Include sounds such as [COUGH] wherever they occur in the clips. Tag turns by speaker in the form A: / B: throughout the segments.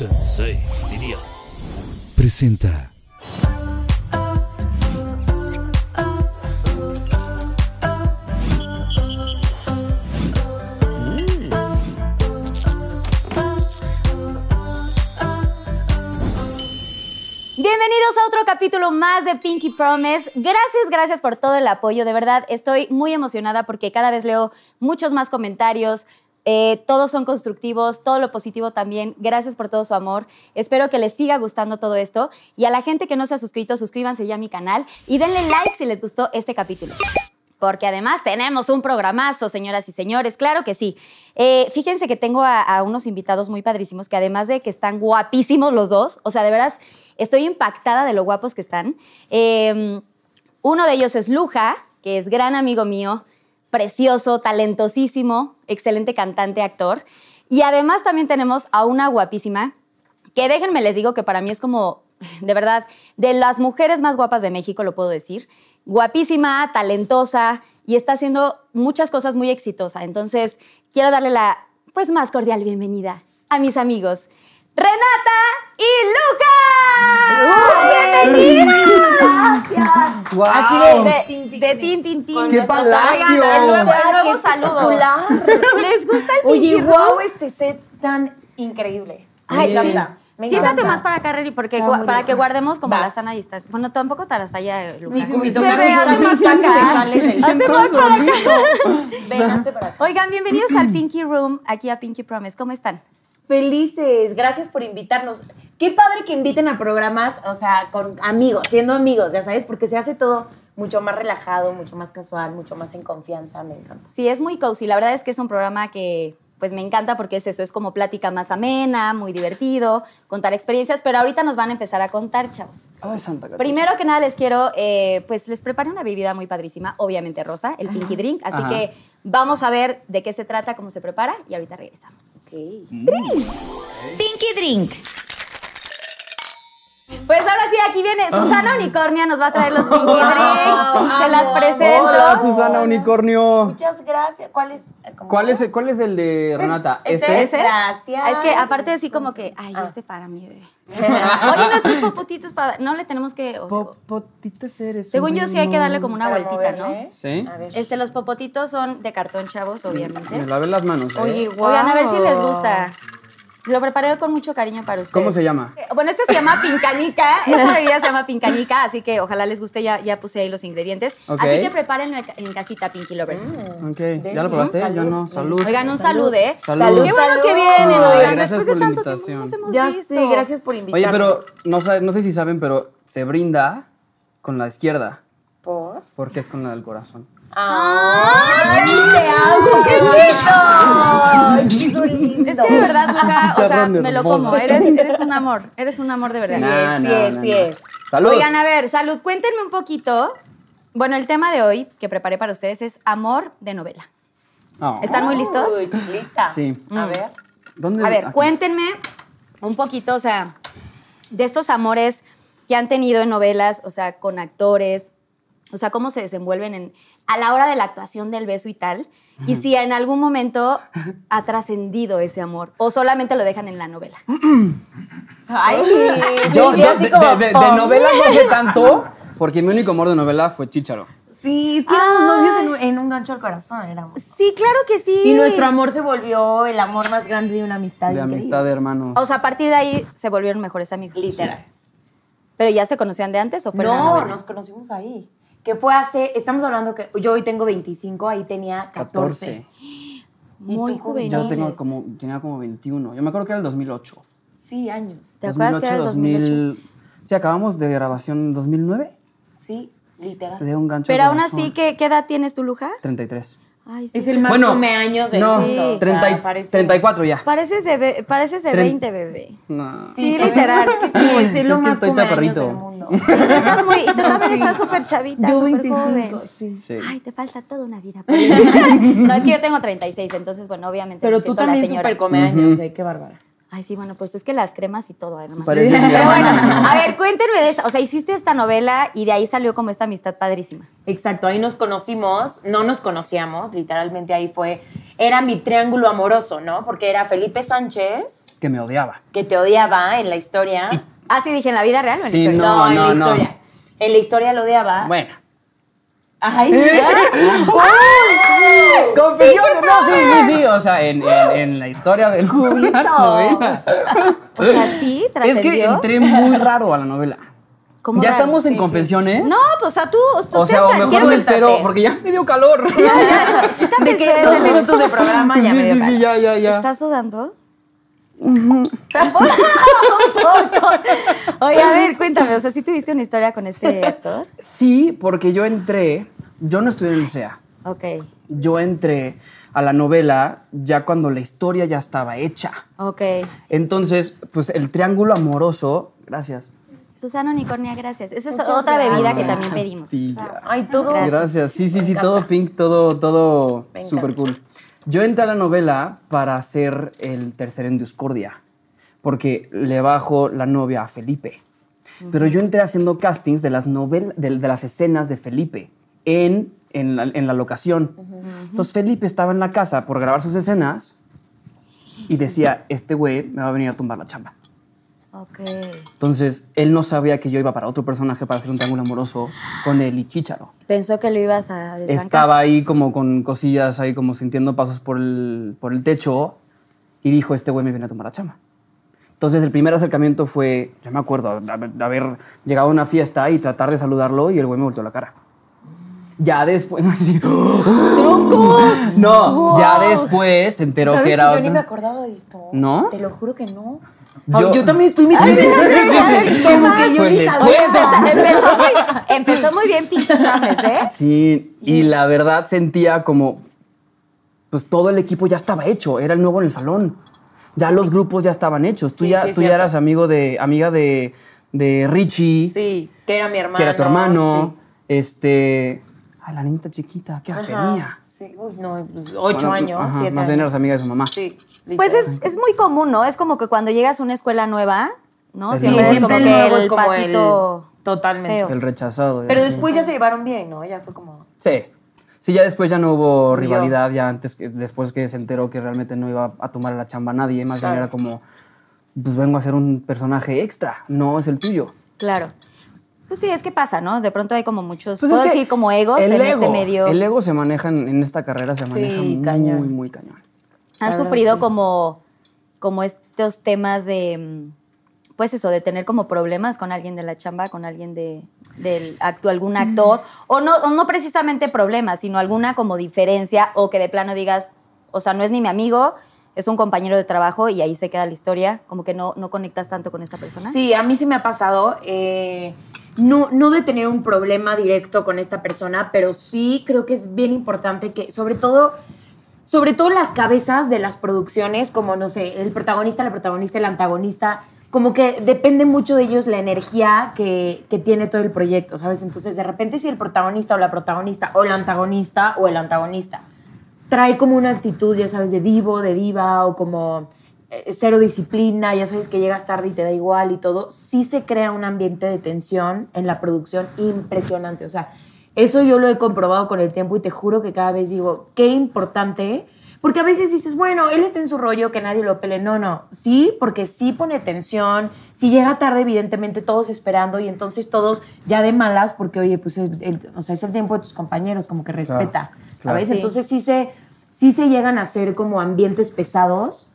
A: Sensei, diría. Presenta.
B: Bienvenidos a otro capítulo más de Pinky Promise. Gracias, gracias por todo el apoyo. De verdad, estoy muy emocionada porque cada vez leo muchos más comentarios. Eh, todos son constructivos, todo lo positivo también. Gracias por todo su amor. Espero que les siga gustando todo esto. Y a la gente que no se ha suscrito, suscríbanse ya a mi canal y denle like si les gustó este capítulo. Porque además tenemos un programazo, señoras y señores, claro que sí. Eh, fíjense que tengo a, a unos invitados muy padrísimos que además de que están guapísimos los dos, o sea, de veras, estoy impactada de lo guapos que están. Eh, uno de ellos es Luja, que es gran amigo mío, precioso, talentosísimo, excelente cantante, actor. Y además también tenemos a una guapísima, que déjenme les digo que para mí es como, de verdad, de las mujeres más guapas de México, lo puedo decir. Guapísima, talentosa y está haciendo muchas cosas muy exitosa. Entonces, quiero darle la pues más cordial bienvenida a mis amigos Renata y Luca. ¡Bienvenidas!
C: ¡Guau!
B: Así de, de, de tin, tin, tin.
C: ¡Qué
B: Nuestros-
C: palacio!
B: Oigan, El nuevo, el
D: Ah,
B: nuevo
D: qué
B: saludo.
D: espectacular.
B: ¿Les gusta el
D: Oye,
B: Pinky
D: wow,
B: Room?
D: este set tan increíble.
B: Ay,
D: Me
B: sí.
D: encanta, me
B: Siéntate
D: encanta.
B: más para acá, Reni, porque
D: Está
B: gua-
D: muy
B: para
D: bien.
B: que guardemos como
D: Va.
B: la sana distancia. Bueno, tampoco tan hasta allá, eh, Luca.
D: Mi cubito,
B: Bebé,
D: me
B: hazte
D: resulta
B: más
D: más fácil
B: para acá.
D: te sales de-
B: Hazte
C: Siento
B: más para acá.
C: solito.
D: Ven, hazte para acá.
B: Oigan, bienvenidos
C: [CLEARS THROAT]
B: al Pinky Room, aquí a Pinky Promise. ¿Cómo están?
D: Felices, gracias por invitarnos. Qué padre que inviten a programas, o sea, con amigos, siendo amigos, ya sabes, porque se hace todo mucho más relajado, mucho más casual, mucho más en confianza, me encanta.
B: Sí, es muy cozy. La verdad es que es un programa que pues me encanta porque es eso, es como plática más amena, muy divertido, contar experiencias, pero ahorita nos van a empezar a contar, chavos.
C: Ay, Santa Catarina.
B: Primero que nada les quiero, eh, pues les preparé una bebida muy padrísima, obviamente rosa, el Pinky Drink, así
C: Ajá.
B: que vamos a ver de qué se trata, cómo se prepara y ahorita regresamos. Pinky Drink. Pues ahora sí, aquí viene Susana
C: Ah.
B: Unicornia, nos va a traer los
C: [LAUGHS]
B: Pinky Drinks, se las
D: amo,
B: presento.
C: Hola, Susana Unicornio.
D: Muchas gracias. ¿Cuál es? cómo
C: ¿Cuál
D: se
C: es, el- ¿Cuál es el de Renata?
D: este
C: ¿Ese?
D: es- Gracias. Ah.
B: Es que aparte así como que, ay, este para mí, bebé. [LAUGHS] Oye, nuestros popotitos para... No le tenemos que... o sea,
C: Popotito eres.
B: según yo sí hay que darle como una
D: Para
B: vueltita,
D: moverle.
B: ¿no?
C: ¿Sí?
D: A ver.
B: Este, los popotitos son de cartón, chavos, obviamente.
C: Me lavé las manos. ¿eh?
D: Oye,
B: Oigan, a ver
D: guau.
B: si les gusta. Lo preparé con mucho cariño para ustedes.
C: ¿Cómo se llama?
B: Eh, Bueno, este se llama pincanica.
C: [LAUGHS]
B: Esta bebida se llama pincanica, así que ojalá les guste. Ya, ya puse ahí los ingredientes.
C: Ok.
B: Así que prepárenlo en ca- en casita, Pinky Lovers.
C: Ok, ¿ya lo probaste? Yo no, salud.
B: Oigan, un saludo, ¿eh?
C: Salud. Salud.
B: Qué bueno
D: Salud.
B: que vienen,
C: Ay,
B: oigan.
C: gracias
B: Después de
C: por la
B: tanto tiempo
C: invitación.
B: no nos hemos
D: Ya
B: visto.
D: sí, gracias por
C: Oye,
D: invitarnos.
C: pero no, sa- no sé si saben, pero se brinda con la izquierda,
D: ¿Por?
C: porque es con la del corazón.
D: ¡Ay, te amo! ¡Qué lindo! Es que son lindos.
B: Es que de verdad, Luca, o sea,
C: Chicharrón de
B: me lo
C: hermoso.
B: como. Eres, eres un amor, eres un amor de verdad.
C: Nah,
D: sí
C: nah,
D: es,
C: nah,
D: sí
C: nah.
D: es.
C: Salud.
B: Oigan, a ver, salud, cuéntenme un poquito. Bueno, el tema de hoy que preparé para ustedes es amor de novela.
C: Oh.
B: ¿Están muy listos?
D: Uy, ¿Lista?
C: Sí.
D: A ver.
C: ¿Dónde?
B: A ver,
C: aquí?
B: cuéntenme un poquito, o sea, de estos amores que han tenido en novelas, o sea, con actores, o sea, cómo se desenvuelven en, a la hora de la actuación del beso y tal, y si en algún momento ha trascendido ese amor, o solamente lo dejan en la novela.
D: Ay,
C: Yo,
D: sí,
C: yo
D: así
C: de,
D: como,
C: de- de- de
D: pom.
C: novela no sé tanto, porque mi único amor de novela fue Chicharo.
D: Sí, es que éramos novios en un, en un gancho al corazón, éramos.
B: Sí, claro que sí.
D: Y nuestro amor se volvió el amor más grande de una amistad
C: De
D: increíble.
C: amistad de hermanos.
B: O sea, a partir de ahí se volvieron mejores amigos.
D: Literal.
B: ¿Pero ya se conocían de antes o fue en la
D: No,
B: novela?
D: nos conocimos ahí. Que fue hace, estamos hablando que yo hoy tengo 25, ahí tenía 14.
C: 14.
D: ¿Y
B: Muy
D: tú,
B: joven.
C: Yo tengo como, tenía como 21. Yo me acuerdo que era el 2008.
D: Sí, años.
B: ¿Te acuerdas que era el 2008?
C: 2000. Sí, acabamos de grabación en 2009
D: Sí, literal.
C: de un gancho.
B: Pero
C: al
B: aún
C: corazón.
B: así, ¿qué, qué edad tienes tú, Luja?
C: 33.
B: Ay, sí.
D: Es el más años de
C: no,
D: mundo, o sea,
C: 30 y-
D: parece-
C: 34 ya.
B: Pareces de, ve- pareces de
C: Tren-
B: 20, bebé.
C: No.
B: Pues, Sí, literal.
D: Es que sí, es
C: Es
D: lo
C: que
D: más
C: estoy
D: come años
C: chaparrito.
D: del mundo.
C: [LAUGHS]
B: Y tú estás muy, y tú también estás súper chavita,
D: Yo
B: súper
D: 25,
B: joven.
D: sí.
C: Sí.
B: Ay, te falta toda una vida. por
D: [LAUGHS]
B: vivir. no, es que yo tengo 36, entonces, bueno, obviamente.
D: Pero
B: me
D: tú
B: siento la
D: también
B: señora.
D: súper come años, ¿eh? Qué bárbara.
B: Ay, sí, bueno, pues es que las cremas y todo, además.
C: Pareces mi
B: Pero bueno,
C: hermana.
B: a ver, cuéntenme de esta. O sea, hiciste esta novela y de ahí salió como esta amistad padrísima.
D: Exacto, ahí nos conocimos, no nos conocíamos, literalmente ahí fue era mi triángulo amoroso, ¿no? Porque era Felipe Sánchez,
C: que me odiaba.
D: que te odiaba en la historia.
B: Ah, sí, dije en la vida real o en
C: Sí,
B: la historia?
C: no.
D: en la
C: no.
D: historia. En la historia lo odiaba.
C: Bueno. ¿Eh?
D: Ay, mira.
C: Confesiones, no, sí, sí, sí. O sea, en, en- en la historia del Julián novela.
B: O sea, sí,
C: Es
B: trascendió.
C: que entré muy raro a la novela.
B: ¿Cómo
C: ¿Ya
B: raro?
C: estamos en
D: Sí, sí.
C: confesiones?
B: No, pues o sea, tú, tú
C: O sea, o mejor me
D: Suéltate.
C: espero, porque ya me dio calor.
B: Ah, Quítate
D: Me
B: el
D: quedé
B: suéter.
D: dos minutos de programa ya
C: sí,
D: me dio
C: sí,
D: calor.
C: sí, ya, ya, ya.
B: ¿Estás sudando? [LAUGHS] Oye, a ver, cuéntame, o sea, ¿sí tuviste una historia con este actor?
C: Sí, porque yo entré, yo no estudié en el CEA.
B: Ok,
C: Yo entré a la novela ya cuando la historia ya estaba hecha.
B: ok.
C: Entonces, pues el triángulo amoroso. Gracias.
B: Susana Unicornia, gracias. Esa es
D: Muchas
B: otra
C: Ah,
B: bebida que
D: gracias.
B: también pedimos.
C: Pastilla.
D: Ay, todo.
B: Gracias.
C: Gracias. Sí, sí, sí,
D: Ah, Me
C: todo
D: encanta.
C: pink, todo, todo
D: Me
C: súper
D: encanta.
C: cool. Yo entré a la novela para hacer el tercer en discordia, porque le bajo la novia a Felipe. Pero yo entré haciendo castings de las, novel- de, de las escenas de Felipe en, en, la, en la locación. Entonces Felipe estaba en la casa por grabar sus escenas y decía, este güey me va a venir a tumbar la chamba.
B: Ok.
C: Entonces él no sabía que yo iba para otro personaje para hacer un triángulo amoroso con él y Chícharo
B: Pensó que lo ibas a desbancar. [LAUGHS]
C: estaba ahí como con cosillas, ahí como sintiendo pasos por el, por el techo y dijo, este güey me viene a tomar la chama. Entonces el primer acercamiento fue, yo me acuerdo, de haber- de haber llegado a una fiesta y tratar de saludarlo y el güey me volteó la cara. Ya después... [LAUGHS] No, ya después se enteró
D: ¿Sabes
C: que
D: que
C: era...
D: yo ni
C: otra-
D: me acordaba de esto.
C: ¿no?
D: Te lo juro que no.
C: Yo, también estoy
D: sí, sí, sí, sí. Como que
B: Pues
D: yo
C: Fue
D: ni
C: el
D: sabía.
C: después.
D: [LAUGHS]
B: Empezó, empezó muy, empezó muy bien Pinky Promise, ¿eh?
C: Sí, y la verdad sentía como, pues todo el equipo ya estaba hecho, era el nuevo en el salón, ya los grupos ya estaban hechos, tú,
D: Sí,
C: ya,
D: sí, es
C: tú ya
D: cierto.
C: eras amigo de, amiga de, de Richie,
D: Sí, que era mi hermano.
C: que era tu hermano,
D: sí.
C: este, a la niñita chiquita, ¿qué edad
D: Ajá,
C: tenía?
D: Sí, uy, no, pues, ocho
C: Bueno,
D: años,
C: ajá,
D: siete
C: Más bien
D: años.
C: eras amiga de su mamá.
D: Sí,
B: Pues
D: literal.
B: es, es muy común, ¿no? Es como que cuando llegas a una escuela nueva, ¿no?
C: Sí, siempre
B: es
C: el
B: como que
D: nuevo es como el-
B: patito
D: totalmente.
B: feo.
C: El rechazado. ya
D: Pero
C: sabes.
D: después ya se llevaron bien, ¿no? Ya fue como...
C: Sí. Sí, ya después ya no hubo
D: Fluyó.
C: rivalidad, ya antes, que- después que se enteró que realmente no iba a tomar la chamba nadie, más bien
D: Claro.
C: era como, pues vengo a ser un personaje extra, no es el tuyo.
B: Claro. Pues sí, es que pasa, ¿no? De pronto hay como muchos,
C: Pues es
B: puedo
C: que
B: decir como egos
C: el
B: en
C: ego,
B: este medio.
C: El ego se maneja en, en esta carrera, se
D: Sí,
C: maneja muy,
D: cañón.
C: muy cañón.
B: Han
D: La verdad,
B: sufrido
D: sí.
B: como, como estos temas de, mm, pues eso, de tener como problemas con alguien de la chamba, con alguien de, del acto, algún actor,
C: Mm.
B: o, no, o no precisamente problemas, sino alguna como diferencia o que de plano digas, o sea, no es ni mi amigo, es un compañero de trabajo y ahí se queda la historia, como que no, no conectas tanto con esa persona.
D: Sí, a mí sí me ha pasado. eh, no, no de tener un problema directo con esta persona, pero sí creo que es bien importante que, sobre todo, sobre todo las cabezas de las producciones, como no sé, el protagonista, la protagonista, el antagonista, como que depende mucho de ellos la energía que, que tiene todo el proyecto, ¿sabes? Entonces, de repente, si el protagonista o la protagonista o el antagonista o el antagonista trae como una actitud, ya sabes, de divo, de diva o como eh, cero disciplina, ya sabes que llegas tarde y te da igual y todo, sí se crea un ambiente de tensión en la producción impresionante. O sea, eso yo lo he comprobado con el tiempo y te juro que cada vez digo, qué importante, porque a veces dices, bueno, él está en su rollo, que nadie lo pele. No, no, sí, porque sí pone tensión, si llega tarde, evidentemente todos esperando y entonces todos ya de malas, porque oye, pues el- el- o sea, es el tiempo de tus compañeros, como que
C: Claro,
D: respeta,
C: claro.
D: ¿sabes?
B: Sí.
D: Entonces sí se, sí se llegan a hacer como ambientes pesados.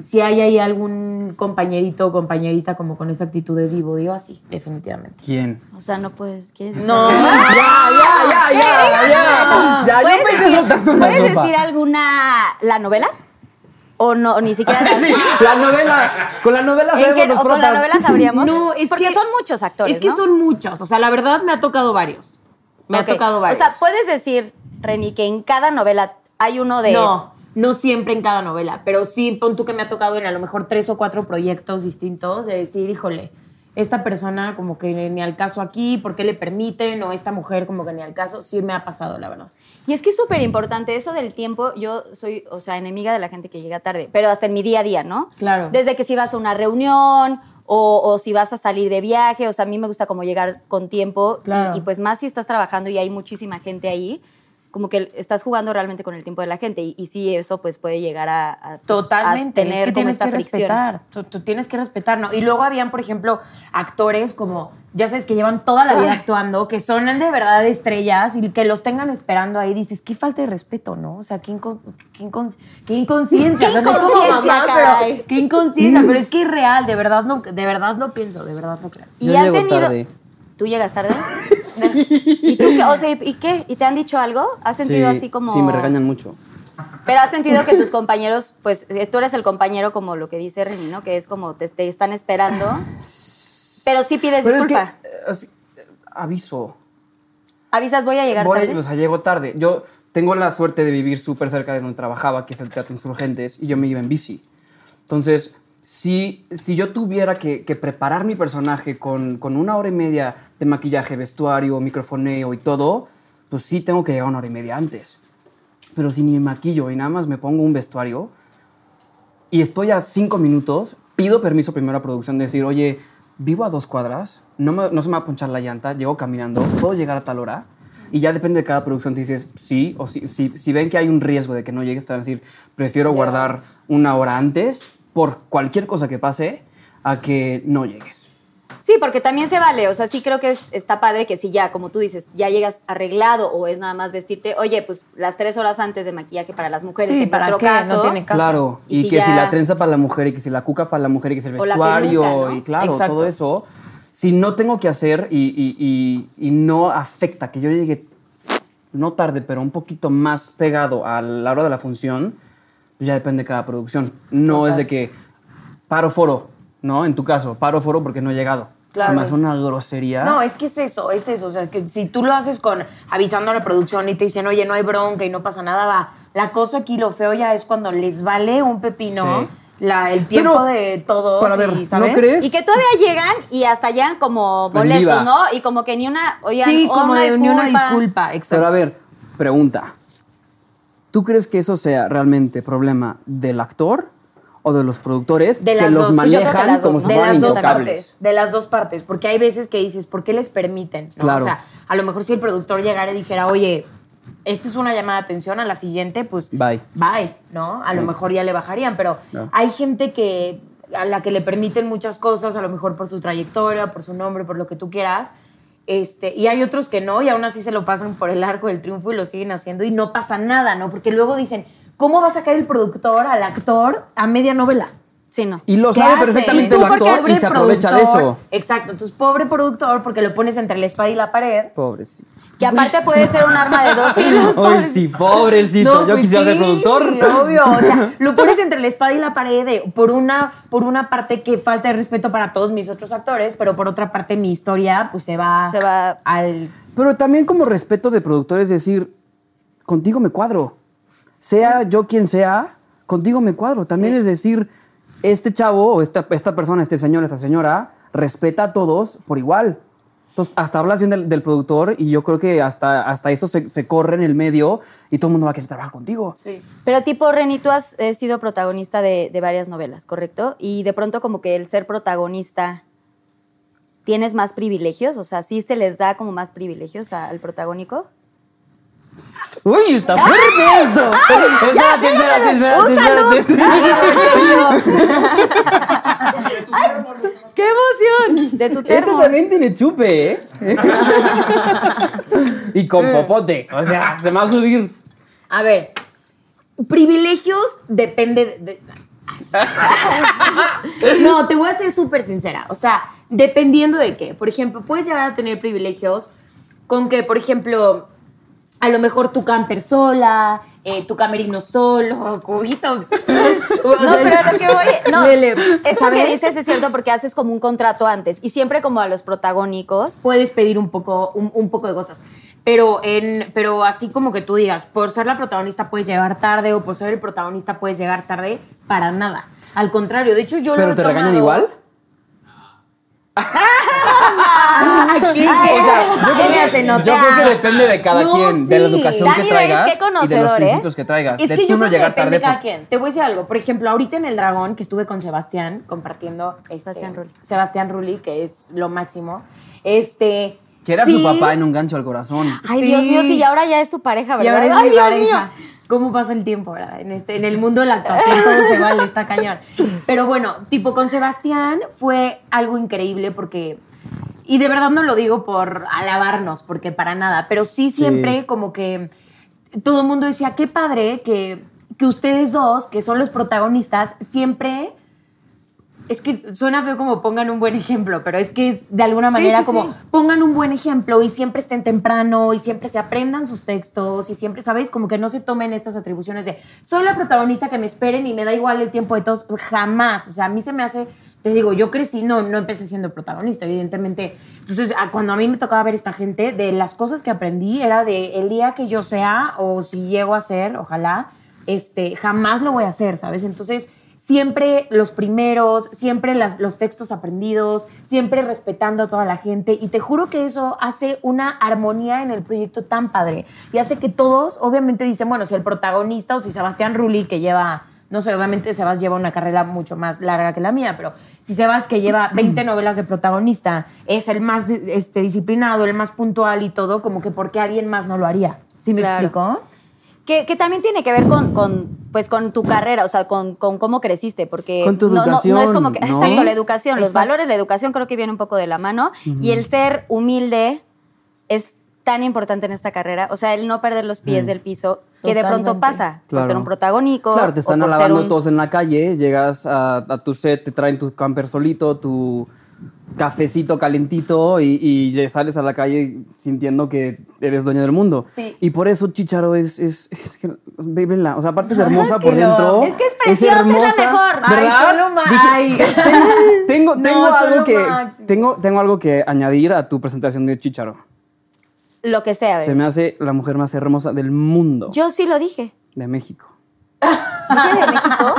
D: Si hay ahí algún compañerito o compañerita como con esa actitud de divo, digo así, definitivamente.
C: ¿Quién?
B: O sea, no puedes... ¿quieres decir
D: No,
C: Ya,
B: ¡Ah!
C: ya, ya, ya, ya. Ya, Ah, yo
B: ¿Puedes
C: pensé
B: decir-
C: soltando la
B: ¿Puedes
C: sopa.
B: decir alguna la novela? O no, ni siquiera. la-
C: [LAUGHS] [LAUGHS] Sí, la novela, con la novela
B: ¿En qué-
C: sabemos los
B: o con la
C: protas.
B: novela sabríamos?
D: No, es
B: Porque
D: que-
B: son muchos actores.
D: es que
B: ¿no?
D: son muchos, o sea, la verdad me ha tocado varios. Me
B: Ok.
D: ha tocado varios.
B: O sea, puedes decir, Reni, que en cada novela hay uno de.
D: No, no siempre en cada novela, pero sí, pon tú que me ha tocado en a lo mejor tres o cuatro proyectos distintos de decir, híjole, esta persona como que ni al caso aquí, ¿por qué le permiten? O esta mujer como que ni al caso, sí me ha pasado, la verdad.
B: Y es que es súper importante eso del tiempo. Yo soy, o sea, enemiga de la gente que llega tarde, pero hasta en mi día a día, ¿no?
D: Claro.
B: Desde que si vas a una reunión o, o si vas a salir de viaje, o sea, a mí me gusta como llegar con tiempo. y-
D: Claro.
B: Y, pues más si estás trabajando y hay muchísima gente ahí, como que estás jugando realmente con el tiempo de la gente y, y sí, eso pues puede llegar a, a, pues,
D: Totalmente,
B: a tener
D: es que
B: como
D: tienes
B: esta
D: que
B: fricción.
D: respetar, tú, tú tienes que respetar, ¿no? Y luego habían, por ejemplo, actores como, ya sabes, que llevan toda la vida
B: Ah.
D: actuando, que son de verdad estrellas y que los tengan esperando ahí, dices, qué falta de respeto, ¿no? O sea, qué, incon- qué incon- qué inconsciencia,
B: Qué
D: o sea, no es como
B: inconsciencia,
D: mamá,
B: caray.
D: pero qué inconsciencia, pero es
B: [LAUGHS]
D: que es real, de verdad no, de verdad no pienso, de verdad no creo.
B: Y
C: Yo
B: han
C: llego
B: tenido-
C: tarde.
B: ¿Tú llegas
C: [LAUGHS]
B: tarde? ¿Y tú qué? O sea, ¿y qué? ¿Y te han dicho algo? ¿Has sentido
C: Sí,
B: así como...?
C: Sí, me regañan mucho.
B: Pero has sentido que tus compañeros, pues eh, tú eres el compañero como lo que dice Rini, ¿no? Que es como te, te están esperando. Pero sí pides
C: Pero es que,
B: disculpa.
C: eh, así, eh, aviso.
B: Avisas, voy a llegar
C: Voy-
B: tarde.
C: o sea, llego tarde. Yo tengo la suerte de vivir súper cerca de donde trabajaba, que es el Teatro Insurgentes, y yo me iba en bici. Entonces, si, si yo tuviera que, que preparar mi personaje con, con una hora y media de maquillaje, vestuario, microfoneo y todo, pues sí tengo que llegar una hora y media antes. Pero si ni me maquillo y nada más me pongo un vestuario y estoy a cinco minutos, pido permiso primero a producción de decir, oye, vivo a dos cuadras, no, me- no se me va a ponchar la llanta, llego caminando, puedo llegar a tal hora. Y ya depende de cada producción, te dices sí o sí. Si, si ven que hay un riesgo de que no llegues, te van a decir, prefiero guardar una hora antes por cualquier cosa que pase a que no llegues.
B: Sí, porque también se vale. O sea, sí creo que es- está padre que si ya, como tú dices, ya llegas arreglado o es nada más vestirte, oye, pues las tres horas antes de maquillaje para las mujeres,
D: Sí,
B: en
D: ¿para
B: nuestro
D: qué? No
B: caso.
D: tiene caso.
C: Claro,
B: Y
C: y,
B: si
C: que si
B: ya-
C: la trenza para la mujer y que si la cuca para la mujer y que si el
B: O la
C: vestuario
B: peluca, ¿no?
C: y claro,
D: Exacto.
C: todo eso. Si no tengo que hacer y, y- y- y no afecta que yo llegue, no tarde, pero un poquito más pegado a la hora de la función, pues ya depende de cada producción. No es de que paro foro, ¿no? En tu caso, paro foro porque no he llegado.
D: Claro.
C: Se me hace una grosería.
D: No, es que es eso, es eso. O sea, que si tú lo haces con avisando a la producción y te dicen, oye, no hay bronca y no pasa nada, va. La cosa aquí, lo feo ya es cuando les vale un pepino
C: Sí.
D: la- el tiempo
C: Pero,
D: de todos.
C: para
D: y,
C: ver, ¿no
D: ¿sabes?
C: crees?
B: Y que todavía llegan y hasta llegan como
C: En viva.
B: molestos, ¿no? Y como que ni una, oigan,
D: sí,
B: oh,
D: como
B: una
D: de ni una
B: disculpa.
D: disculpa, exacto.
C: Pero a ver, pregunta. ¿Tú crees que eso sea realmente problema del actor o de los productores
D: de
C: que
D: las
C: los
D: dos. Yo creo que
C: manejan
D: las
C: como
D: dos,
C: si
D: de
C: fueran
D: las dos
C: intocables?
D: partes, de las dos partes, porque hay veces que dices, ¿por qué les permiten? no?
C: Claro.
D: O sea, a lo mejor si el productor llegara y dijera, oye, esta es una llamada de atención, a la siguiente, pues
C: Bye.
D: bye, ¿no? A lo mejor ya le bajarían, pero
C: No.
D: hay gente que a la que le permiten muchas cosas, a lo mejor por su trayectoria, por su nombre, por lo que tú quieras. Este, y hay otros que no, y aún así se lo pasan por el arco del triunfo y lo siguen haciendo y no pasa nada, ¿no? Porque luego dicen, ¿cómo va a sacar el productor al actor a media novela?
B: Sí, no.
C: Y lo
D: ¿Qué
C: sabe
D: hace?
B: ¿Y
C: perfectamente
B: tú
C: el
B: por qué
C: actor y
D: Pobre
C: se aprovecha de
D: productor.
C: eso.
D: Exacto, entonces pobre productor porque lo pones entre la espada y la pared. [LAUGHS]
C: Pobrecito.
B: Que aparte puede ser un arma de dos filos.
C: [LAUGHS] Ay, sí, pobrecito.
D: No,
C: Yo
D: pues
C: quisiera ser
D: sí,
C: productor.
D: Obvio, o sea,
C: [LAUGHS]
D: lo pones entre la espada y la pared de- por, una, por una parte que falta de respeto para todos mis otros actores, pero por otra parte mi historia pues se va,
B: Se va-
D: al...
C: Pero también como respeto de productor es decir, contigo me cuadro. Sea yo quien sea, contigo me cuadro. También es decir, este chavo o esta, esta persona, este señor, esta señora, respeta a todos por igual. Entonces, hasta hablas bien del, del productor y yo creo que hasta, hasta eso se, se corre en el medio y todo el mundo va a querer trabajar contigo.
B: Pero tipo, Reni, tú has eh, sido protagonista de, de varias novelas, ¿correcto? Y de pronto como que el ser protagonista, ¿tienes más privilegios? O sea, ¿sí se les da como más privilegios a- al protagónico?
C: ¡Uy, está fuerte esto! Espérate, espérate, espérate, espérate. [LAUGHS]
B: ¡Qué emoción! De tu
D: [LAUGHS]
C: Este
B: termo.
C: también tiene chupe, ¿eh? y
D: Mm.
C: con popote. O sea, se me va a subir.
D: A ver, privilegios depende
B: [LAUGHS]
D: de... de- no, te voy a ser súper sincera. O sea, dependiendo de qué. Por ejemplo, puedes llegar a tener privilegios con que, por ejemplo, a lo mejor tu camper sola, eh, tu camerino solo, [LAUGHS] cubito.
B: No, pero a lo que
D: [LAUGHS]
B: voy. No, eso que
D: ¿sabes?
B: dices es cierto porque haces como un contrato antes y siempre como a los protagónicos.
D: puedes pedir un poco, un, un poco de cosas. Pero, en, pero así como que tú digas, por ser la protagonista puedes llegar tarde o por ser el protagonista puedes llegar tarde, para nada. Al contrario, de hecho yo lo
C: ¿Pero
D: he
C: te regañan
D: tomado- [LAUGHS]
C: igual? [LAUGHS]
D: O [LAUGHS] sea, yo creo que-
B: se nota.
C: Ah, Yo creo que depende de cada
D: No,
C: quien, de la
D: sí.
C: educación
B: Daniel,
C: que
B: es que
C: traigas y de los
B: conocedor, ¿eh?
C: principios que traigas.
D: Es
C: de
D: que
C: tú
D: yo
C: no
D: creo que
C: llegar tarde.
D: depende de cada
C: por-
D: quien. Te voy a decir algo. Por ejemplo, ahorita en El Dragón, que estuve con Sebastián compartiendo. este,
B: Sebastián Rulli.
D: Sebastián Rulli, que es lo máximo. Este,
C: Que era
D: Sí.
C: su papá en un gancho al corazón.
B: Ay,
D: Sí.
B: Dios mío, sí, y ahora ya es tu pareja,
D: Y
B: ¿verdad?
D: ahora es
B: Ay,
D: mi
B: Dios
D: pareja.
B: mío.
D: ¿Cómo pasa el tiempo, verdad? En, este, en el mundo de la actuación todo se vale, está cañón. Pero bueno, tipo con Sebastián fue algo increíble porque... Y de verdad no lo digo por alabarnos, porque para nada, pero sí siempre como que todo el mundo decía, qué padre que, que ustedes dos, que son los protagonistas, siempre... Es que suena feo como pongan un buen ejemplo, pero es que es de alguna
B: Sí,
D: manera
B: sí,
D: como
B: sí.
D: pongan un buen ejemplo y siempre estén temprano y siempre se aprendan sus textos y siempre, ¿sabéis? Como que no se tomen estas atribuciones de soy la protagonista que me esperen y me da igual el tiempo de todos. Jamás. O sea, a mí se me hace, te digo, yo crecí, no, no empecé siendo protagonista, evidentemente. Entonces, a- cuando a mí me tocaba ver esta gente, de las cosas que aprendí era de el día que yo sea o si llego a ser, ojalá, este, jamás lo voy a hacer, ¿sabes? Entonces, siempre los primeros, siempre las- los textos aprendidos, siempre respetando a toda la gente. Y te juro que eso hace una armonía en el proyecto tan padre. Y hace que todos, obviamente, dicen, bueno, si el protagonista o si Sebastián Rulli, que lleva, no sé, obviamente Sebas lleva una carrera mucho más larga que la mía, pero si Sebas, que lleva 20 novelas de protagonista, es el más este, disciplinado, el más puntual y todo, como que ¿por qué alguien más no lo haría? ¿Sí me
B: Claro.
D: explicó?
B: Que, que también tiene que ver con, con, pues, con tu carrera, o sea, con, con cómo creciste, porque
C: Con tu
B: no- no- no, es
C: educación,
B: como que...
C: ¿no?
B: Exacto, la educación, los
D: Exacto.
B: valores, la educación creo que viene un poco de la mano. Y el ser humilde es tan importante en esta carrera, o sea, el no perder los pies del piso, que de pronto
D: Totalmente.
B: pasa por
C: Mm. Claro.
B: ser un protagónico.
C: Claro,
B: o
C: te están
B: por ser
C: alabando
B: un-
C: todos en la calle, llegas a, a tu set, te traen tu camper solito, tu cafecito calentito y, y ya sales a la calle sintiendo que eres dueño del mundo.
B: Sí.
C: Y por eso Chicharo es, es, es que, ve- vela, o sea, aparte es hermosa por
D: que lo-
C: dentro.
B: es que es preciosa, es la mejor. Ay,
C: ¿Verdad?
D: solo ma-
C: Dije,
D: ay.
C: [LAUGHS]
B: [LAUGHS]
C: tengo,
D: No,
C: tengo,
D: son
C: algo
D: lo
C: que,
D: máximo.
C: tengo, tengo algo que añadir a tu presentación de Chicharo.
B: Lo que sea, a ver.
C: Se me hace la mujer más hermosa del mundo
B: Yo sí lo dije.
C: de México.
B: ¿Dije de México?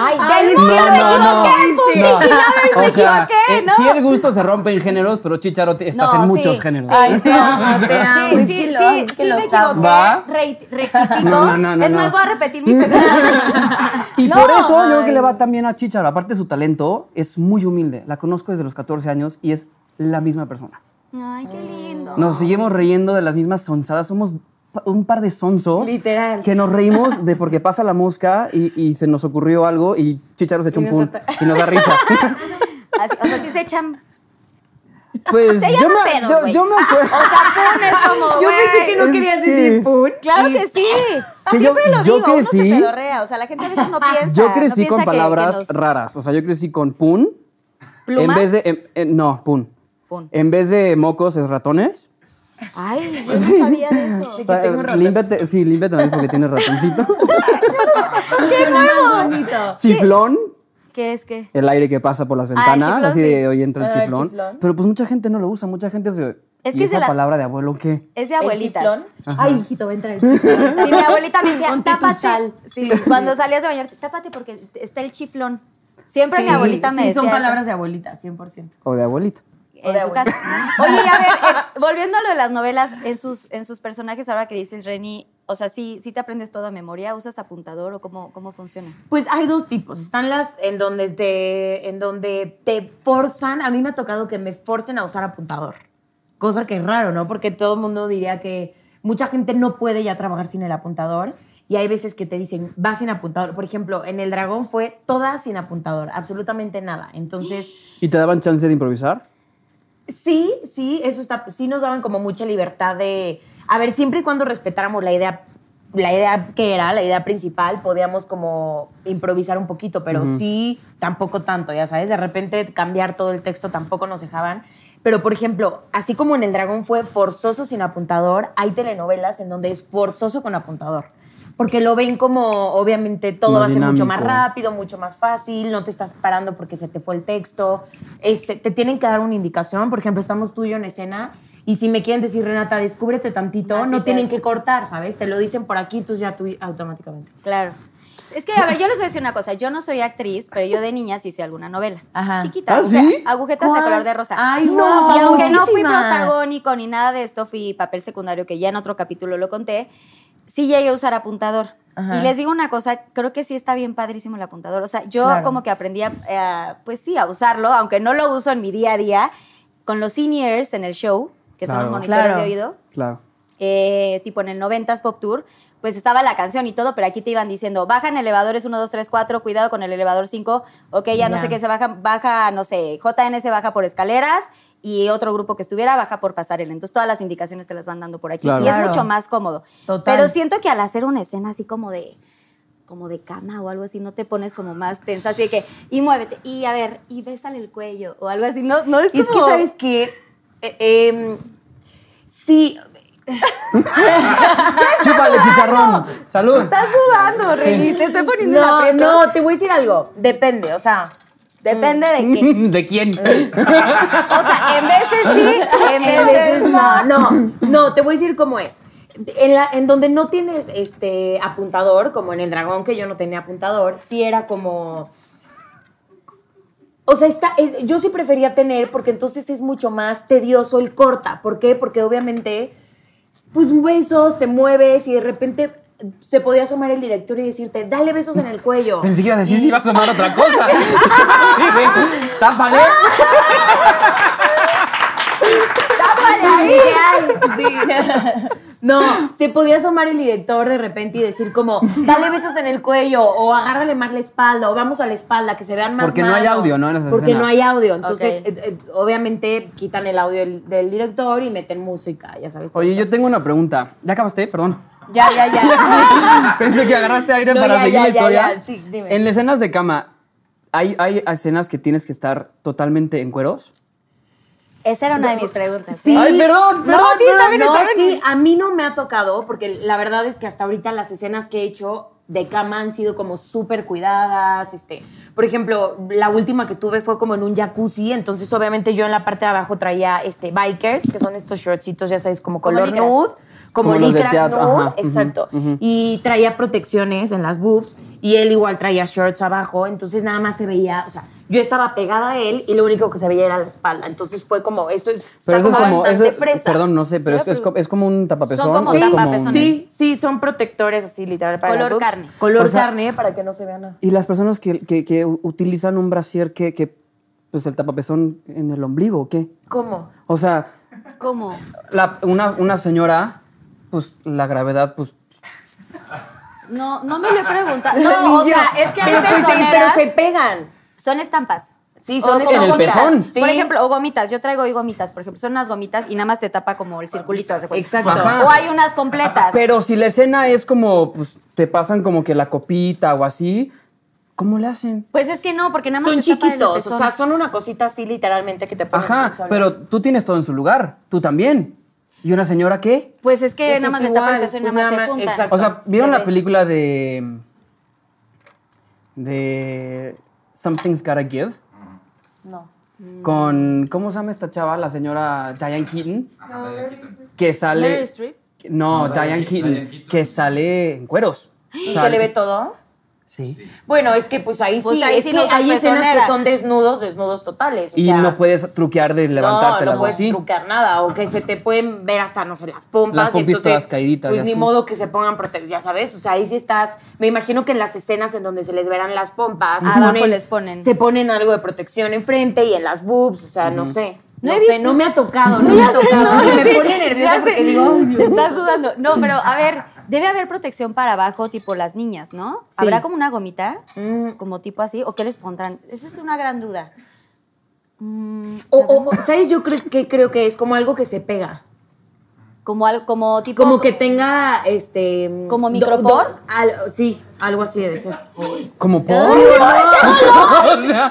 B: Ay,
D: Ay,
B: del
D: no,
B: mundo, me
D: no, no.
B: equivoqué, Pupi,
C: No.
B: Lovers, me
C: O sea,
B: equivoqué,
C: eh,
B: ¿no?
C: sí el gusto se rompe en géneros, pero Chicharo te- estás
B: No,
C: en
B: sí,
C: muchos géneros.
B: sí.
C: [LAUGHS]
D: Ay, te amo, te amo.
B: Sí,
D: Es
B: sí,
D: que
B: sí,
D: lo-
B: sí,
D: es que
B: sí
D: lo
B: me
D: amo.
B: equivoqué.
C: ¿Va?
B: Re- rectifico.
C: No, no, no, no,
B: es más,
C: no.
B: voy a repetir mi pecado.
C: Y
B: No.
C: por eso yo creo que le va también a Chicharo. Aparte de su talento, es muy humilde. La conozco desde los 14 años y es la misma persona.
B: Ay, qué lindo.
C: Nos seguimos riendo de las mismas sonsadas. Somos pa- un par de sonsos.
D: Literal.
C: Que nos reímos de porque pasa la mosca y, y se nos ocurrió algo y Chicharo se echó
D: Y
C: un
D: nos
C: pun y nos
B: [LAUGHS]
C: da risa.
B: Así- o sea, sí se echan.
C: pues
B: Se
C: yo
B: llaman
C: me,
B: pedos,
C: yo,
B: güey.
C: yo me acuerdo.
B: O sea, pum, es como.
D: Yo
B: güey.
D: pensé que no
C: Es
D: querías
C: que-
D: decir pun.
B: Claro que sí.
C: que yo-
B: Siempre lo
C: yo
B: digo, uno
C: crecí-
B: se pedorrea. O sea, la gente a veces no piensa.
C: Yo
B: no
C: crecí
B: piensa
C: con
B: que- que
C: palabras
B: nos-
C: raras. O sea, yo crecí con pun.
B: ¿Pluma?
C: En vez de. en- en- no, pun.
B: Pun.
C: En vez de mocos es ratones.
B: Ay, yo no sabía de eso.
C: O sea, límpiate- sí, límpiate la nariz porque
B: [LAUGHS]
C: tienes ratoncito.
D: ¡Qué nuevo! bonito!
C: chiflón,
B: ¿Qué es qué?
C: el aire que pasa por las
B: Ah, el
C: ventanas,
B: chiflón,
C: así
B: sí.
C: de hoy entra el
D: Ah, el
C: chiflón.
D: chiflón.
C: Pero pues mucha gente no lo usa, mucha gente se
B: Es
C: ¿Y
B: que
C: esa
B: se la-
C: palabra de abuelo qué?
B: Es de abuelitas.
D: ¿El chiflón? Ay, hijito, va
B: [LAUGHS]
D: a entrar el chiflón.
B: Sí, mi abuelita me decía,
D: Ponte tu
B: tápate.
D: chal.
B: Sí, cuando salías de bañarte, tápate porque está el chiflón. Siempre mi abuelita me decía
D: son
B: eso.
D: palabras de abuelita, 100%.
C: O de abuelita.
B: en su casa. Oye, y a ver, eh, volviendo a lo de las novelas, en sus, en sus personajes, ahora que dices, Reni, o sea, ¿sí, sí te aprendes todo a memoria? ¿Usas apuntador o cómo, cómo funciona?
D: Pues hay dos tipos. Están las en donde te en donde te forzan. A mí me ha tocado que me forcen a usar apuntador. Cosa que es raro, ¿no? Porque todo el mundo diría que mucha gente no puede ya trabajar sin el apuntador. Y hay veces que te dicen, va sin apuntador. Por ejemplo, en El Dragón fue toda sin apuntador, absolutamente nada. Entonces,
C: ¿Y te daban chance de improvisar?
D: Sí, sí, eso está. Sí nos daban como mucha libertad de. A ver, siempre y cuando respetáramos la idea, la idea que era, la idea principal, podíamos como improvisar un poquito, pero sí, tampoco tanto, ya sabes. De repente cambiar todo el texto tampoco nos dejaban. Pero, por ejemplo, así como en El Dragón fue forzoso sin apuntador, hay telenovelas en donde es forzoso con apuntador. Porque lo ven como, obviamente, todo
C: Más
D: va a ser mucho más
C: dinámico.
D: rápido rápido, mucho más fácil, no te estás parando porque se te fue el texto. Este, te tienen que dar una indicación. Por ejemplo, estamos tú y yo en escena y si me quieren decir, Renata, descúbrete tantito,
B: Así
D: no
B: te
D: tienen
B: hacen.
D: que cortar, ¿sabes? Te lo dicen por aquí, tú ya tú automáticamente.
B: Claro. Es que, a ver, yo les voy a decir una cosa. Yo no soy actriz, pero yo de niña sí hice alguna novela.
D: Ajá.
B: Chiquita.
C: ¿Ah,
B: aguja-
C: sí?
B: Agujetas
D: ¿Cuál?
B: de color de rosa.
D: Ay, no,
B: Y aunque no fui
D: famosísima.
B: protagónico ni nada de esto, fui papel secundario, que ya en otro capítulo lo conté, sí llegué a usar apuntador.
D: Ajá.
B: Y les digo una cosa, creo que sí está bien padrísimo el apuntador. O sea, yo
D: Claro.
B: como que aprendí a, eh, pues sí, a usarlo, aunque no lo uso en mi día a día, con los seniors en el show, que son
C: Claro.
B: los monitores
D: Claro.
B: de oído, [LAUGHS]
C: Claro.
B: eh, tipo en el 90s Pop Tour, pues estaba la canción y todo, pero aquí te iban diciendo, baja en elevadores 1, 2, 3, 4, cuidado con el elevador 5, ok, ya no
D: Ya.
B: sé qué se baja, baja, no sé, JN se baja por escaleras y otro grupo que estuviera baja por pasarela. Entonces todas las indicaciones te las van dando por aquí
C: Claro.
B: y es
D: Claro.
B: mucho más cómodo.
D: Total.
B: Pero siento que al hacer una escena así como de como de cama o algo así, no te pones como más tensa, así de que, y muévete, y a ver, y bésale el cuello, o algo así, no, no es,
D: Es que,
B: como-
D: ¿sabes qué? Eh, em, sí,
C: ¡Chúpale, chicharrón! ¡Salud!
B: Estás sudando, Reni, te estoy poniendo la
D: No,
B: prenda.
D: no, te voy a decir algo. Depende, o sea.
B: Depende de
D: Mm.
B: qué.
C: [LAUGHS]
B: Eh,
C: ¿De quién?
B: O sea, en veces
D: [LAUGHS]
B: sí, en veces
D: en veces
B: no.
D: no, no, no, te voy a decir cómo es. En, la- en donde no tienes este apuntador, como en el dragón que yo no tenía apuntador, sí era como. O sea, está, eh, yo sí prefería tener, porque entonces es mucho más tedioso el corta. ¿Por qué? Porque obviamente, pues besos, te mueves y de repente se podía asomar el director y decirte, dale besos en el cuello.
C: Pensé que ibas a decir si iba a sumar otra
D: [LAUGHS]
C: cosa. sí, güey. Tápale.
D: [LAUGHS] No, se podía asomar el director de repente y decir como, dale besos en el cuello o agárrale más la espalda o vamos a la espalda, que se vean más
C: Porque no hay
D: manos.
C: audio, ¿no? En esas
D: Porque no
C: escenas.
D: hay audio. Entonces,
B: Ok.
D: eh, eh, obviamente, quitan el audio del, del director y meten música, ya sabes.
C: Oye, yo tengo una pregunta. ¿Ya acabaste? Perdón.
D: Ya, ya, ya.
C: [LAUGHS] Pensé que agarraste aire
D: No,
C: para
D: ya,
C: seguir
D: ya,
C: la
D: ya,
C: historia.
D: ya. Sí, dime.
C: En las escenas de cama, ¿hay, ¿hay escenas que tienes que estar totalmente en cueros?
B: Esa era una de mis preguntas.
D: Sí.
C: Ay, perdón,
D: No,
C: perdón,
D: sí, está
C: perdón.
D: bien,
C: No,
D: está bien.
C: sí.
D: Sí, a mí no me ha tocado, porque la verdad es que hasta ahorita las escenas que he hecho de cama han sido como súper cuidadas, este, por ejemplo, la última que tuve fue como en un jacuzzi, entonces obviamente yo en la parte de abajo traía este bikers, que son estos shortcitos, ya sabes, como
B: Como
D: color
B: licras.
D: nude, como,
C: Como los de
D: licras
C: teatro,
D: nude,
C: ajá, ujú,
D: exacto,
C: ujú.
D: y traía protecciones en las boobs y él igual traía shorts abajo, entonces nada más se veía, o sea, yo estaba pegada a él y lo único que se veía era la espalda, entonces fue como esto es
C: Pero eso
D: Está
C: es como.
D: bastante
C: eso-
D: fresa.
C: perdón, no sé, pero es, es como, es como un tapapezón.
B: Son como
C: o es un-
B: tapapezones.
D: Sí, sí, son protectores así, literal. Para
B: Color
D: las boobs.
B: carne.
D: Color
C: O sea-
D: carne para que no se vea nada.
C: Y las personas que, que- que u- utilizan un brasier que, que, Pues el tapapezón en el ombligo, ¿o qué?
D: ¿Cómo?
C: O sea,
B: ¿Cómo?
C: la- una, una señora, pues la gravedad, pues.
B: No, no me lo he preguntado. No, o
D: Ni yo.
B: sea, Ah, es que hay
D: pero, pues, sí, pero
B: pezoneras.
D: se pegan.
B: Son estampas.
D: Sí, son
B: O como
C: En el
B: gomitas.
C: pezón.
B: Por
D: Sí.
B: ejemplo, o gomitas. Yo traigo hoy gomitas, por ejemplo. Son unas gomitas y nada más te tapa como el circulito. haz de cuenta.
D: Exacto.
C: Ajá.
B: O hay unas completas.
C: Pero si la escena es como, pues te pasan como que la copita o así, ¿cómo le hacen?
B: Pues es que no, porque nada más
D: Son
B: te tapan el
D: chiquitos, o
B: pezón.
D: sea, son una cosita así literalmente que te pones
C: Ajá,
D: en el
C: pero tú tienes todo en su lugar, tú también. ¿Y una señora qué?
B: Pues es que
D: Pues
B: nada más
D: es
B: le tapa el
D: igual,
B: pezón y
D: pues
B: nada más se
D: nada más-
B: juntan.
D: exacto.
C: O sea, ¿vieron
B: Se
C: la
B: ve.
C: película de. de. Something's Gotta Give?
D: No. Mm.
C: Con. ¿Cómo se llama esta chava? La señora Diane Keaton. Que sale.
B: Meryl Streep.
C: No, Diane, Keaton, Que sale en cueros.
D: [GASPS] ¿Y
C: Sale-
D: se le ve todo?
C: Sí.
D: Bueno, es que pues ahí
B: Pues
D: sí,
B: ahí
D: es
B: sí
D: que
B: no usas
D: hay escenas que
B: pezonera.
D: son desnudos, desnudos totales. o
C: Y
D: sea,
C: no puedes truquear de levantarte
D: no,
C: las
D: no puedes
C: así.
D: trucar nada o que se te pueden ver hasta no sé las pompas
C: Las
D: y
C: pompis
D: entonces,
C: todas caíditas y
D: pues ni
C: así.
D: modo que se pongan protección ya sabes o sea ahí sí estás me imagino que en las escenas en donde se les verán las pompas se
B: Abajo les ponen.
D: se ponen algo de protección enfrente y en las boobs o sea no sé
B: No
D: no,
B: he
D: sé
B: visto-
D: no me
B: [LAUGHS]
D: ha tocado no me ha tocado y me
B: sí,
D: pone nerviosa
B: ya sé.
D: porque digo
B: [LAUGHS]
D: "Ay,
B: Te está sudando. No, pero a ver, debe haber protección para abajo, tipo las niñas, ¿no?
D: Sí. Mm.
B: ¿Habrá como una gomita? Como tipo así. ¿O qué les pondrán? Esa es una gran duda. Mm,
D: o, o- o, sabes yo creo que creo que es como algo que se pega
B: como algo, como tipo.
D: como que tenga este
B: ¿Como
D: do-
B: micropor?
D: do- al- sí algo así debe ser
C: Como por. [LAUGHS] O sea,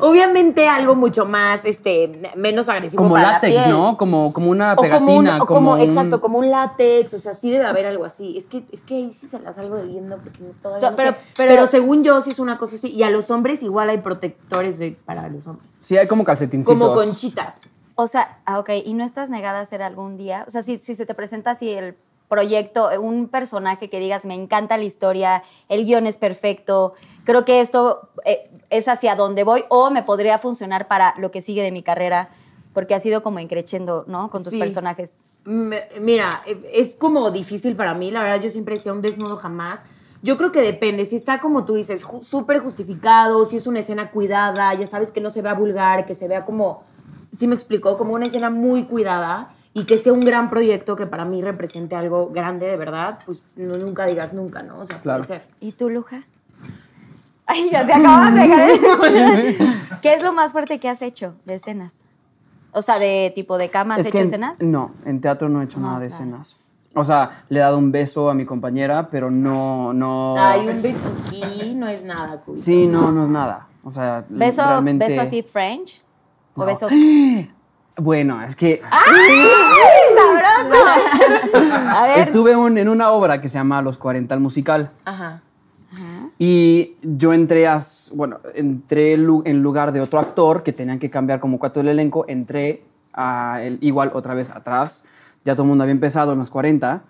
D: Obviamente algo mucho más, este, menos agresivo
C: como
D: para la
C: látex,
D: piel.
C: ¿no? Como, como una
D: O como un-
C: pegatina.
D: o como,
C: un-
D: exacto, como un látex, o sea, sí debe haber algo así. Es que, es que ahí sí se la salgo debiendo porque no todavía
B: Esto-
D: no
B: pero-
D: sé.
B: pero-
D: pero, según yo sí es una cosa así. Y a los hombres igual hay protectores de- para los hombres.
C: Sí, hay como calcetincitos.
D: Como conchitas.
B: O sea, ah, ok, ¿y no estás negada a hacer algún día? O sea, si, si se te presenta así el proyecto, eh, un personaje que digas, me encanta la historia, el guión es perfecto, creo que esto eh, es hacia donde voy o me podría funcionar para lo que sigue de mi carrera, porque has ido como encrechendo, ¿no? Con tus
D: Sí.
B: personajes.
D: Me- Mira, eh, es como difícil para mí, la verdad yo siempre decía un desnudo jamás. Yo creo que depende, si está como tú dices, ju- súper justificado, si es una escena cuidada, ya sabes que no se vea vulgar, que se vea como, si me explicó, como una escena muy cuidada y que sea un gran proyecto que para mí represente algo grande de verdad, pues no, nunca digas nunca, ¿no? O sea,
C: Claro.
D: puede ser.
B: ¿Y tú, Luja? [LAUGHS] Ay, ya se acaba de [LAUGHS] caer. ¿Qué es lo más fuerte que has hecho de escenas? O sea, de tipo de cama, ¿has
C: Es que
B: hecho
C: en-
B: escenas?
C: No, en teatro no he hecho
B: No,
C: nada
B: o
C: de
B: sea.
C: escenas. O sea, le he dado un beso a mi compañera, pero no, no.
D: Ay, un besuquí no
C: [LAUGHS]
D: es nada, cuy.
C: Sí, no, no es nada. O sea,
B: ¿Beso,
C: realmente.
B: beso así French? ¿O
C: No. [LAUGHS]
B: beso...?
C: Bueno, es que
B: [LAUGHS] ¡Sabroso! A ver,
C: estuve un- en una obra que se llama Los 40 al musical.
D: Ajá.
C: Y yo entré a, s- bueno, entré lu- en lugar de otro actor que tenían que cambiar como cuatro del elenco, entré a el- igual otra vez atrás, ya todo el mundo había empezado en los 40,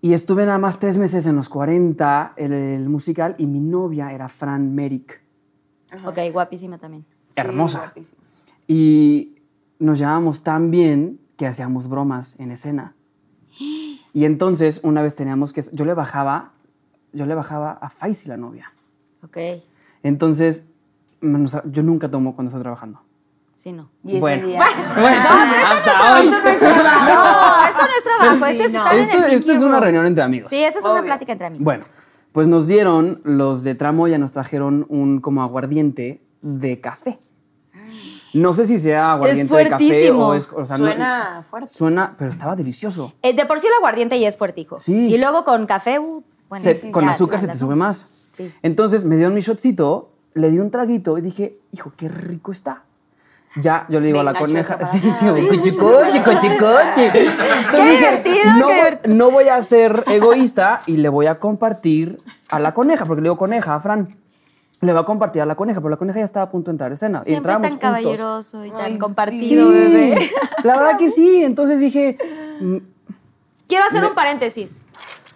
C: y estuve nada más tres meses en los 40, el, el musical, y mi novia era Fran Merrick,
B: ok, guapísima también.
D: Sí,
C: hermosa.
D: guapísimo.
C: Y nos llevábamos tan bien que hacíamos bromas en escena. Y entonces una vez teníamos que, yo le bajaba, yo le bajaba a Faisy la novia.
B: Ok,
C: Entonces, nos- yo nunca tomo cuando estoy trabajando.
B: sí, no.
D: Y ese
C: Bueno.
D: día. [LAUGHS]
C: hasta hoy.
D: Esto no
C: [LAUGHS]
D: es trabajo.
B: No, esto no es trabajo, esto es
D: no.
B: estar en el
C: Esto,
B: Pinky
C: esto es una
B: Room.
C: reunión entre amigos.
B: Sí, eso es una
D: Obvio.
B: plática entre amigos.
C: Bueno, pues nos dieron, los de Tramoya nos trajeron un como aguardiente de café. No sé si sea aguardiente de café
B: fuertísimo.
C: o es... o sea, no-
D: Suena fuerte.
C: suena, pero estaba delicioso.
B: Eh, de por sí el aguardiente ya es fuertijo.
C: Sí.
B: Y luego con café, uh, bueno,
C: Se-
B: sí,
C: con
B: ya,
C: azúcar se
B: ya
C: te
B: las
C: sube
B: vamos.
C: más.
B: Sí.
C: Entonces me dieron mi shotcito, le di un traguito y dije, hijo, qué rico está. Ya, yo le digo a la
D: Venga,
C: coneja, [LAUGHS]
D: chueca,
C: sí,
D: para
C: sí, cochi, cochi, cochi,
B: [LAUGHS]
C: cochi. Entonces
B: divertido,
C: no,
B: qué
C: voy- no voy a ser egoísta y le voy a compartir a la coneja, porque le digo coneja a Fran. Le va a compartir a la coneja, pero la coneja ya estaba a punto de entrar a escena. y
B: Siempre
C: entrábamos
B: tan
C: juntos.
B: caballeroso y tan
D: Ay,
B: compartido,
C: Sí,
B: bebé.
C: La verdad que sí. Entonces dije,
B: Quiero hacer
C: Me-
B: un paréntesis.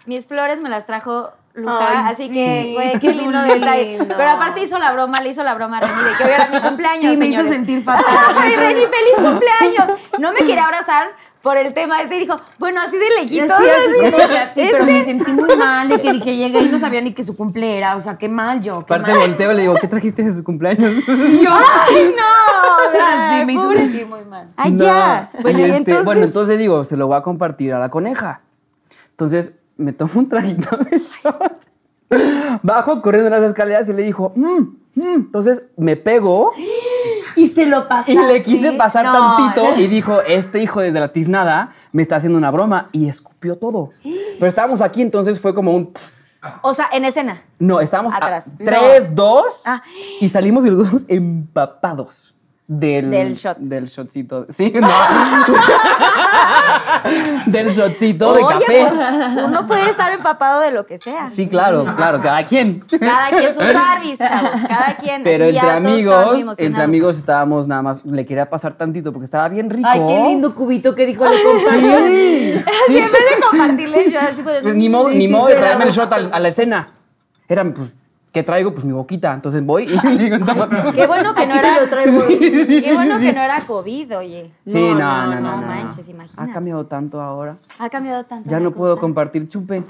B: Mis flores me las trajo Luca,
D: Ay,
B: así
D: sí.
B: que, güey, qué
D: Qué
B: lindo
D: lindo.
B: detalle. Pero aparte hizo la broma, le hizo la broma a Reni de que hoy era mi cumpleaños.
D: Sí, me hizo
B: señores. [LAUGHS]
D: sentir fatal.
B: Ay, Reni, feliz cumpleaños. No me quería abrazar por el tema este y dijo, bueno, así de
D: Y
B: lejito.
D: así, así
B: así.
D: como que así, pero
B: Este-
D: me sentí muy mal de que dije, llegué y no sabía ni que su cumple era, o sea, qué mal yo, qué
C: aparte
D: mal.
C: volteo y le digo, ¿qué trajiste de su cumpleaños?
B: ¡Ay, no!
D: Así me hizo
B: pobre-
D: sentir muy mal.
B: Ay,
C: No.
B: Ah, ya.
C: Y
B: Bueno, y
C: este,
B: entonces...
C: bueno, entonces digo, se lo voy a compartir a la coneja. Entonces me tomo un traguito de [LAUGHS] shot, bajo corriendo las escaleras y le dijo, "Mm, mm". entonces me pegó
D: Y se lo pasé.
B: Ah,
C: y le quise pasar tantito y dijo, este hijo de la tiznada me está haciendo una broma y escupió todo. Pero estábamos aquí, entonces fue como un... tss.
B: O sea, en escena.
C: No, estábamos a-
B: Atrás.
C: tres, dos
B: Ah.
C: y salimos de los dos empapados. Del,
B: Del shot.
C: Del shotcito. Sí, no. [LAUGHS] del shotcito de
B: Oye,
C: café.
B: pues uno puede estar empapado de lo que sea.
C: Sí, claro, claro, cada quien.
B: Cada quien
C: [LAUGHS]
B: sus Barbies, chavos. Cada quien.
C: Pero
B: Aquí ya todos
C: entre
B: estaban muy
C: amigos, entre
B: emocionados.
C: amigos estábamos nada más, le quería pasar tantito porque estaba bien rico.
D: Ay, qué lindo cubito que dijo el
B: [LAUGHS]
D: compañero.
C: Sí, sí.
B: Siempre de compartirles yo así pues,
C: Pues ni modo,
D: Sí,
C: ni
D: sí,
C: modo de
D: pero-
C: traerme el shot al- a la escena. Era, pues, ¿qué traigo? Pues mi boquita. Entonces voy y [LAUGHS] le digo, toma.
B: Qué bueno que no
D: Aquí te
B: era.
C: [LAUGHS]
D: lo traigo.
B: Qué bueno que no era COVID, oye.
C: Sí, no, no, no, no,
B: no
C: no.
B: manches, imagínate.
C: Ha cambiado tanto ahora.
B: Ha cambiado tanto.
C: Ya
B: la
C: no puedo
B: cosa.
C: compartir chupe.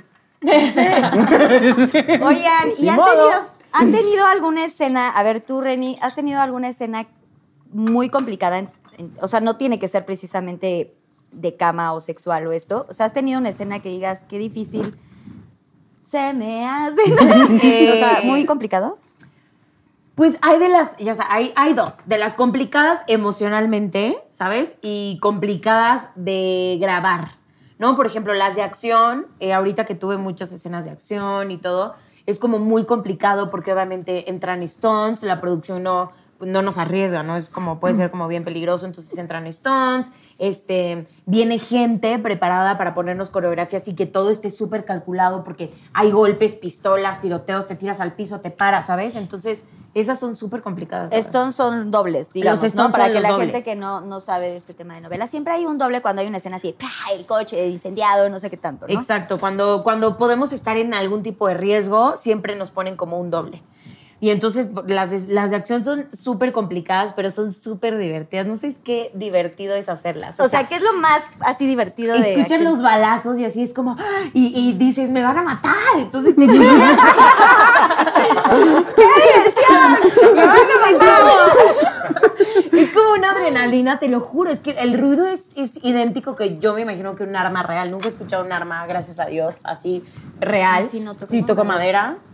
B: Oigan, ¿y
C: Ni
B: han
C: modo.
B: tenido, han tenido alguna escena? A ver, tú, Reni, ¿has tenido alguna escena muy complicada? en- en- o sea, no tiene que ser precisamente de cama o sexual o esto. O sea, ¿has tenido una escena que digas, qué difícil se me hace? [LAUGHS] o sea, muy complicado.
D: Pues hay de las, ya sabes, hay, hay dos, de las complicadas emocionalmente, ¿sabes? Y complicadas de grabar, ¿no? Por ejemplo, las de acción, eh, ahorita que tuve muchas escenas de acción y todo, es como muy complicado porque obviamente entran stunts, la producción no, pues, no nos arriesga, ¿no? Es como, puede ser como bien peligroso, entonces entran stunts, este, viene gente preparada para ponernos coreografías y que todo esté súper calculado porque hay golpes, pistolas, tiroteos, te tiras al piso, te paras, ¿sabes? Entonces, esas son súper complicadas. la verdad.
B: Estos son dobles, digamos,
D: Los
B: ¿no?
D: stunts
B: Para
D: son
B: que
D: los
B: la
D: dobles.
B: gente que no, no sabe de este tema de novela, siempre hay un doble cuando hay una escena así, ¡pah! el coche incendiado, no sé qué tanto, ¿no?
D: Exacto, cuando, cuando podemos estar en algún tipo de riesgo, siempre nos ponen como un doble. Y entonces las de, las de acción son súper complicadas, pero son súper divertidas. No sé qué divertido es hacerlas.
B: O sea, ¿qué es lo más así divertido de
D: escuchan
B: acción?
D: los balazos y así es como, ¡ah! y, y dices, me van a matar. Entonces te
B: [LAUGHS]
D: ¡Qué diversión! ¡Me van a matar! es como una adrenalina, te lo juro. Es que el ruido es, es idéntico que yo me imagino que un arma real. Nunca he escuchado un arma, gracias a Dios, así real.
B: Ay, sí, no toco
D: Sí, toco madera.
C: [LAUGHS]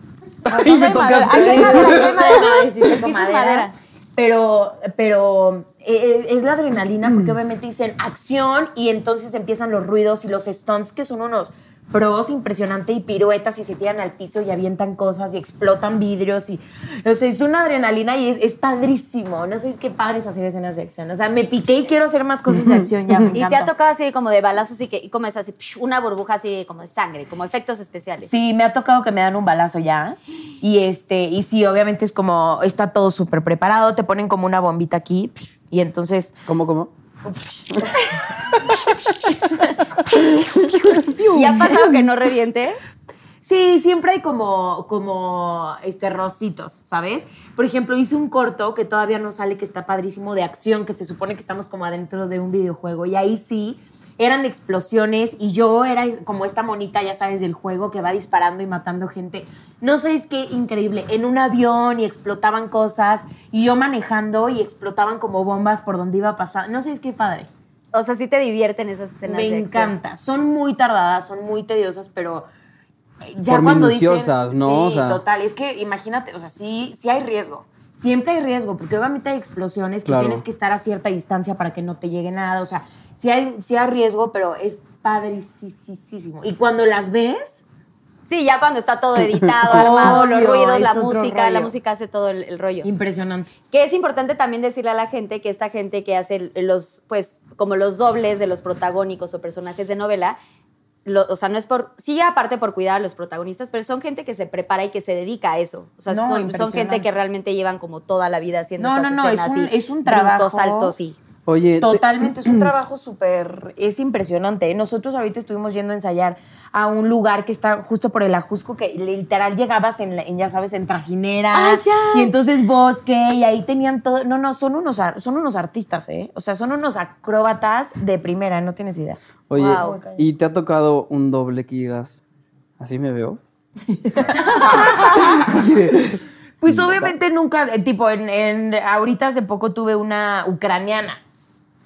C: Ay, me tocaste.
D: Ay, hay
B: [LAUGHS]
D: madera, hay madera. Ay, sí, toco
B: Dices
D: madera.
B: madera.
D: Pero, pero eh, eh, es la adrenalina porque obviamente dicen acción y entonces empiezan los ruidos y los stunts que son unos pros impresionantes y piruetas y se tiran al piso y avientan cosas y explotan vidrios y no sé, es una adrenalina y es, es padrísimo. No sé, es qué padre es hacer escenas de acción. O sea, me piqué y quiero hacer más cosas de acción ya. me
B: [LAUGHS] Y te
D: encanta.
B: ha tocado así como de balazos y que y como es así, psh, una burbuja así como de sangre, como efectos especiales.
D: Sí, me ha tocado que me dan un balazo ya. Y este, y sí, obviamente es como, está todo súper preparado, te ponen como una bombita aquí, psh, y entonces.
C: [LAUGHS] ¿Cómo, cómo?
B: ¿Y ha pasado que no reviente?
D: Sí, siempre hay como, como este, rositos, ¿sabes? Por ejemplo, hice un corto que todavía no sale, que está padrísimo, de acción, que se supone que estamos como adentro de un videojuego. Y ahí sí eran explosiones y yo era como esta monita, ya sabes, del juego que va disparando y matando gente. No sé, es que increíble. En un avión y explotaban cosas y yo manejando y explotaban como bombas por donde iba a pasar. No sé, es que padre.
B: O sea, sí te divierten esas escenas
D: Me
B: de acción.
D: encanta. Son muy tardadas, son muy tediosas, pero ya
C: Por
D: cuando dicen-
C: minuciosas, ¿no?
D: Sí,
C: O sea-
D: total. Es que imagínate, o sea, sí, sí hay riesgo. Siempre hay riesgo, porque obviamente hay explosiones que
C: Claro.
D: tienes que estar a cierta distancia para que no te llegue nada. O sea, sí hay, sí hay riesgo, pero es padricísimo. Y cuando las ves,
B: Sí, ya cuando está
D: [LAUGHS]
B: todo editado, armado, los
D: Obvio,
B: ruidos, la
D: es otro
B: música, la
D: rollo.
B: música hace todo el, el rollo.
D: impresionante.
B: Que es importante también decirle a la gente que esta gente que hace los, pues, como los dobles de los protagónicos o personajes de novela, lo- o sea, no es por, sí, aparte por cuidar a los protagonistas, pero son gente que se prepara y que se dedica a eso. O sea,
D: No,
B: son- son,
D: impresionante.
B: gente que realmente llevan como toda la vida haciendo
D: No,
B: estas
D: no, no, es
B: escenas
D: un-
B: y
D: es un trabajo.
B: brincos altos y...
C: Oye, Eh, te-
D: Totalmente, es un trabajo súper, es impresionante. ¿eh? Nosotros ahorita estuvimos yendo a ensayar a un lugar que está justo por el Ajusco, que literal llegabas en, la- en, ya sabes, en trajinera,
B: ¡Ah, ya!
D: y entonces bosque, y ahí tenían todo. No, no, son unos, ar- son unos artistas, ¿eh? O sea, son unos acróbatas de primera, no tienes idea.
C: [LAUGHS] oye,
B: Wow.
C: ¿y te ha tocado un doble que digas, así
B: [LAUGHS]
C: me veo? [LAUGHS] Así de-
D: Pues obviamente nunca, eh, tipo, en, en- ahorita hace poco tuve una ucraniana.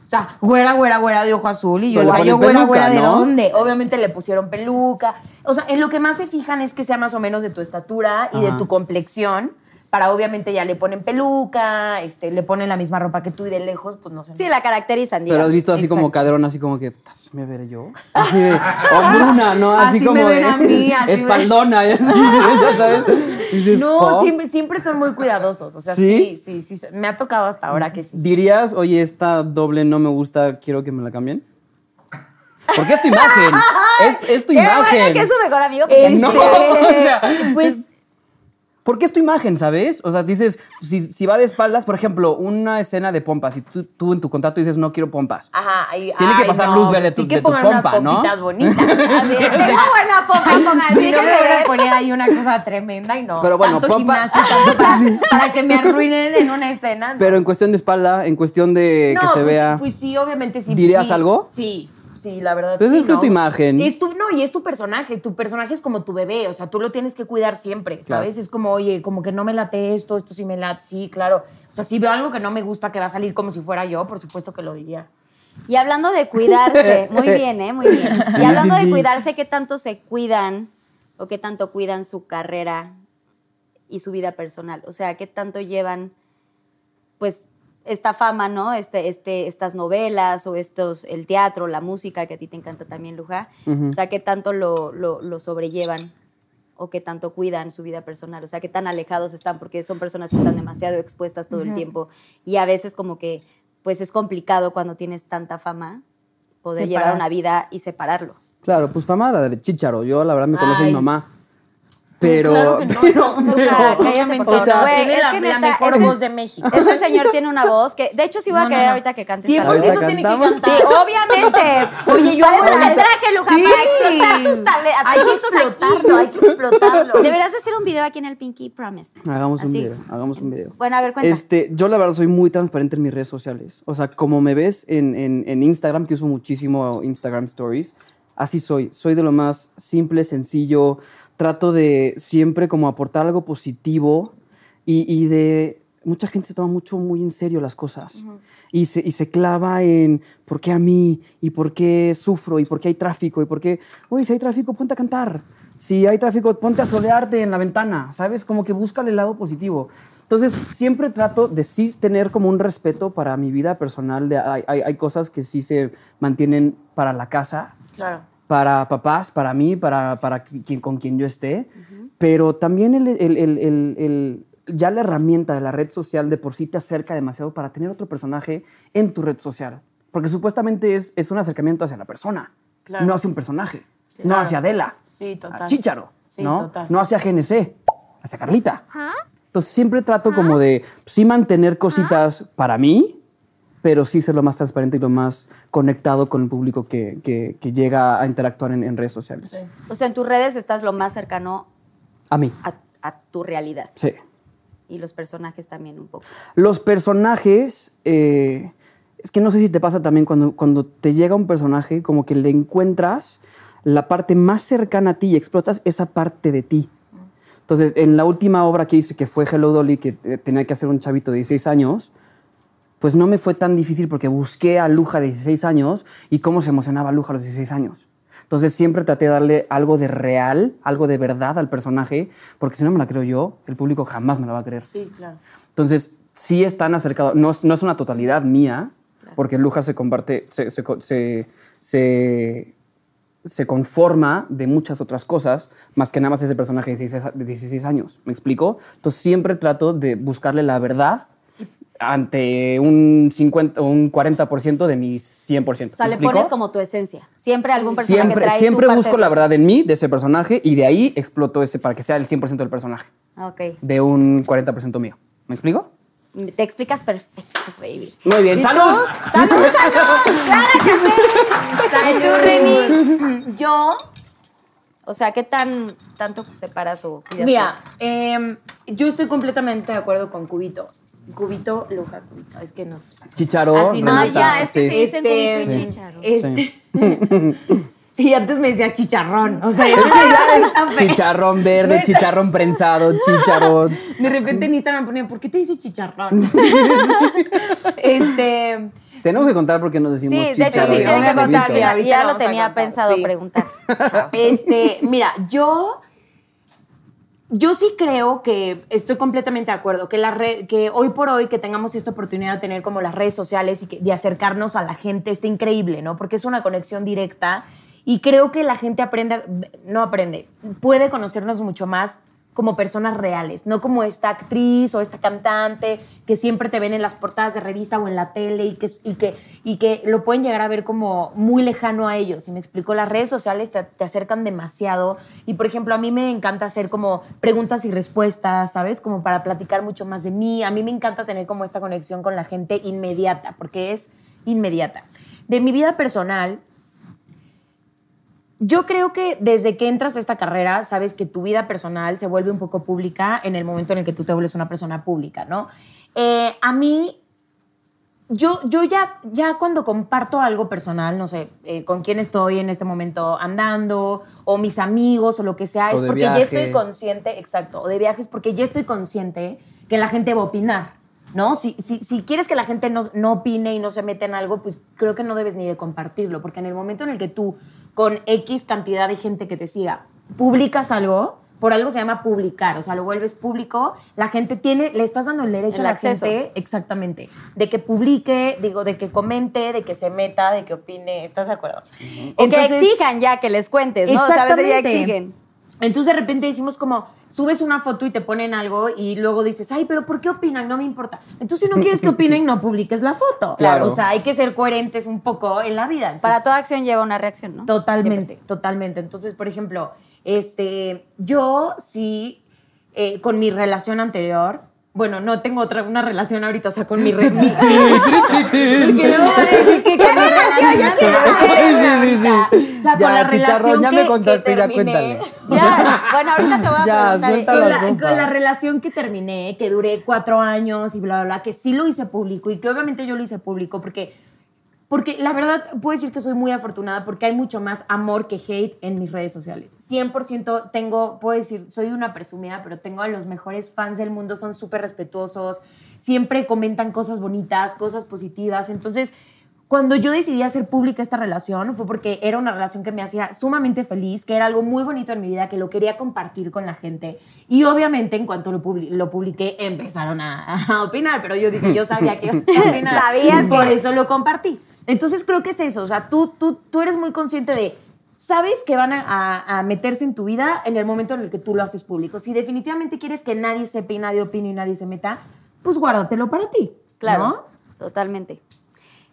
D: O sea, güera, güera, güera de ojo azul. Y yo,
C: Pero
D: o sea,
C: con
D: yo
C: el
D: güera,
C: peluca,
D: güera, ¿de
C: ¿no?
D: dónde? Obviamente le pusieron peluca. O sea, en lo que más se fijan es que sea más o menos de tu estatura y
C: Ajá.
D: de tu complexión. Para obviamente ya le ponen peluca, este, le ponen la misma ropa que tú y de lejos, pues no sé.
B: Sí, la caracterizan,
C: Pero has
B: digamos.
C: visto así como
D: exacto.
C: caderón, así como que, "Tas, ¿me veré
D: [LAUGHS]
C: yo? Así de, o Bruna, ¿no? Así,
D: Así me
C: como
D: ven
C: de,
D: a mí, así me-
C: espaldona,
D: [LAUGHS]
C: y así, ya sabes. Dices,
D: No,
C: "Fuck".
D: siempre, siempre son muy cuidadosos. O sea,
C: ¿Sí?
D: sí, sí, sí. sí. Me ha tocado hasta ahora que sí.
C: ¿Dirías, oye, esta doble no me gusta, quiero que me la cambien? Porque es tu imagen,
D: [LAUGHS]
C: es, es tu
B: Qué bueno
C: imagen.
B: que es su mejor amigo. porque [LAUGHS]
D: Este,
C: No,
D: [LAUGHS]
C: o sea,
D: pues
C: Porque es tu imagen, ¿sabes? O sea, dices, si, si va de espaldas, por ejemplo, una escena de pompas, y tú, tú en tu contrato dices, no quiero pompas.
D: Ajá, ahí-
C: Tiene que
D: ay,
C: pasar
D: no,
C: luz verde
D: sí
C: tu-
D: que
C: de tu
D: pongan unas
C: pompa, ¿no? [LAUGHS]
D: pompitas bonitas. Así es.
B: Tengo buena popa, Ah, ponga así
D: Si
B: que
D: no me
B: me
D: van a
B: ve.
D: poner ahí una cosa tremenda y no.
C: Pero bueno,
D: tanto
C: pompa-
D: gimnasio,
C: [LAUGHS]
D: tanto para,
C: Sí.
D: para que me arruinen en una escena. no.
C: Pero en cuestión de espalda, en cuestión de
D: No,
C: que se
D: pues,
C: vea...
D: Pues sí, obviamente sí.
C: ¿Dirías
D: sí,
C: algo?
D: Sí, sí, la verdad.
C: Pues
D: sí,
C: es que
D: ¿no?
C: tu imagen.
D: Es tu, no, y es tu personaje. Tu personaje es como tu bebé. O sea, tú lo tienes que cuidar siempre,
C: Claro.
D: ¿sabes? Es como, oye, como que no me late esto, esto sí me late. Sí, claro. O sea, si veo algo que no me gusta que va a salir como si fuera yo, por supuesto que lo diría.
B: Y hablando de
C: [LAUGHS]
B: cuidarse, muy bien, ¿eh? Muy bien.
C: Sí,
B: y hablando
C: sí,
B: de
C: sí.
B: cuidarse, ¿qué tanto se cuidan o qué tanto cuidan su carrera y su vida personal? O sea, ¿qué tanto llevan, pues, esta fama, ¿no? Este, este, estas novelas o estos, el teatro, la música, que a ti te encanta también, Luja. O sea, ¿qué tanto lo, lo- lo sobrellevan? o qué tanto cuidan su vida personal, o sea, qué tan alejados están, porque son personas que están demasiado expuestas todo el tiempo y a veces como que, pues es complicado cuando tienes tanta fama poder
D: Separar.
B: llevar una vida y separarlo.
C: Claro, pues fama la de chicharo. Yo, la verdad, me conoce mi
D: Ay.
C: mamá.
B: Mm,
C: Pero...
D: Claro que no,
C: [LAUGHS] pero-
D: estás loca,
C: pero-
D: cállate, por
C: o sea,
D: favor.
B: Güey,
D: Tiene
B: es
D: la,
B: que
D: la
B: neta,
D: mejor
B: es-
D: voz de México.
B: Este señor tiene una voz que, de hecho, sí va
D: No,
B: a
D: no,
B: querer
D: no.
B: ahorita que cante. esta
D: 100%
B: rola.
C: Ahorita
D: tiene que
C: cantamos.
D: cantar.
B: Sí,
D: [LAUGHS]
B: obviamente. Oye, yo Para eso te traje, Luja, para explotar tus talentos.
D: Hay que explotarlo, hay que explotarlo.
B: Deberías hacer un video aquí en el Pinky Promise.
C: Hagamos un
B: Así.
C: video, hagamos un video.
B: Bueno, a ver, cuenta.
C: Este, yo la verdad soy muy transparente en mis redes sociales. O sea, como me ves en, en- en Instagram, que uso muchísimo Instagram Stories, así soy. Soy de lo más simple, sencillo. Trato de siempre como aportar algo positivo y, y de mucha gente se toma mucho, muy en serio las cosas y, se, y se clava en por qué a mí y por qué sufro y por qué hay tráfico y por qué, uy, si hay tráfico, ponte a cantar. Si hay tráfico, ponte a solearte en la ventana, ¿sabes? Como que busca el lado positivo. Entonces, siempre trato de sí tener como un respeto para mi vida personal. De, hay, hay- hay cosas que sí se mantienen para la casa,
D: Claro.
C: para papás, para mí, para, para qui- quien, con quien yo esté, pero también el, el- el- el- el- ya la herramienta de la red social de por sí te acerca demasiado para tener otro personaje en tu red social, porque supuestamente es, es un acercamiento hacia la persona,
D: Claro.
C: no hacia un personaje, no
D: Claro.
C: hacia Adela,
D: Sí, total.
C: a Chícharo,
D: Sí,
C: ¿no?
D: total.
C: no hacia GNC, hacia Carlita. Entonces siempre trato como de sí mantener cositas para mí, pero sí ser lo más transparente y lo más conectado con el público que, que- que llega a interactuar en, en redes sociales.
D: Sí.
B: O sea, en tus redes estás lo más cercano
C: A mí,
B: a, a tu realidad
C: sí.
B: y los personajes también un poco.
C: Los personajes, eh, es que no sé si te pasa también cuando, cuando te llega un personaje, como que le encuentras la parte más cercana a ti y explotas esa parte de ti. Entonces, en la última obra que hice, que fue Hello Dolly, que eh, tenía que hacer un chavito de 16 años, pues no me fue tan difícil porque busqué a Luja de 16 años y cómo se emocionaba Luja a los 16 años. Entonces siempre traté de darle algo de real, algo de verdad al personaje, porque si no me la creo yo, el público jamás me la va a creer.
D: Sí, claro.
C: Entonces, sí están acercados. No, es- no es una totalidad mía, porque Luja se comparte, se, se co- se- se- se conforma de muchas otras cosas, más que nada más ese personaje de 16, a- de 16 años. ¿Me explico? Entonces, siempre trato de buscarle la verdad ante un 50 o un 40% de mi 100%.
B: O sea,
C: ¿Me
B: le
C: explico?
B: pones como tu esencia. Siempre algún personaje
C: Siempre,
B: trae
C: siempre
B: tu parte
C: busco
B: de
C: la
B: tu
C: verdad en mí, de ese personaje, y de ahí exploto ese para que sea el 100% del personaje,
B: esencia.
C: de un 40% mío. ¿Me explico?
B: Ok. Te explicas perfecto, baby.
C: Muy bien, salud.
B: ¡Salud, salud! ¡Claro que sí! ¡Salud, Reni!
D: Yo,
B: O sea, ¿qué tan tanto separa su vida?
D: mira, em, yo estoy completamente de acuerdo con Cubito. Cubito, Luja, Cubito. Es que nos.
C: Chicharo.
D: Así no,
C: Renata,
D: ya,
B: es que
C: sí.
B: se dice- Dicen Cubito y
D: este,
B: Chícharo.
D: este-
C: Sí.
D: [LAUGHS] Y antes me decía chicharrón. O
C: [LAUGHS]
D: sea, ya está feo.
B: [LAUGHS]
C: Chicharrón verde, chicharrón prensado, chicharrón.
D: De repente en Instagram ponían, ¿por qué te dice
C: [LAUGHS]
D: chicharrón? [LAUGHS] este.
C: Tenemos que contar porque nos decimos
B: Sí, de hecho
C: chicharrón.
B: sí
D: Chicharro,
B: tienen que
D: obviamente.
B: contar.
D: Sí,
B: Ya,
D: ahorita
B: ya
D: lo
B: lo
D: vamos a
B: tenía
D: contar,
B: pensado
D: sí. [LAUGHS]
B: preguntar.
D: Este, mira, yo. Yo sí creo que estoy completamente de acuerdo, que, la red, que hoy por hoy que tengamos esta oportunidad de tener como las redes sociales y que- de acercarnos a la gente está increíble, ¿no? Porque es una conexión directa y creo que la gente aprende, no aprende, puede conocernos mucho más como personas reales, no como esta actriz o esta cantante que siempre te ven en las portadas de revista o en la tele y que, y que, y que lo pueden llegar a ver como muy lejano a ellos. Y me explico, las redes sociales te, te acercan demasiado. Y por ejemplo, a mí me encanta hacer como preguntas y respuestas, ¿sabes? Como para platicar mucho más de mí. A mí me encanta tener como esta conexión con la gente inmediata, porque es inmediata. De mi vida personal, yo creo que desde que entras a esta carrera, sabes que tu vida personal se vuelve un poco pública en el momento en el que tú te vuelves una persona pública, ¿no? Eh, a mí, yo, yo ya, ya cuando comparto algo personal, no sé, eh, con quién estoy en este momento andando, o mis amigos, o lo que sea,
C: O
D: es
C: de
D: porque
C: viaje.
D: ya estoy consciente, exacto, o de viajes, porque ya estoy consciente que la gente va a opinar. ¿No? Si, si, si quieres que la gente no, no opine y no se meta en algo, pues creo que no debes ni de compartirlo, porque en el momento en el que tú, con X cantidad de gente que te siga, publicas algo, por algo se llama publicar, o sea, lo vuelves público, la gente tiene, le estás dando el derecho
B: El
D: a la
B: acceso.
D: gente exactamente. De que publique, digo, de que comente, de que se meta, de que opine. ¿Estás de acuerdo?
B: O que
D: Entonces-
B: exijan ya que les cuentes, ¿no? O sea, a veces ya
D: Exactamente.
B: exigen.
D: Entonces de repente decimos como, subes una foto y te ponen algo y luego dices, ay, pero ¿por qué opinan? No me importa. Entonces si no quieres que opinen, no publiques la foto.
C: Claro.
D: O sea, hay que ser coherentes un poco en la vida. Entonces,
B: Para toda acción lleva una reacción, ¿no?
D: Totalmente, totalmente. Entonces, por ejemplo, este, yo sí, eh, con mi relación anterior, bueno, no tengo otra, una relación ahorita, o sea, con mi... re- mi- Porque luego voy a [LAUGHS] decir que con mi relación
C: Sí, sí, sí.
D: anterior, O sea,
C: Ya,
D: con
C: chicharrón,
D: la relación
C: ya me
D: que- que
C: contaste, ya
D: terminé,
C: cuéntale.
B: Ya. Bueno, ahorita te voy a
C: [LAUGHS] Ya,
B: preguntar.
C: suéltalo.
D: con
C: la
D: eh, la,
C: sopa.
D: con la relación que terminé, que duré cuatro años y bla, bla, bla, que sí lo hice público y que obviamente yo lo hice público porque, porque la verdad puedo decir que soy muy afortunada porque hay mucho más amor que hate en mis redes sociales. 100% tengo, puedo decir, soy una presumida, pero tengo a los mejores fans del mundo, son súper respetuosos, siempre comentan cosas bonitas, cosas positivas. Entonces, cuando yo decidí hacer pública esta relación fue porque era una relación que me hacía sumamente feliz, que era algo muy bonito en mi vida, que lo quería compartir con la gente. Y obviamente en cuanto lo, publi lo publiqué empezaron a, a, opinar, pero yo dije, yo sabía que opinar.
B: Sabías
D: Por eso lo compartí. Entonces creo que es eso, o sea, tú, tú, tú eres muy consciente de, sabes que van a, a, a, meterse en tu vida en el momento en el que tú lo haces público. Si definitivamente quieres que nadie sepa y nadie opine y nadie se meta, pues guárdatelo para ti.
B: Claro, ¿no? totalmente.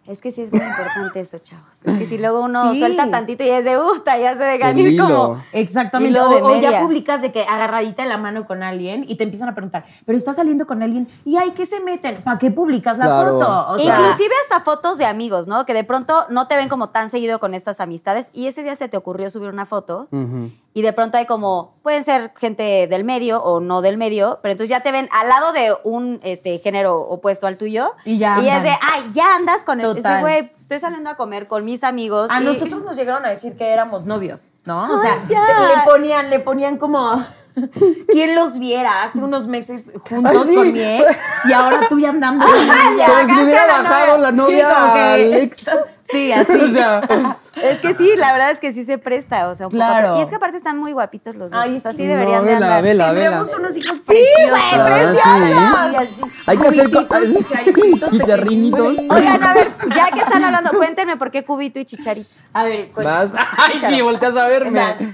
B: Es que sí es muy importante eso, chavos. Es que si luego uno sí. suelta tantito y es de gusta, ya se dejan ir como.
D: Exactamente. O, de o, ya publicas de que agarradita en la mano con alguien y te empiezan a preguntar, pero estás saliendo con alguien y ay, ¿qué se meten? ¿Para qué publicas la claro. foto?
B: O sea, Inclusive hasta fotos de amigos, ¿no? Que de pronto no te ven como tan seguido con estas amistades y ese día se te ocurrió subir una foto. Uh -huh y de pronto hay como, pueden ser gente del medio o no del medio, pero entonces ya te ven al lado de un este, género opuesto al tuyo.
D: Y ya.
B: Y andan. es de, ay, ya andas con el, ese güey, estoy saliendo a comer con mis amigos.
D: A
B: y,
D: nosotros nos llegaron a decir que éramos novios, ¿no? Oh, o sea, yeah. le ponían, le ponían como. [LAUGHS] ¿Quién los viera hace unos meses juntos ¿Ah, sí? con mi ex? Y ahora tú ya andando.
C: Como si hubiera bajado la novia, la novia sí, al ex.
D: Sí,
C: [LAUGHS]
D: así.
C: o
B: [LAUGHS]
C: sea.
B: [LAUGHS] Es que sí, la verdad es que sí se presta, o sea, un claro. poco. Y es que aparte están muy guapitos los dos. Ay, o sea, así deberían
C: no,
B: vela, de andar.
C: Vela,
D: Tendremos vela. unos hijos
B: sí, preciosos. Sí, güey,
C: preciosos. Hay que hacer [LAUGHS] con chicharrinitos.
B: Oigan, a ver, ya que [LAUGHS] están hablando, cuéntenme por qué cubito y chicharito.
D: A ver,
C: ¿Vas? [LAUGHS] Ay, sí, volteas a verme. Exacto.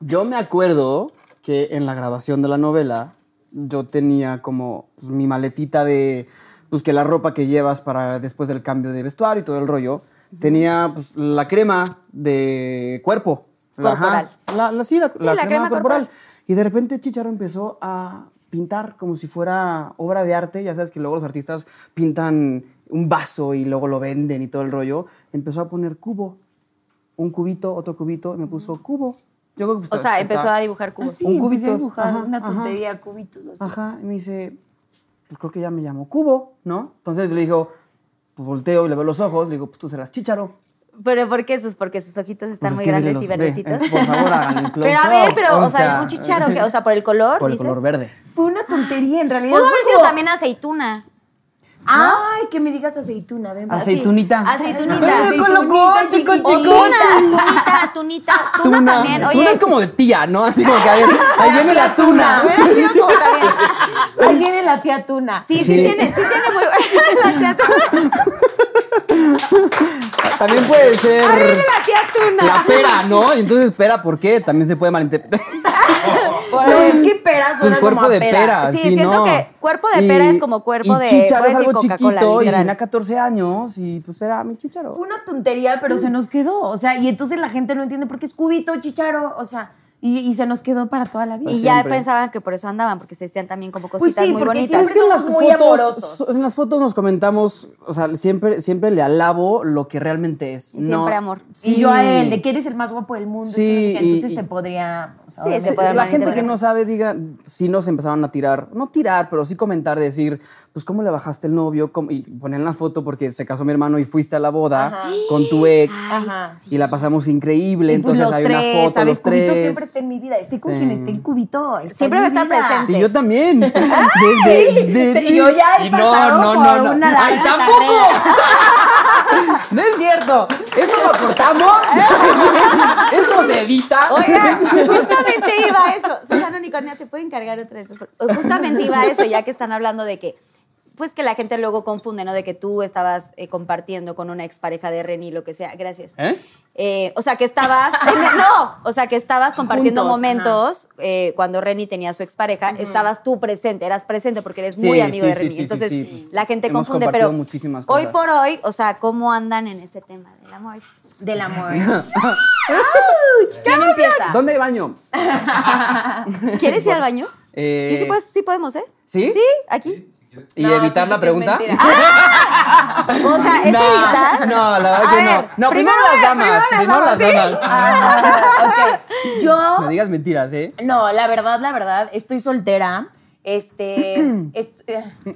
C: Yo me acuerdo que en la grabación de la novela yo tenía como pues, mi maletita de pues que la ropa que llevas para después del cambio de vestuario y todo el rollo tenía pues, la crema de cuerpo.
B: Corporal.
C: Ajá. La, la, sí, la, sí, la, crema, crema corporal. corporal. Y de repente Chicharo empezó a pintar como si fuera obra de arte. Ya sabes que luego los artistas pintan un vaso y luego lo venden y todo el rollo. Empezó a poner cubo. Un cubito, otro cubito, y me puso cubo. Yo creo que pues,
B: o sea, empezó a dibujar cubos. Ah,
D: sí, un cubito. Una tontería, ajá. cubitos así.
C: Ajá, y me dice, pues creo que ya me llamo cubo, ¿no? Entonces yo le digo, pues volteo y le veo los ojos, le digo, pues tú serás chicharo.
B: ¿Pero por qué sus? Porque sus ojitos están pues muy grandes y verdecitos.
C: eh, por favor, háganle
B: [LAUGHS] Pero a ver, pero, o, o sea, sea, un chicharo, que, o sea, por el color,
C: Por el
B: dices?
C: color verde.
D: Fue una tontería, en realidad.
B: Pudo haber sido también aceituna.
D: ¿Ah? Ay, que me digas aceituna, ven.
C: Aceitunita.
B: Sí. Aceitunita.
C: Aceitunita, colocó, chico,
B: chico. Tuna, tunita, tunita, tuna, tuna, también. Oye.
C: Tuna es como de tía, ¿no? Así como que ahí, ahí viene la tuna.
D: [LAUGHS] tuna. Ahí viene la tía tuna.
B: Sí, sí, sí tiene, sí tiene [LAUGHS] muy buena la tía tuna.
C: También puede ser.
B: Ahí viene la tía tuna.
C: La pera, ¿no? Y entonces pera, ¿por qué? También se puede malinterpretar.
B: [LAUGHS]
D: Bueno, es que pera suena
C: pues cuerpo
D: como
C: de pera. pera
B: sí,
C: sí,
B: siento
C: no.
B: que cuerpo de pera
C: y,
B: es como cuerpo
C: y
B: de
C: chicharo es algo chiquito y tenía 14 años y pues era mi chicharo.
D: Fue una tontería, pero sí. se nos quedó, o sea, y entonces la gente no entiende por qué es cubito, chicharo, o sea, y, y, se nos quedó para toda la vida.
B: Y ya Siempre. pensaban que por eso andaban, porque se decían también como cositas pues sí, muy bonitas.
D: Es que en las muy
C: fotos,
D: amorosos.
C: En las fotos nos comentamos, o sea, siempre, siempre le alabo lo que realmente es.
B: Siempre no, amor.
D: Sí. Y yo a él, de que eres el más guapo del mundo. Sí, entonces, y, entonces y, se podría. O sea,
C: Pues sí, se puede la gente que no sabe, diga, sí nos empezaban a tirar, no tirar, pero sí comentar, decir, pues, ¿cómo le bajaste el novio? ¿Cómo? Y poner la foto porque se casó mi hermano y fuiste a la boda Ajá. con tu ex. Ajá. Y la pasamos increíble.
D: Pues,
C: entonces hay
D: tres,
C: una foto,
D: ¿sabes?
C: los tres.
D: Siempre en mi vida. Esté con sí. quien esté el cubito. Esté
B: Siempre va a estar presente.
C: Sí, yo
D: [LAUGHS]
C: también. Desde,
D: desde sí, yo ya he pasado no, no, por no, una
C: ¡Ay, tampoco! [LAUGHS] no es cierto. ¿Esto lo
D: [LAUGHS]
C: cortamos? ¿Esto se edita?
B: Oigan, justamente iba a eso. Susana Unicornia, ¿te puede encargar otra de esas? Justamente iba a eso, ya que están hablando de que pues que la gente luego confunde, ¿no? De que tú estabas eh, compartiendo con una expareja de Reni, lo que sea. Gracias.
C: ¿Eh?
B: Eh, o sea, que estabas. [LAUGHS] no, o sea, que estabas compartiendo Juntos, momentos eh, cuando Reni tenía a su expareja. Uh -huh. Estabas tú presente, eras presente porque eres sí, muy amigo
C: sí,
B: de Reni.
C: Sí,
B: Entonces, la gente Hemos confunde, pero
C: muchísimas
B: hoy por hoy, o sea, ¿cómo andan en ese tema del amor?
D: Del [LAUGHS] amor. ¿Quién empieza?
C: ¿Dónde hay baño?
B: ¿Quieres ir al baño? sí, sí, puedes, sí podemos, ¿eh?
C: ¿Sí?
B: Sí, aquí.
C: ¿Y no, evitar la pregunta? [LAUGHS]
B: ¡Ah! O sea, ¿es
C: no,
B: evitar?
C: No, la verdad a que ver, no. No, primero, las damas. Primero las damas. Primero las damas. ¿sí?
D: Ah, okay. Yo.
C: [LAUGHS] No digas mentiras, ¿eh?
D: No, la verdad, la verdad, estoy soltera. Este. est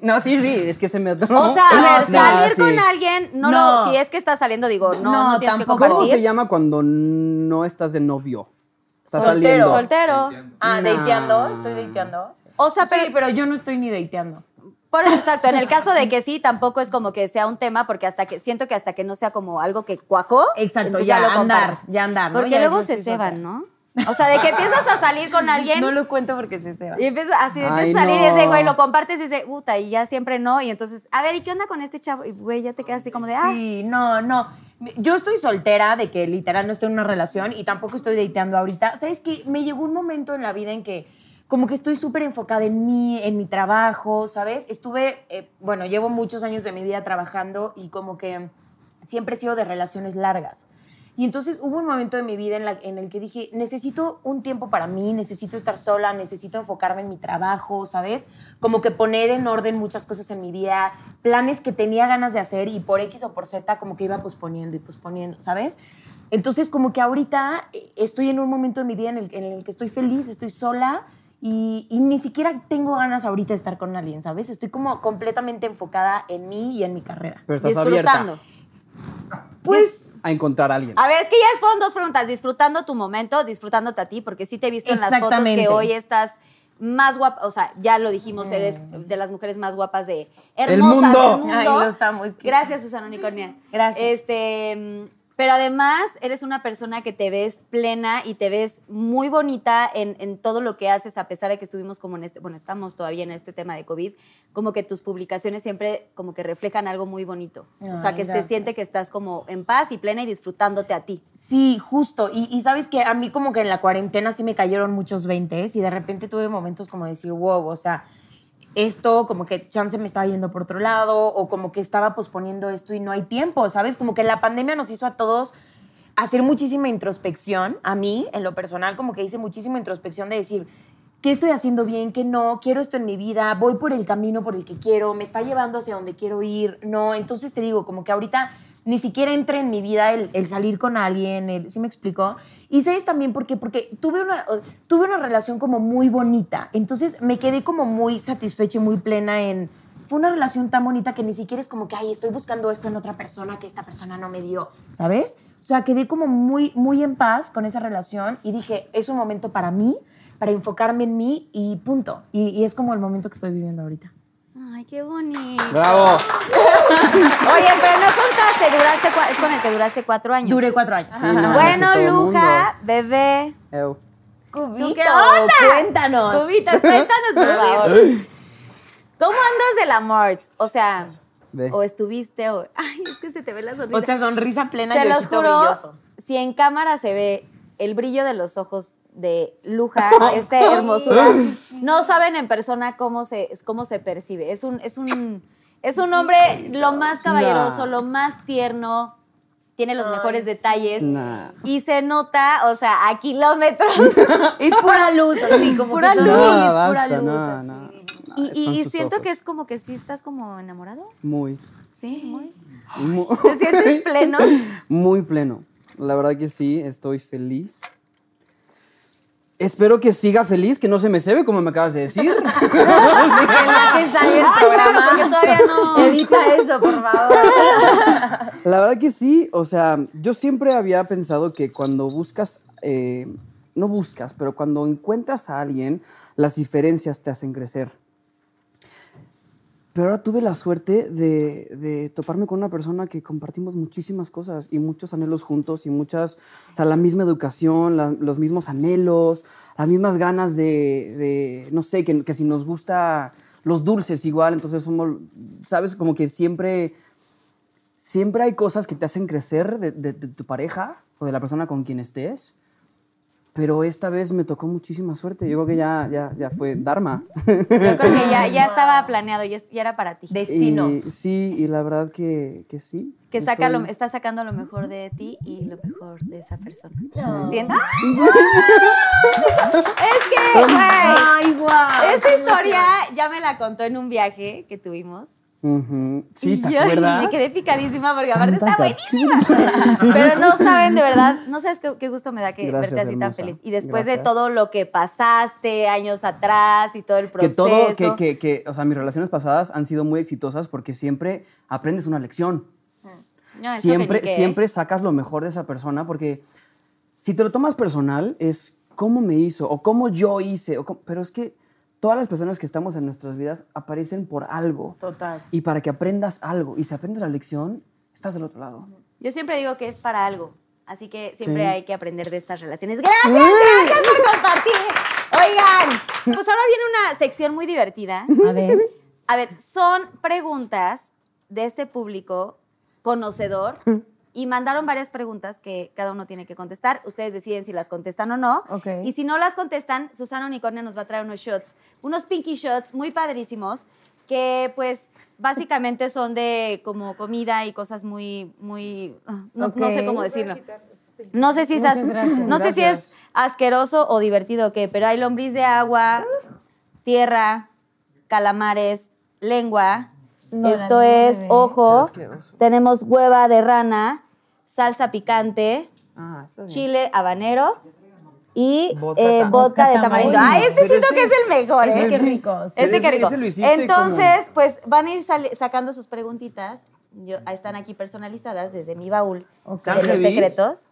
C: no, sí, sí, es que se me
B: atoró. O sea, a ver, salir sí. con alguien, no, lo, si es que estás saliendo, digo, no, no, tienes tampoco. que compartir.
C: ¿Cómo se llama cuando no estás de novio? Está
B: soltero.
C: Saliendo.
B: Soltero.
D: Ah, dateando, estoy dateando.
B: O sea,
D: sí, pero yo no estoy ni dateando.
B: Por eso, exacto. En el caso
D: [LAUGHS]
B: de que sí, tampoco es como que sea un tema, porque hasta que siento que hasta que no sea como algo que cuajó.
D: Exacto,
B: entonces
D: ya,
B: lo
D: andar,
B: comparas.
D: ya andar. ¿no?
B: Porque
D: Ya
B: luego
D: dices
B: se
D: que es
B: ceban,
D: otra.
B: ¿no? O sea, de que empiezas a salir con alguien
D: [LAUGHS] No lo cuento porque se ceba.
B: y empiezas así, empiezas
C: Ay,
B: a salir y
C: no.
B: ese güey lo compartes y dice, puta, y ya siempre no. Y entonces, a ver, ¿y qué onda con este chavo? Y güey, ya te quedas así como de, ah,
D: Sí, no, no. Yo estoy soltera, de que literal no estoy en una relación y tampoco estoy dateando ahorita. ¿Sabes qué? Me llegó un momento en la vida en que como que estoy súper enfocada en mí, en mi trabajo, ¿sabes? Estuve, eh, bueno, llevo muchos años de mi vida trabajando y como que siempre he sido de relaciones largas. Y entonces hubo un momento de mi vida en, la- en el que dije, necesito un tiempo para mí, necesito estar sola, necesito enfocarme en mi trabajo, ¿sabes? Como que poner en orden muchas cosas en mi vida, planes que tenía ganas de hacer y por X o por Z como que iba posponiendo y posponiendo, ¿sabes? Entonces como que ahorita eh, estoy en un momento de mi vida en el, en el que estoy feliz, estoy sola y, y ni siquiera tengo ganas ahorita de estar con alguien, ¿sabes? Estoy como completamente enfocada en mí y en mi carrera.
C: Pero estás
B: disfrutando. Ah,
C: abierta
D: Pues...
C: a encontrar a alguien.
B: A ver, es que ya fueron dos preguntas. Disfrutando tu momento, disfrutándote a ti, porque sí te he visto en las fotos que
D: Exactamente. Mm.
B: hoy estás más guapa. O sea, ya lo dijimos, eres de las mujeres más guapas de hermosas,
C: mundo.
B: del mundo.
D: Ay, los amo, es que-
B: Gracias, Susana Unicornia.
D: Gracias.
B: Este, mm, pero además eres una persona que te ves plena y te ves muy bonita en, en todo lo que haces, a pesar de que estuvimos como en este, bueno, estamos todavía en este tema de COVID, como que tus publicaciones siempre como que reflejan algo muy bonito. o sea,
D: Ay,
B: que se
D: gracias.
B: siente que estás como en paz y plena y disfrutándote a ti.
D: Sí, justo. Y, y sabes que a mí como que en la cuarentena sí me cayeron muchos 20 y de repente tuve momentos como de decir, wow, o sea, esto como que chance me estaba yendo por otro lado o como que estaba posponiendo esto y no hay tiempo, ¿sabes? Como que la pandemia nos hizo a todos hacer muchísima introspección, a mí en lo personal como que hice muchísima introspección de decir, ¿qué estoy haciendo bien? ¿Qué no? ¿Quiero esto en mi vida? ¿Voy por el camino por el que quiero? ¿Me está llevando hacia donde quiero ir? No, entonces te digo, como que ahorita ni siquiera entra en mi vida el, el salir con alguien, el, ¿sí me explico? Y sabes también por qué, porque tuve una, eh, tuve una relación como muy bonita, entonces me quedé como muy satisfecha y muy plena en fue una relación tan bonita que ni siquiera es como que, ay, estoy buscando esto en otra persona que esta persona no me dio, ¿sabes? O sea, quedé como muy, muy en paz con esa relación y dije, es un momento para mí, para enfocarme en mí y punto. Y, y es como el momento que estoy viviendo ahorita.
B: Ay, qué bonito.
C: Bravo.
B: Oye, pero no contaste, duraste cua- es con el que duraste cuatro años.
D: Duré cuatro años.
C: Sí,
B: bueno,
C: no, que todo el
B: Luja, bebé.
C: mundo.
D: Cubito,
B: qué onda?
D: Cuéntanos.
B: Bobita, cuéntanos, por favor. ¿Cómo andas del amor? O sea,
C: Ve.
B: o estuviste, o. Ay, es que se te ve la sonrisa.
D: O sea, sonrisa plena
B: se
D: y
B: los
D: ojito
B: juro,
D: brilloso.
B: si en cámara se ve el brillo de los ojos de
C: [LAUGHS]
B: Luja, esta hermosura, no saben en persona cómo se, cómo se percibe. Es un, es un, es un hombre lo más caballeroso, lo más tierno, tiene los mejores detalles.
C: Nah.
B: Y se nota, o sea, a
C: [LAUGHS]
B: kilómetros.
D: Es pura luz,
B: [LAUGHS]
D: así, como
B: Pura
D: que son-
B: luz.
D: es
C: No,
D: pura
C: basta,
D: luz,
C: no,
D: así.
C: no.
B: [LAUGHS] y
C: Son
B: y
C: sus
B: siento
C: ojos.
B: que es como que sí estás como enamorado.
C: Muy.
B: Sí, muy.
C: Mu-
B: ¿Te
C: [LAUGHS]
B: sientes pleno?
C: Muy pleno. La verdad que sí, estoy feliz. Espero que siga feliz, que no se me cebe, como me acabas de
B: [LAUGHS]
C: decir.
D: En la que sale el
B: Ay, claro,
D: programa.
B: porque todavía no.
D: [LAUGHS] Edita eso, por favor.
C: La verdad que sí, o sea, yo siempre había pensado que cuando buscas, eh, no buscas, pero cuando encuentras a alguien, las diferencias te hacen crecer. Pero ahora tuve la suerte de, de toparme con una persona que compartimos muchísimas cosas y muchos anhelos juntos y muchas, o sea, la misma educación, la- los mismos anhelos, las mismas ganas de, de, no sé, que, que si nos gusta los dulces igual, entonces somos, sabes, como que siempre siempre hay cosas que te hacen crecer de, de- de tu pareja o de la persona con quien estés. Pero esta vez me tocó muchísima suerte. Yo creo que ya, ya, ya fue Dharma.
B: Yo creo que ya, ya estaba planeado, ya, ya era para ti.
D: Destino.
C: Y, sí, y la verdad que, que sí.
B: que saca lo,
C: Estoy-
B: está sacando lo mejor de ti y lo mejor de esa persona. ¿Sientes? es que, güey,
D: Ay, guau.
B: esta historia ya me la contó en un viaje que tuvimos.
C: Ujú. Sí,
B: y
C: ¿te
B: yo
C: acuerdas?
B: me quedé picadísima porque aparte está
C: Santa
B: buenísima. Pero
C: [LAUGHS]
B: no saben, de verdad, no sabes qué, qué gusto me da que
C: Gracias,
B: verte así tan
C: hermosa.
B: feliz. Y después de
C: Gracias.
B: todo lo que pasaste años atrás y todo el
C: que
B: proceso.
C: todo, que, que, que, o sea, mis relaciones pasadas han sido muy exitosas porque siempre aprendes una lección.
B: No, eso
C: siempre,
B: que ni qué, ¿eh?
C: siempre sacas lo mejor de esa persona porque si te lo tomas personal es cómo me hizo o cómo yo hice, o cómo- pero es que todas las personas que estamos en nuestras vidas aparecen por algo.
D: Total.
C: Y para que aprendas algo. Y si aprendes la lección, estás del otro lado.
B: Yo siempre digo que es para algo. Así que siempre sí. hay que aprender de estas relaciones. Gracias, gracias por compartir. Oigan, pues ahora viene una sección muy divertida.
D: A ver. [LAUGHS]
B: A ver, son preguntas de este público
D: [LAUGHS]
B: conocedor y mandaron varias preguntas que cada uno tiene que contestar. Ustedes deciden si las contestan o no.
D: Okay.
B: Y si no las contestan, Susana Unicornia nos va a traer unos shots, unos pinky shots muy padrísimos que pues básicamente son de como comida y cosas muy muy no,
D: Ok.
B: no sé cómo decirlo. No sé si es as-
D: Muchas gracias.
B: no sé si es
D: Gracias.
B: asqueroso o divertido o qué, pero hay lombriz de agua, tierra, calamares, lengua.
D: No, la
B: Esto
D: lengua
B: es
D: se ve.
B: ojo.
E: Se ve asqueroso.
B: Tenemos hueva de rana, salsa picante,
E: Ah, está bien.
B: chile habanero y eh, vodka,
E: Vodka tam-
D: Vodka
B: de
D: tamarindo.
B: tamarindo. Ay, este
E: Pero
B: siento
E: ese
B: que es el mejor, ¿eh?
D: Ay, qué
C: sí.
D: rico. sí.
B: Este
C: Es- Ese-
B: que rico.
C: ese lo hiciste
B: Entonces, pues van a ir sali- sacando sus preguntitas. Yo, ahí están aquí personalizadas desde mi baúl
C: ¿Tan
B: de los
C: heavy?
B: secretos.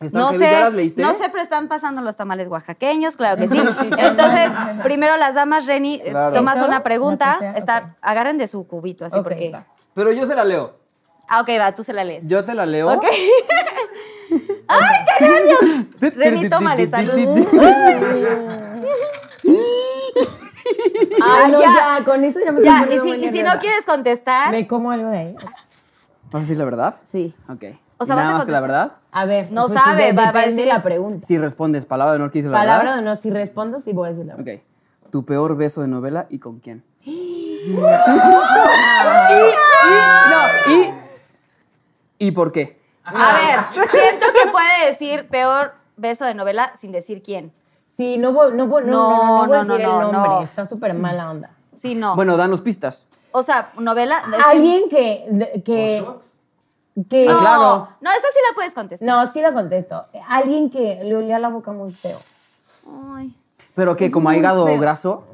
C: ¿Están
B: No
C: heavy? ¿Ya
B: sé,
C: las leíste?
B: no sé, pero están pasando los tamales oaxaqueños, claro
C: [LAUGHS]
B: que sí. Entonces, primero las damas, Reni, eh,
C: Claro.
B: tomas
D: ¿Listo?
B: una pregunta,
D: La que sea,
B: está,
D: ok.
B: agarren de su cubito, así
D: Ok,
B: porque...
D: va.
C: Pero yo se la leo.
B: Ah, ok, va, tú se la lees.
C: Yo te la leo.
D: [LAUGHS]
C: [LAUGHS]
B: Ok. ¡Ay, qué nervios! Reni, tómale, salud. [LAUGHS] Ah,
D: Ay, Ah, no,
B: ya.
D: ya. con eso ya me
B: Ya,
D: estoy
B: y
D: poniendo
B: si, y
D: muy
B: si no
D: nerviosa.
B: quieres contestar...
D: Me como algo de ahí.
C: ¿Vas a decir la verdad?
D: Sí.
C: Ok.
B: O sea, vas
C: ¿Y nada
B: a
C: más que la
B: contestar.
C: verdad?
D: A ver.
B: No sabe,
D: de-
B: va- va a
D: depende
B: decir-
D: la pregunta.
C: Si respondes palabra de honor que dice la
D: Palabra
C: verdad.
D: de no, si respondo, sí voy a decir la verdad.
C: Ok. ¿Tu peor beso de novela y con
B: [LAUGHS]
C: quién? y, y- no, y, ¿y por qué?
B: A ver, siento que puede decir peor beso de novela sin decir quién.
D: Sí, no voy, no voy, no, no, no, no voy a
B: No, no,
D: decir
B: no,
D: el nombre.
B: no.
D: Está súper mala onda.
B: Sí, no.
C: Bueno, danos pistas.
B: o sea, novela. es que-
D: Alguien que. de- que, que
B: No,
C: Ah, claro.
B: no, esa sí la puedes contestar.
D: No, sí la contesto. Alguien que le olía la boca muy feo.
B: Ay.
C: ¿Pero que ¿Como a
D: es muy
C: hígado
B: [LAUGHS]
D: feo.
C: graso?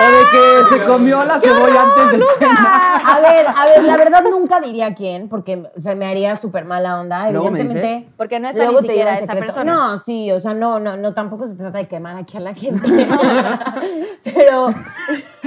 C: ¿O de que se comió la cebolla antes del
B: [LAUGHS]
D: A ver, a ver, la verdad nunca diría quién, porque se me haría súper mala onda,
C: Luego me
D: evidentemente.
C: dices.
B: Porque no está ni
D: Luego te
B: siquiera
D: digo en
B: esa
D: secreto.
B: persona.
D: No, sí, o sea, no, no, no, tampoco se trata de quemar aquí a la gente. [LAUGHS] Pero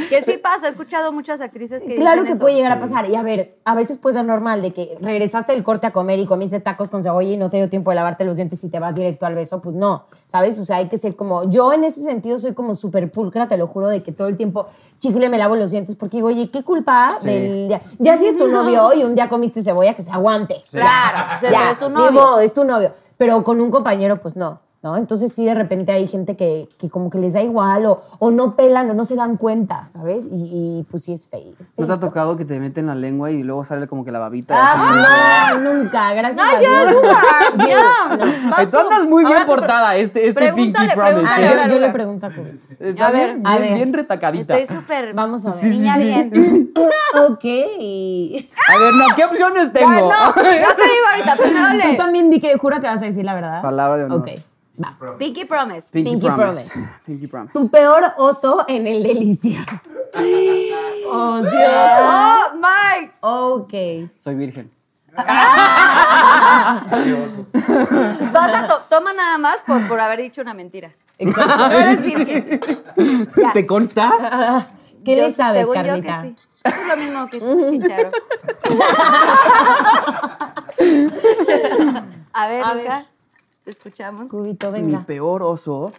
B: Que sí pasa, he escuchado muchas actrices que
D: claro
B: dicen
D: que
B: eso.
D: puede llegar a pasar. Y a ver, a veces puede ser normal de que regresaste del corte a comer y comiste tacos con cebolla y no te dio tiempo de lavarte los dientes y te vas directo al beso. Pues no, ¿sabes? O sea, hay que ser como. Yo en ese sentido soy como súper pulcra, te lo juro, de que todo el tiempo chicle me lavo los dientes porque digo, oye, ¿qué culpa
C: Sí.
D: del día? Ya si es tu
B: [LAUGHS]
D: novio y un día comiste cebolla, que se aguante.
B: Claro, o sea,
D: Ya,
B: es tu
D: ni
B: novio.
D: modo, es tu novio. Pero con un compañero, pues no. ¿No? Entonces sí, de repente hay gente que, que como que les da igual o, o no pelan o no se dan cuenta, ¿sabes? Y, y, pues sí es feo. es
C: ¿No te ha
D: feíto.
C: tocado que te meten la lengua y luego sale como que la babita?
D: Ah, no, nunca, gracias
B: No,
D: a
B: ya,
D: Dios. [LAUGHS]
B: nunca, ya. Vas
C: Entonces
B: tú.
C: andas muy bien
B: Ahora tú pre-
C: portada, este, este
B: Pregúntale,
C: Pinky Promise.
D: Ah,
B: pregúntale,
C: ¿eh?
D: yo,
B: ahora.
D: yo le pregunto a Cubi.
C: Está
B: A ver,
C: bien,
D: a
C: bien,
D: ver.
C: bien retacadita.
B: Estoy súper.
D: Vamos a ver.
C: Sí, sí,
B: niña
C: sí.
B: bien. [LAUGHS]
D: ok.
C: [LAUGHS] A ver, no, ¿qué opciones
B: Ay,
C: tengo?
D: Ah,
B: [LAUGHS] no, no te digo ahorita, pero
D: Tú
B: dale.
D: también di que jura que vas a decir la verdad.
C: Palabra de honor.
D: Ok, va.
B: Pinky Promise.
C: Pinky,
D: Pinky
C: Promise. [LAUGHS]
D: Promise.
C: Pinky Promise.
D: Tu peor oso en el
C: [LAUGHS]
D: delicia. oh, Dios.
B: Oh, Mike.
D: Ok.
C: Soy virgen.
B: Vas a to- toma nada más por, por haber dicho una mentira.
D: Exacto.
B: No eres virgen.
C: [LAUGHS]
B: Ya.
C: ¿Te consta?
D: [LAUGHS] ¿Qué
B: Yo-
D: le sabes,
B: según
D: Carlita?
B: Yo que sí. Es lo mismo que tú,
D: [LAUGHS]
B: chicharo. A ver,
D: A
B: Luca, te escuchamos.
D: Cubito,
C: Mi
D: venga.
C: peor oso.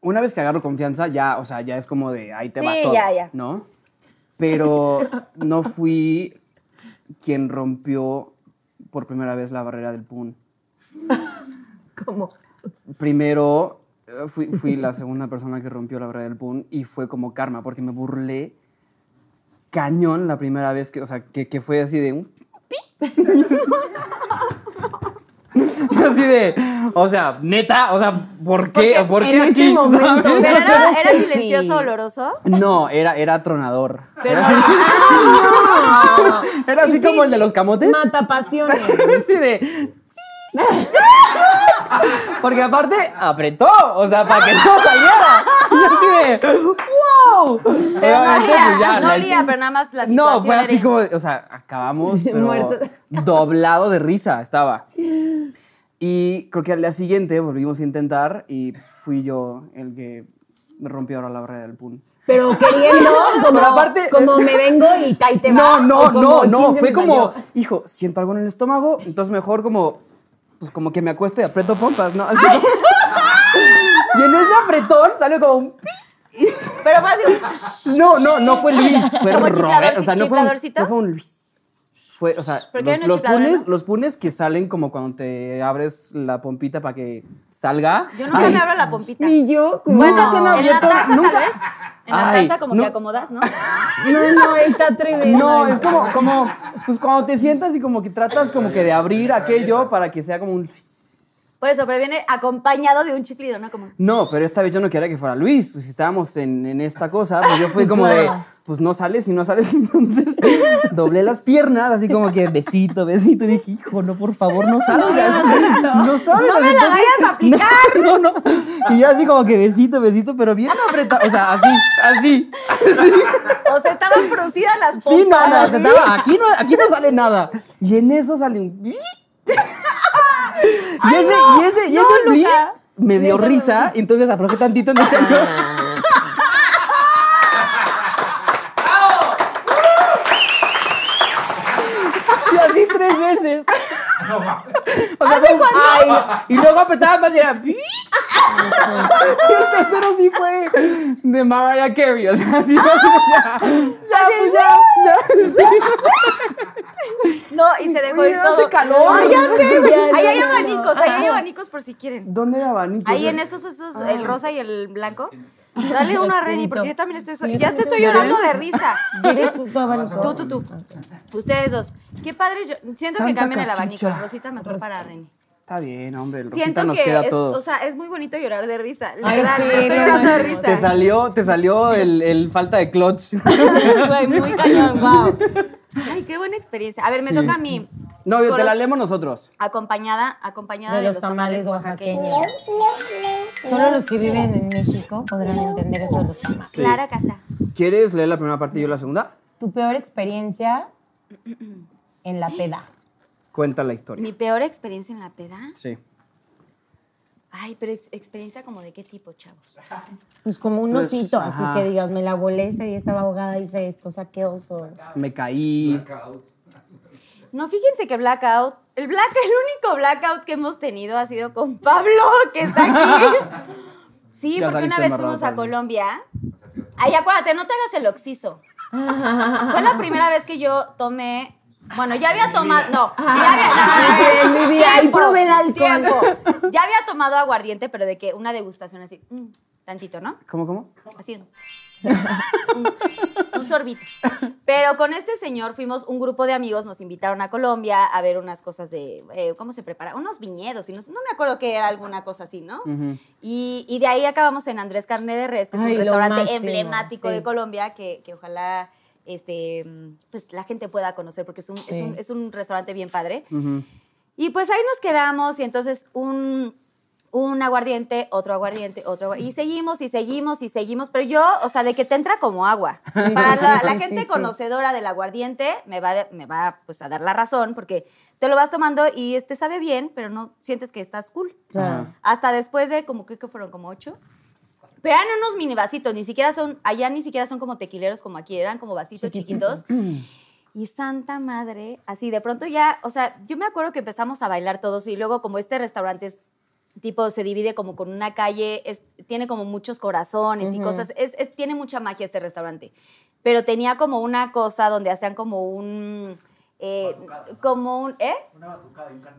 C: Una vez que agarro confianza, ya, o sea, ya es como de ahí te va
B: Sí,
C: todo.
B: ya, ya.
C: ¿No?
B: [LAUGHS]
C: Pero no fui quien rompió por primera vez la barrera del PUN. [LAUGHS]
D: ¿Cómo?
C: Primero eh, fui, fui la segunda persona que rompió la barrera del PUN y fue como karma, porque me burlé cañón la primera vez que, o sea, que, que fue así de un pi. Fue [LAUGHS] así de, o sea, neta, o sea, ¿por qué? ¿Por qué
D: en
C: aquí?
D: este
C: [LAUGHS]
D: momento,
C: ¿Sabes?
B: Pero era,
D: Entonces,
B: era
D: sí.
B: silencioso, oloroso.
C: No, era, era atronador. era así, era así como el de los camotes.
D: Mata pasiones.
C: [LAUGHS] Así de. "Ah". [LAUGHS] Porque aparte apretó, o sea, para que no saliera. Y así de. ¡Wow!
B: Pero no
C: Obviamente,
B: olía,
C: pues ya,
B: no
C: la-
B: olía, pero nada más la situación.
C: No, fue así
B: era- [LAUGHS]
C: como, de- o sea, acabamos pero
D: Muertos.
C: doblado de risa estaba. Y creo que al día siguiente volvimos a intentar y fui yo el que me rompió ahora la barrera del pun.
D: [LAUGHS] Pero queriendo, como,
C: Pero aparte- eh,
D: como me vengo y ta- y te
C: No,
D: va.
C: no,
D: o como
C: no,
D: chin,
C: no.
D: se
C: Fue
D: me
C: como,
D: salió.
C: hijo, siento algo en el estómago, entonces mejor como, pues como que me acuesto y aprieto pompas, ¿no? Así como- y en ese apretón sale como un pi.
B: Pero más
C: No, no, no fue Luis, fue
B: ¿Como
C: Robert. O sea, no fue, un,
B: chifladorcito?
C: no fue un Luis. Fue, o sea,
B: ¿Por qué
C: los,
B: no
C: los
B: chiflador,
C: punes,
B: no?
C: los punes que salen como cuando te abres la pompita para que salga.
B: Yo nunca
C: Ay,
B: me abro la pompita.
D: Ni yo. como-
C: Nunca se han
D: [LAUGHS]
B: en la
C: abierto-
B: taza
C: nunca-
B: tal vez. En la
C: Ay,
B: taza como
C: no.
B: que acomodas, ¿no?
D: No, no, está tremendo.
C: No, es como, como, pues cuando te sientas y como que tratas como que de abrir aquello para que sea como un...
B: Por eso, pero viene acompañado de un chiflido, ¿no? Como,
C: No, pero esta vez yo no quería que fuera Luis. Pues si estábamos en, en esta cosa, pues yo fui como de, pues no sales y no sales. [LAUGHS] Entonces doblé las piernas, así como que besito, besito. Y dije, hijo, no, por favor, no salgas. [LAUGHS] No salgas. [LAUGHS] No me la vayas a aplicar. No, no. Y yo así como que besito, besito, pero bien apretado. O sea, así, así. [LAUGHS]
B: o sea, estaban producidas las pompas.
C: Sí, nada, nada, aquí no, aquí no sale nada. Y en eso sale un... ¡bip! Y ese, y ese, y
B: No,
C: ese ¡bip!
B: Luca.
C: me dio risa, entonces aflojé tantito en
B: Ah.
C: [LAUGHS] ese... Y así
B: [LAUGHS]
C: tres veces. O sea, fue un- ay, y luego apretaba más y era... [LAUGHS] ¡bip! Y el tercero sí fue de Mariah Carey. O sea, así fue como
B: Ah.
C: ya. Ya, pues ya, ya. sí.
B: [LAUGHS] No, y se dejó
C: Oye,
B: ir
C: [LAUGHS] hace
B: todo.
C: calor.
B: Ay, ya sé, güey.
D: Ya, no,
B: Ahí hay
D: no, no.
B: abanicos, ahí hay abanicos por si quieren.
C: ¿Dónde era Pues abanico?
B: Ahí en esos, esos, el rosa y el blanco. Dale uno a Reni, porque yo también estoy. so- ya te estoy llorando de risa.
D: ¿Quieres tú tu abanico?
B: Tú, tú, tú. Ustedes dos. Qué padre. Yo, siento que
C: Santa
B: cambien el abanico.
C: cachucha.
B: Rosita mejor para Reni.
C: Está bien, hombre. El Rosita
B: Siento
C: nos
B: que
C: queda a
B: es,
C: todos.
B: o sea, es muy bonito llorar de risa.
D: Ay,
B: Literal,
D: sí,
B: estoy
D: no
B: llorando de
D: manches.
B: risa.
C: te salió, te salió el, el falta de clutch. [LAUGHS]
D: [LAUGHS] Güey, muy cañón, wow. [LAUGHS]
B: Ay, qué buena experiencia. A ver, me
C: Sí.
B: toca a mí.
C: No,
B: Con
C: te la
B: los-
C: leemos nosotros.
B: Acompañada, acompañada
D: De los tamales oaxaqueños. Solo los que viven en México podrán entender eso de los tamales.
B: Clara Casa.
C: ¿Quieres leer la primera parte y yo la segunda?
D: Tu peor experiencia en la peda.
C: Cuenta la historia.
B: Mi peor experiencia en la peda.
C: Sí.
B: Ay, pero ex- experiencia como de qué tipo, chavos.
D: Pues como un
C: Pues,
D: osito, así
C: ajá.
D: que digas, me la volé este día, estaba ahogada, hice esto, saqué [LAUGHS] oso.
C: Me caí.
B: No, fíjense que blackout, el black, el único blackout que hemos tenido ha sido con Pablo, que está
C: [LAUGHS]
B: aquí. Sí,
C: Ya
B: porque una
C: saliste
B: vez
C: embarrado,
B: fuimos a
C: Pablo.
B: Colombia. Ay, acuérdate, no te hagas el
D: [LAUGHS]
B: oxiso. Fue la primera vez que yo tomé. Bueno, ya había tomado. No, ya había.
D: en mi vida, ahí
B: Tiempo,
D: probé el alcohol.
B: tiempo. Ya había tomado aguardiente, pero de que una degustación así, mm, tantito, ¿no?
C: ¿Cómo, cómo?
B: Así.
D: [LAUGHS]
B: un- un sorbito. Pero con este señor fuimos un grupo de amigos, nos invitaron a Colombia a ver unas cosas de eh, cómo se prepara, unos viñedos, y no, sé, no me acuerdo que era alguna cosa así, ¿no?
D: Mm.
B: y, y de ahí acabamos en Andrés Carne de Res, que es
D: Ay,
B: un
D: lo
B: restaurante
D: máximo,
B: emblemático
D: sí.
B: de Colombia que, que ojalá este, mm, pues, la gente pueda conocer porque es un, es
D: Sí.
B: un- es un restaurante bien padre.
C: Ujú.
B: Y pues ahí nos quedamos y entonces un, un aguardiente, otro aguardiente, otro aguardiente. Y seguimos y seguimos y seguimos, pero yo, o sea, de que te entra como agua.
D: [LAUGHS] Sí,
B: Para
D: sí,
B: la,
D: sí,
B: la
D: sí,
B: gente
D: sí.
B: conocedora del aguardiente me va, de- me va pues, a dar la razón porque te lo vas tomando y te sabe bien, pero no sientes que estás cool.
D: Claro.
B: Hasta después de como que que fueron como ocho. Pero eran unos mini vasitos, ni siquiera son, allá ni siquiera son como tequileros como aquí, eran como vasitos chiquitos. Y santa madre, así de pronto ya, o sea, yo me acuerdo que empezamos a bailar todos y luego como este restaurante es tipo se divide como con una calle, es, tiene como muchos corazones y cosas, es, es- tiene mucha magia este restaurante. Pero tenía como una cosa donde hacían como un... eh, como un... ¿Eh?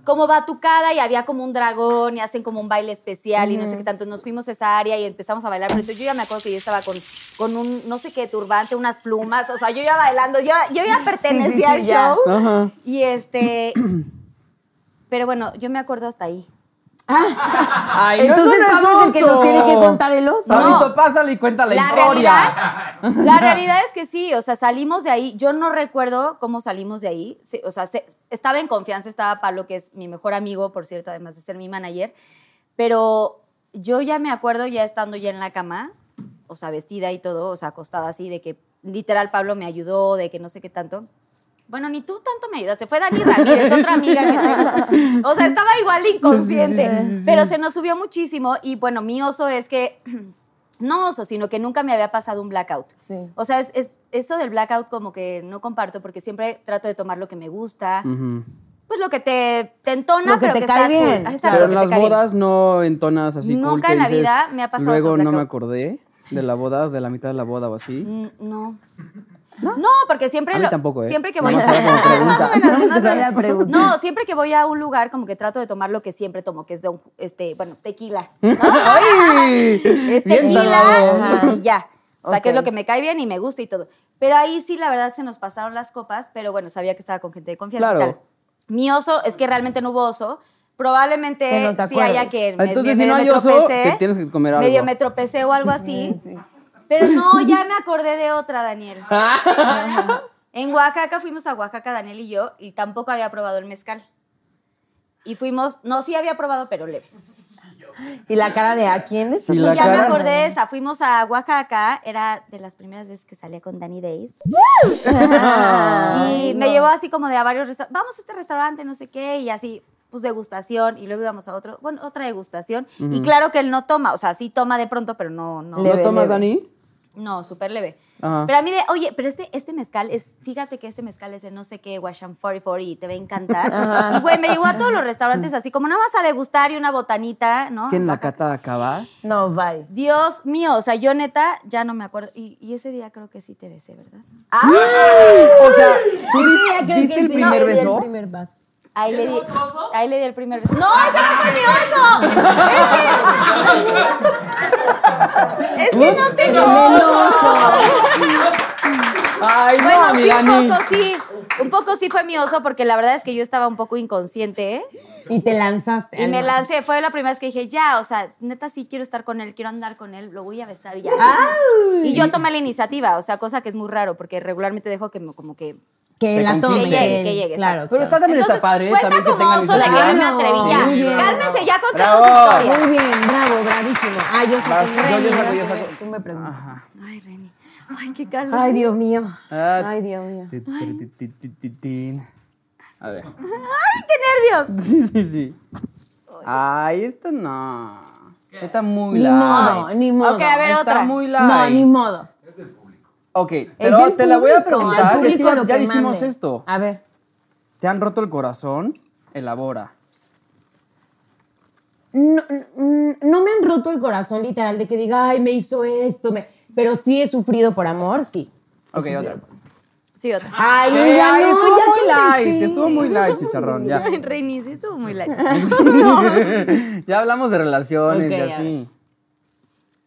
B: como batucada y había como un dragón y hacen como un baile especial y no sé qué tanto. Nos fuimos a esa área y empezamos a bailar, pero entonces yo ya me acuerdo que yo estaba con, con un no sé qué turbante, unas plumas, o sea, yo ya bailando, yo, yo
D: [LAUGHS]
B: ya pertenecía
D: sí, ya.
B: al show.
C: Ajá.
B: Y este... [CLEARS THROAT] Pero bueno, yo me acuerdo hasta ahí.
C: Ay,
D: Entonces,
C: no es un
D: Pablo es el que
C: oso.
D: nos tiene que contar el oso.
C: Pablito,
B: No.
C: pásale y cuenta la,
B: La
C: historia.
B: realidad, la realidad es que sí, o sea, salimos de ahí. Yo no recuerdo cómo salimos de ahí. sí, o sea, se- estaba en confianza, estaba Pablo, que es mi mejor amigo, por cierto, además de ser mi manager. Pero yo ya me acuerdo, ya estando ya en la cama, o sea, vestida y todo, o sea, acostada así, de que literal Pablo me ayudó, de que no sé qué tanto. Bueno, ni tú tanto me ayudaste. Fue Dani Ramírez, otra amiga que tengo. O sea, estaba igual inconsciente.
F: Sí, sí, sí, sí.
B: Pero se nos subió muchísimo. Y bueno, mi oso es que. [CLEARS THROAT] No oso, sino que nunca me había pasado un blackout.
D: Sí.
B: O sea, es, es- eso del blackout como que no comparto porque siempre trato de tomar lo que me gusta.
C: Ujú.
B: Pues lo que te, te entona,
D: Lo que
B: pero
D: te
B: que
D: cae
B: estás cool.
D: bien.
B: Ah, exacto, lo
C: Pero
B: que
C: en
B: te
C: las
B: cae bien.
C: bodas no entonas así cool
B: Nunca
C: que
B: en la
C: dices,
B: vida me ha pasado
C: Luego
B: otro
C: no me
B: blackout".
C: acordé de la boda, de la mitad de la boda o así.
B: Mm, No. ¿No? porque siempre
C: A mí
B: lo-
C: tampoco, ¿eh?
B: siempre que voy
C: Nada
B: a
C: más
B: [LAUGHS]
C: era
D: [LAUGHS]
C: como pregunta.
B: Más o
C: [LAUGHS]
B: menos,
D: Nada más
B: más o
D: era
B: menos.
D: pregunta.
B: No, siempre que voy a un lugar como que trato de tomar lo que siempre tomo, que es de un, este, bueno, tequila. ¿no?
C: ¡Ay!
B: Es
D: Este
C: Bien
B: tequila
C: salado.
B: Este y ya. O sea, que es
D: Ok.
B: lo que me cae bien y me gusta y todo. Pero ahí sí, la verdad, se nos pasaron las copas, pero bueno, sabía que estaba con gente de confianza y
C: Claro.
B: tal. Mi oso es que realmente no hubo oso. Probablemente
D: Que no te
B: sí haya
D: acuerdes.
B: que me-
C: Entonces, si
B: medio
C: no
B: me
C: hay oso,
B: tropecé,
C: te tienes que comer
B: Medio
C: algo.
B: me tropecé o algo
D: [LAUGHS]
B: así. Pero no, ya me acordé de otra,
C: [LAUGHS]
B: Daniel.
C: Ah.
B: en Oaxaca fuimos a Oaxaca, Daniel y yo, y tampoco había probado el mezcal. Y fuimos, no, sí había probado, pero leve.
D: Y la cara de a quién es.
C: Y
B: Y
C: la
B: ya me
C: cara-
B: acordé de esa. Fuimos a Oaxaca, era de las primeras veces que salía con Danny Days. y me llevó así como de a varios restaurantes. Vamos a este restaurante, no sé qué, y así, pues degustación. Y luego íbamos a otro, bueno, otra degustación. Y claro que él no toma, o sea, sí toma de pronto, pero no, no.
C: ¿No
D: Leve,
C: tomas,
D: leve.
C: Dani?
B: No, súper leve.
C: Ajá.
B: Pero a mí de, oye, pero este, este mezcal es, fíjate que este mezcal es de no sé qué, Washam 44 y te va a encantar. Y güey, me llevó a todos los restaurantes así, como nada más a degustar y una botanita, ¿no?
C: Es que en la
B: Oaxaca.
C: cata acabas.
D: Ah. No, bye.
B: Dios mío, o sea, yo neta ya no me acuerdo. Y, y ese día creo que sí te besé, ¿verdad?
C: O sea, ¿tú
D: Sí,
C: dis-
D: ya creo
C: diste
D: que
C: el
D: sí.
C: primer
D: No, di
C: beso?
D: El primer beso.
B: Ahí le di. Ahí le di el primer beso. ¡No, ese no fue mi oso! Es que, es que no tengo oso.
C: Ay, no,
B: Bueno,
C: mi
B: sí, un
C: Dani.
B: poco sí. Un poco sí fue mi oso, porque la verdad es que yo estaba un poco inconsciente, ¿eh?
D: Y te lanzaste.
B: Y
D: al
B: me
D: mar.
B: lancé, fue la primera vez que dije, ya, o sea, neta sí quiero estar con él, quiero andar con él, lo voy a besar y ya. Y yo tomé la iniciativa, o sea, cosa que es muy raro, porque regularmente dejo que me- como que...
D: Que
C: Te
D: la tome.
C: conquiste.
B: Que llegue, que llegue,
D: Claro.
B: exacto.
C: Pero está también está padre, ¿eh?
B: cuenta
C: también que
B: como
C: tengan
B: oso de que yo me
D: iniciativa.
B: atreví ya.
D: Muy bien.
B: Cálmese, ya contamos
C: Bravo.
B: historia.
D: Muy bien, bravo, bravísimo. Ah, yo soy
C: Vas,
D: con
C: yo-
D: Reni,
C: yo saco,
D: ahora
C: yo
D: tú
C: saco.
D: me- Tú me preguntas.
C: Ajá.
B: Ay, Reni. Ay, qué calma.
D: Ay, Dios mío.
C: Ah.
D: Ay, Dios mío.
C: Ti, ti, ti, ti, ti, ti. A ver.
B: qué nervios.
C: Sí, sí, sí. Ay, esta no. Está muy
D: Ni
C: light.
D: modo, ni modo.
B: Ok, a ver,
C: Está
B: otra.
C: muy light.
D: No, ni modo.
C: Ok,
D: Es
C: pero
D: del
C: te la voy a
D: público,
C: preguntar.
D: al
C: Es que
D: público
C: ya,
D: lo
C: ya dijimos
D: mande.
C: esto.
D: A ver.
C: ¿Te han roto el corazón? Elabora.
D: no, mm, no me han roto el corazón literal de que diga, ay, me hizo esto, me... pero sí he sufrido por amor, sí.
C: Ok, otra.
B: Sí, otra.
D: Ay,
C: Sí,
D: ya
C: ay,
D: no,
C: estuvo
D: ya
C: muy
D: te
C: light,
D: besé.
C: estuvo muy light, chicharrón, ya.
B: Ay, Reni, sí estuvo muy light.
C: ya hablamos de relaciones
D: Ok,
C: y
D: a
C: así.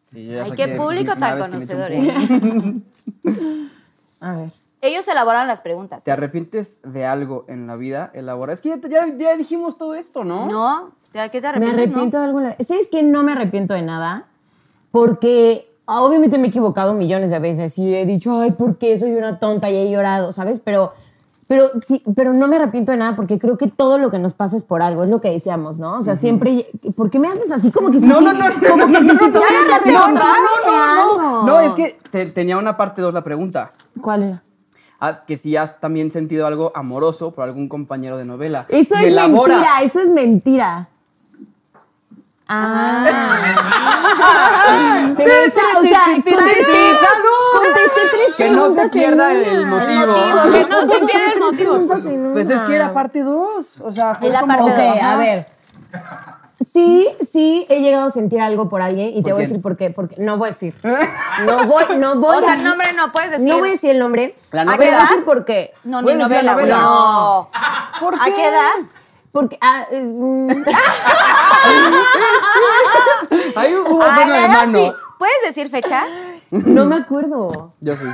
C: Sí, yo ya
B: Ay,
C: saqué
B: qué público
C: una
B: tan
C: vez que me eché un
B: conocedor, ¿eh?
C: pum.
D: A ver.
B: Ellos elaboraron las preguntas.
C: ¿Te arrepientes de algo en la vida? Elabora. Es que ya, te- ya- ya dijimos todo esto, ¿no?
B: No, ¿de qué te
D: Me
B: arrepientes?
D: arrepiento de alguna vez. ¿Sabes que no me arrepiento de nada? Porque ah, obviamente me he equivocado millones de veces y he dicho, ay, ¿por qué soy una tonta? Y he llorado, ¿sabes? Pero, pero, sí, pero no me arrepiento de nada porque creo que todo lo que nos pasa es por algo, es lo que decíamos, ¿no? O sea, siempre, ¿por qué me haces así como que si
C: No,
D: sí-
C: no, no, no,
D: como
C: no,
D: que
C: no,
D: si sí
C: no,
D: tuviera
C: no,
D: las
B: no,
D: preguntas?
B: no,
D: Hazme algo.
C: No, es que te- tenía una parte 2 la pregunta.
D: ¿Cuál era?
C: Haz- que si has también sentido algo amoroso por algún compañero de novela.
D: Eso
C: Y
D: es
C: elabora.
D: mentira, eso es mentira. Ah. Pero esa, o sea,
C: Sí, sí, sí,
D: contesté-
C: sí, ¡salud!
D: contesté tres
C: Que no se
D: preguntas en
C: pierda el
D: una.
C: motivo.
B: El motivo, que no se pierda el motivo.
D: Preguntas en
C: Pues
D: una.
C: es que era parte 2. O sea, fue
B: Es la
C: como-
B: parte
D: Ok,
B: dos,
D: a
B: ¿no?
D: ver. Sí, sí, he llegado a sentir algo por alguien y
C: ¿Por
D: te voy a
C: quién?
D: decir por qué. Porque no voy
C: [LAUGHS]
D: a decir. No voy, no voy
B: O sea,
D: a-
B: el nombre no puedes decir.
D: No voy a decir el nombre. Ah,
C: La
D: Te voy
C: novela.
D: a decir por qué.
B: No, ni
C: ¿Puedes decir
B: novela,
C: la
B: güey.
C: novela?
B: No.
C: ¿Por
B: ¿A qué edad?
D: Porque. ah, es- mm, [LAUGHS]
C: Ahí hubo
B: Ay,
C: freno
B: Ah, la
C: de
B: edad
C: mano.
B: sí. ¿Puedes decir fecha?
D: no me acuerdo.
C: [LAUGHS] Yo sí.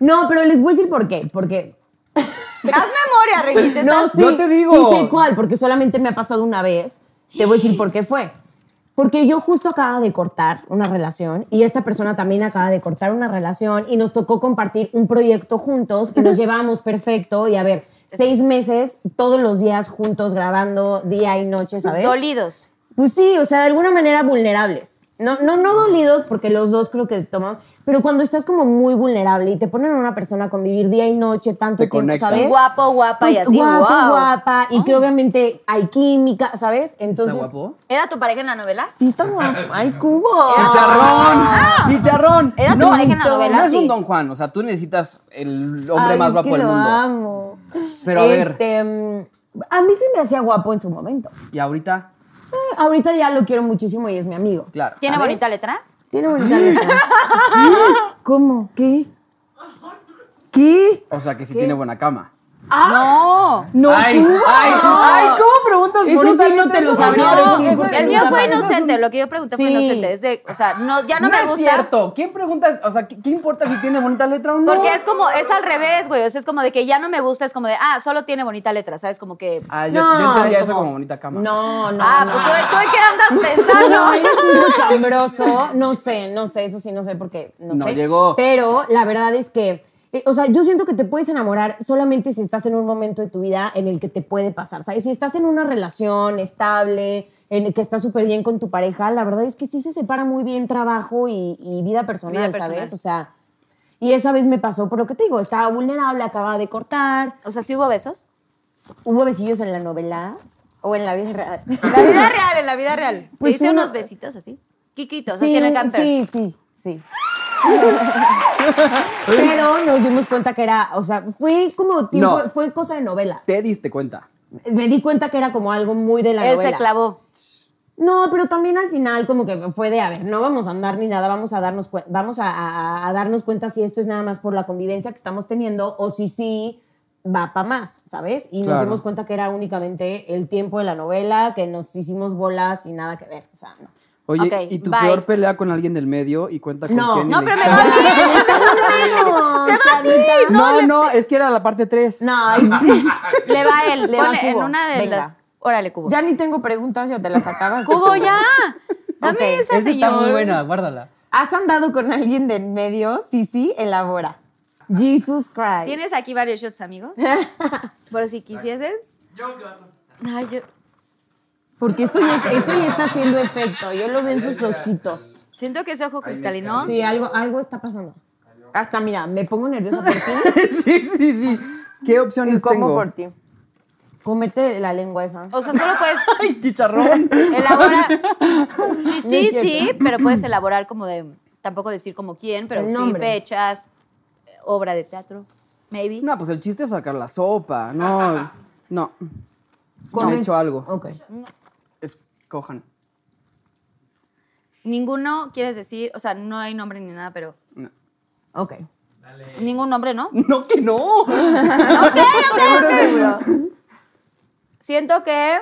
D: No, pero les voy a decir por qué. Porque.
B: Haz memoria, Reni. [LAUGHS] te
D: No,
B: estás-
D: sí,
C: Yo te digo.
D: Sí sé cuál, porque solamente me ha pasado una vez. Te voy a decir por qué fue. Porque yo justo acaba de cortar una relación y esta persona también acaba de cortar una relación y nos tocó compartir un proyecto juntos
B: [LAUGHS]
D: y nos llevamos perfecto y a ver, seis meses todos los días juntos grabando día y noche, ¿sabes?
B: Dolidos.
D: Pues sí, o sea, de alguna manera vulnerables. No, no, no dolidos, porque los dos creo que tomamos, pero cuando estás como muy vulnerable y te ponen a una persona a convivir día y noche
C: Te
D: tanto tiempo,
C: conectas.
D: ¿sabes?
B: Guapo, guapa y
D: Pues,
B: así. Oh.
D: Guapo,
B: wow.
D: guapa, y que obviamente hay química, ¿sabes? Entonces.
C: ¿Está guapo?
B: ¿Era tu pareja en la novela?
D: Sí,
C: [LAUGHS]
D: está guapo. ¡Ay, cubo!
C: ¡Ah! ¡Chicharrón! ¡Chicharrón!
B: Era tu pareja en la
C: no,
B: novela,
C: No es
B: sí.
C: un Don Juan, o sea, tú necesitas el hombre
D: Ay,
C: más
D: es
C: guapo
D: que
C: del
D: lo
C: mundo.
D: amo.
C: Pero a ver.
D: Este, mm, a mí se me hacía guapo en su momento.
C: Y ahorita,
D: Eh, Ahorita ya lo quiero muchísimo y es mi amigo.
C: claro.
B: ¿Tiene
D: ¿Sabes?
B: bonita letra?
C: [LAUGHS]
D: Tiene bonita letra. ¿Cómo? ¿Qué? ¿Qué?
C: O sea, que sí tiene buena cama.
B: No.
D: No,
C: ¡Ay!
D: tú.
C: ¡Ay! ¡Ay! ¿Cómo preguntas
D: Eso
C: bonita
D: sí no
C: letra?
D: te lo
C: Eso
D: sabría
C: no,
D: decir,
C: eso-
D: porque
B: El mío
D: nunca
B: fue
D: más.
B: inocente, lo que yo pregunté fue
D: Sí.
B: inocente. Es de, o sea, no, ya no,
C: No,
B: me
C: es
B: gusta.
C: cierto. ¿Quién pregunta? O sea, ¿qué, qué importa si tiene bonita letra o no?
B: Porque es como, es al revés, güey. O sea, es como de que ya no me gusta, es como de, ah, solo tiene bonita letra, ¿sabes? Como que.
C: Ah, yo, yo
D: No,
C: entendía
D: es
C: eso
D: como-
C: como bonita cama.
D: No, no.
B: ah,
D: no.
B: pues tú, tú en qué andas pensando.
D: [LAUGHS] Ah, No, eres un cochambroso. No sé, no sé, eso sí, no sé porque no,
C: No
D: sé.
C: llegó.
D: Pero la verdad es que, eh, o sea, yo siento que te puedes enamorar solamente si estás en un momento de tu vida en el que te puede pasar. ¿Sabes? Si estás en una relación estable, en el que estás súper bien con tu pareja, la verdad es que sí se separa muy bien trabajo y, y vida personal,
B: Vida
D: ¿sabes?
B: personal.
D: O sea. Y esa vez me pasó por lo que te digo, estaba vulnerable, acababa de cortar,
B: O sea, si hubo besos.
D: hubo besillos en la novela o en la
B: [LAUGHS]
D: vida real.
B: En la
D: [LAUGHS]
B: vida real, en la vida real.
D: Pues
B: Te hice
D: uno-
B: unos besitos así. Quiquitos, así en el camper.
D: Sí, sí, sí. Pero nos dimos cuenta que era, o sea, fue como tiempo,
C: No.
D: fue cosa de novela.
C: Te diste cuenta.
D: Me di cuenta que era como algo muy de la
B: Él
D: novela.
B: se clavó.
D: No, pero también al final como que fue de, a ver, no vamos a andar ni nada, vamos a darnos cuen- vamos a, a- a darnos cuenta si esto es nada más por la convivencia que estamos teniendo o si sí va para más, ¿sabes? Y nos
C: Claro.
D: dimos cuenta que era únicamente el tiempo de la novela, que nos hicimos bolas y nada que ver, o sea, no.
C: Oye,
B: Ok,
C: ¿y tu
B: bye.
C: peor pelea con alguien del medio y cuenta con
D: No,
C: Kenny
B: No,
C: la [LAUGHS]
B: pero me va
C: historia?
B: a ti.
D: ¡Te
C: No, no, es que era la parte 3.
D: No, ay, sí.
B: Le va a él.
D: Le va
B: Ponle en
D: cubo.
B: una de
D: Venga.
B: las. Órale, cubo.
D: Ya ni tengo preguntas, ya te las acabas. de
B: Cubo
D: comer.
B: ya. Dame
D: Ok,
B: esa,
C: Esa
B: señor.
C: está muy buena, guárdala. [LAUGHS]
D: ¿Has andado con alguien de en medio? Sí, sí, elabora. Jesus Christ.
B: Tienes aquí varios shots, amigo. Por si quisieses. Ay, yo
D: Porque esto ya, está- esto ya está haciendo efecto. Yo lo veo en sus ojitos.
B: siento que ese ojo cristalino.
D: Sí, algo, algo está pasando. Hasta mira, me pongo nerviosa
C: [LAUGHS]
D: por ti
C: sí, sí, sí. ¿Qué
D: y
C: opciones
D: como
C: tengo?
D: por ti. Comerte la lengua esa.
B: O sea, solo puedes [LAUGHS]
C: Ay, chicharrón.
B: elaborar. Sí, sí,
D: es cierto.
B: sí, pero puedes elaborar como de. Tampoco decir como quién, pero
D: El
B: sí
D: nombre.
B: fechas, eh, obra de teatro, maybe.
C: no, pues el chiste es sacar la sopa. No, no.
D: Comes-
C: Me he hecho algo.
D: Ok.
C: Escojan. [LAUGHS]
B: Ninguno quieres decir, o sea, no hay nombre ni nada, pero.
D: Ok.
B: Ningún nombre, ¿no?
C: No, que no.
D: Seguro, seguro.
B: Siento que.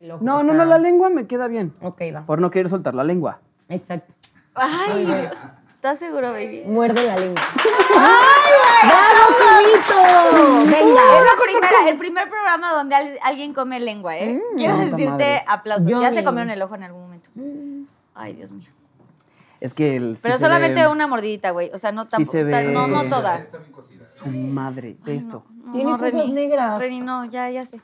C: No, no, no, la lengua me queda bien.
D: Ok, va.
C: Por no querer soltar la lengua.
D: Exacto.
B: Ay, ¿estás seguro, baby?
D: Muerde la
B: [LAUGHS]
D: lengua. ¡Bravo, Carlito!
B: Es
D: Venga.
B: la primera, el primer programa donde al- alguien come lengua, ¿eh? Quiero
C: Santa
B: decirte
C: madre.
B: aplausos.
D: Yo
B: ya se
D: ni-
B: comieron el ojo en algún momento. Ay, Dios mío.
C: Es que el. sí
B: Pero
C: se
B: solamente
C: ve
B: una mordidita, güey. O sea, no
C: Sí
B: tampoco.
C: se ve.
B: No, no toda.
C: Su madre, de esto.
D: Tiene
B: no,
D: cosas
B: Reni.
D: negras.
B: Reni, no, ya, ya sé.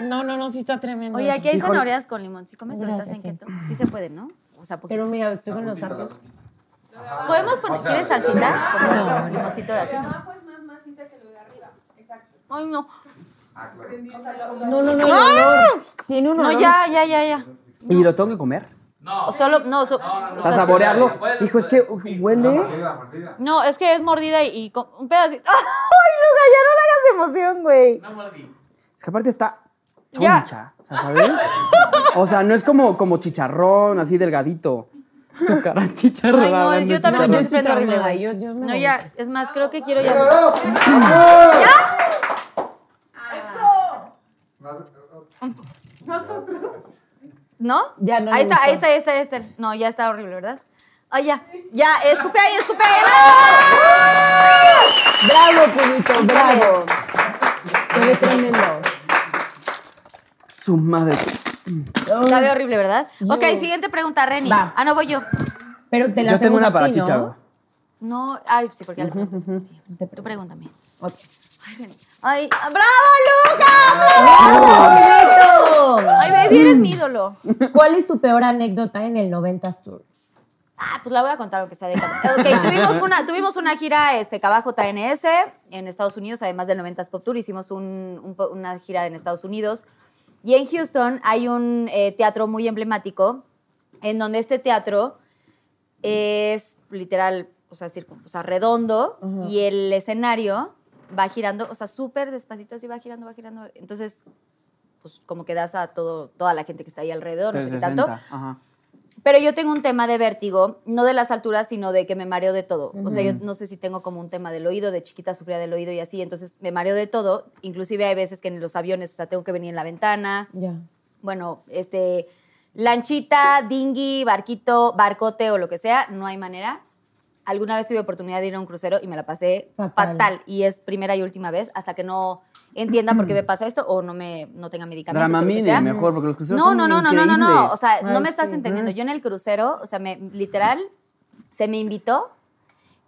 D: No, no, no, sí está tremendo.
B: Oye, aquí hay
C: Híjole.
B: zanahorias con limón. ¿Sí comes o estás en
D: Gracias, sí.
B: keto? Sí se puede, ¿no? O sea, porque.
D: Pero mira, estoy con los arcos.
B: ¿Podemos poner, quieres salsita? Como limoncito de así. Ay, no.
D: No, no, no.
B: ¡Ah!
D: Tiene un
B: No,
D: olor.
B: ya, ya, ya, ya.
C: ¿Y lo tengo que comer?
B: O Solo, no, so- o
C: O
B: sea,
C: sea, saborearlo. Hijo, es que huele.
B: No, es que es mordida y, y co- un pedacito. [LAUGHS] ¡Ay, Luga, ya no le hagas emoción, güey!
C: Es que aparte está
B: Ya.
C: choncha, o sea, ¿sabes? O sea, no es como, como chicharrón, así delgadito. Tu cara [LAUGHS] chicharrón.
B: Ay, no, es- yo también
D: no,
B: estoy
D: yo estoy
B: sufriendo horrible,
D: traumada,
B: güey.
D: yo- yo me
B: No,
D: voy.
B: ya, es más, creo que quiero ya. ¿No?
D: Ya, no
B: Ahí
D: me
B: está,
D: gustó.
B: ahí está, ahí está, ahí está. No, ya está horrible, ¿verdad? Ay, ya. Ya, escupe ahí, escupe
D: [LAUGHS]
B: ahí. ¡Ah!
D: Bravo, Pulito, bravo. Se ve tremendo.
C: Su madre.
B: Sabe horrible, ¿verdad? Ok, siguiente pregunta, Reni.
D: Va.
B: Ah, no, voy yo.
D: Pero te la
C: Yo tengo una
D: hacemos a
C: para
D: ti,
C: ti,
D: ¿no?
C: chavo.
B: No, ay, sí, porque ya le pregunté. Sí. Tú pregúntame.
D: Ok.
B: Ay, ven. Ay, ah, ¡Bravo, Lucas! ¡Bravo! Ay, baby, eres mi ídolo. [LAUGHS]
D: ¿Cuál es tu peor anécdota en el 90s Tour?
B: Ah, pues la voy a contar lo que sea de Cabajo. Ok, tuvimos una, tuvimos una gira este, Cabajo TNS en Estados Unidos, además del 90s Pop Tour, hicimos un- un po- una gira en Estados Unidos. Y en Houston hay un eh, teatro muy emblemático, en donde este teatro es literal, o sea, circu- o sea, redondo, y el escenario va girando, o sea, súper despacito, así va girando, va girando. Entonces, pues como que das a todo, toda la gente que está ahí alrededor, no sé qué tanto.
E: 360, Ajá.
B: Pero yo tengo un tema de vértigo, no de las alturas, sino de que me mareo de todo. O sea, yo no sé si tengo como un tema del oído, de chiquita sufría del oído y así, entonces me mareo de todo. Inclusive hay veces que en los aviones, o sea, tengo que venir en la ventana.
D: Ya.
B: Bueno, este, lanchita, dinghy, barquito, barcote o lo que sea, no hay manera. Alguna vez tuve oportunidad de ir a un crucero y me la pasé
D: Fatal.
B: fatal. Y es primera y última vez hasta que no entienda
E: [CLEARS THROAT]
B: por qué me pasa esto o no me no tenga medicamentos. o lo que
E: Dramamine,
B: sea.
E: mejor, porque los cruceros
B: no,
E: son
B: no, no, no, no, no, no.
E: increíbles.
B: O sea, no
D: Ay,
B: me estás
D: sí.
B: entendiendo. Yo en el crucero, o sea, me, literal, se me invitó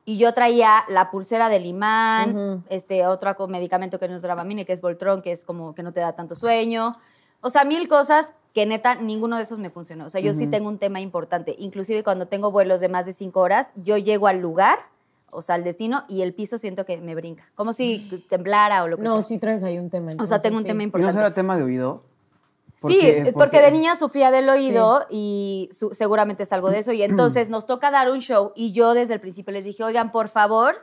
B: y yo traía la pulsera del imán, este otro aco- medicamento que no es Dramamine, que es Voltron, que es como que no te da tanto sueño. O sea, mil cosas que neta ninguno de esos me funcionó. O sea, yo sí tengo un tema importante. Inclusive cuando tengo vuelos de más de cinco horas, yo llego al lugar, o sea, al destino, y el piso siento que me brinca. Como si temblara o lo que
D: No,
B: sea.
D: sí traes ahí un tema.
B: o sea,
D: entonces,
B: tengo un
D: sí.
B: tema
E: ¿Y Mm. no
B: importante.
E: será tema de oído? ¿Por
B: Sí,
E: qué?
B: porque
E: ¿Por qué?
B: de niña sufría del oído y su- seguramente es algo de eso. Y entonces nos toca dar un show y yo desde el principio les dije, oigan, por favor,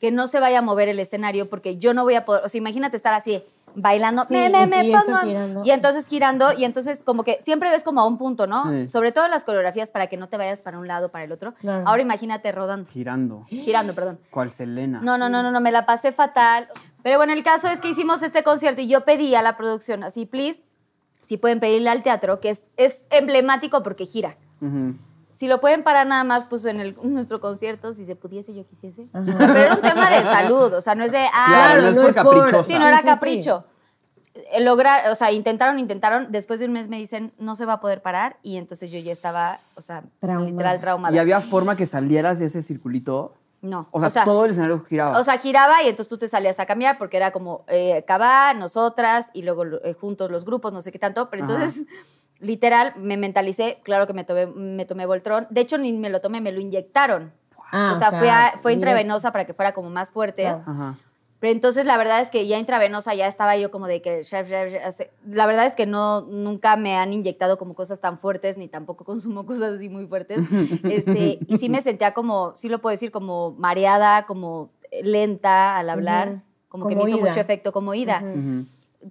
B: que no se vaya a mover el escenario porque yo no voy a poder, o sea, imagínate estar así bailando,
D: Sí,
B: me, me,
D: y-
B: me
D: y esto
B: pongo.
D: girando.
B: Y entonces girando y entonces como que siempre ves como a un punto, ¿no?
E: Sí.
B: Sobre todo en las coreografías para que no te vayas para un lado, para el otro.
D: Claro.
B: Ahora imagínate rodando,
E: Girando.
B: girando, perdón.
E: ¿Cuál Selena?
B: No, no, no, no, no, me la pasé fatal. Pero bueno, el caso es que hicimos este concierto y yo pedí a la producción, así, please, si pueden pedirle al teatro, que es, es emblemático porque gira.
E: Ujú.
B: Si lo pueden parar nada más, pues en el- nuestro concierto, si se pudiese, yo quisiese. O sea, pero era un tema de salud, o sea, no es de, ah,
E: Claro, no es por caprichosa.
B: sí, no
D: Sí,
B: era
D: sí,
B: capricho. Eh, Lograr, o sea, intentaron, intentaron, después de un mes me dicen, no se va a poder parar, y entonces yo ya estaba, o sea,
D: Traumada.
B: literal traumada.
E: ¿Y había forma que salieras de ese circulito?
B: No,
E: O sea,
B: o sea,
E: todo el escenario giraba.
C: Oh.
B: O sea, giraba y entonces tú te salías a cambiar porque era como eh, Cabá, nosotras y luego eh, juntos los grupos, no sé qué tanto. Pero entonces, [LAUGHS] literal, me mentalicé. Claro que me tomé, me tomé Voltron. De hecho, ni me lo tomé, me lo inyectaron.
D: Ah,
B: o sea, fue, a- fue
D: directo.
B: intravenosa para que fuera como más fuerte.
D: Claro.
E: Ajá.
B: Pero entonces la verdad es que ya intravenosa ya estaba yo como de que chef, chef, chef, hace- la verdad es que no nunca me han inyectado como cosas tan fuertes ni tampoco [LAUGHS] consumo cosas así muy fuertes. Este, y sí me sentía como sí lo puedo decir como mareada, como lenta al hablar,
D: Ujú.
B: como, que
D: Como
B: me hizo
D: ida.
B: mucho efecto como ida.
E: Ujú.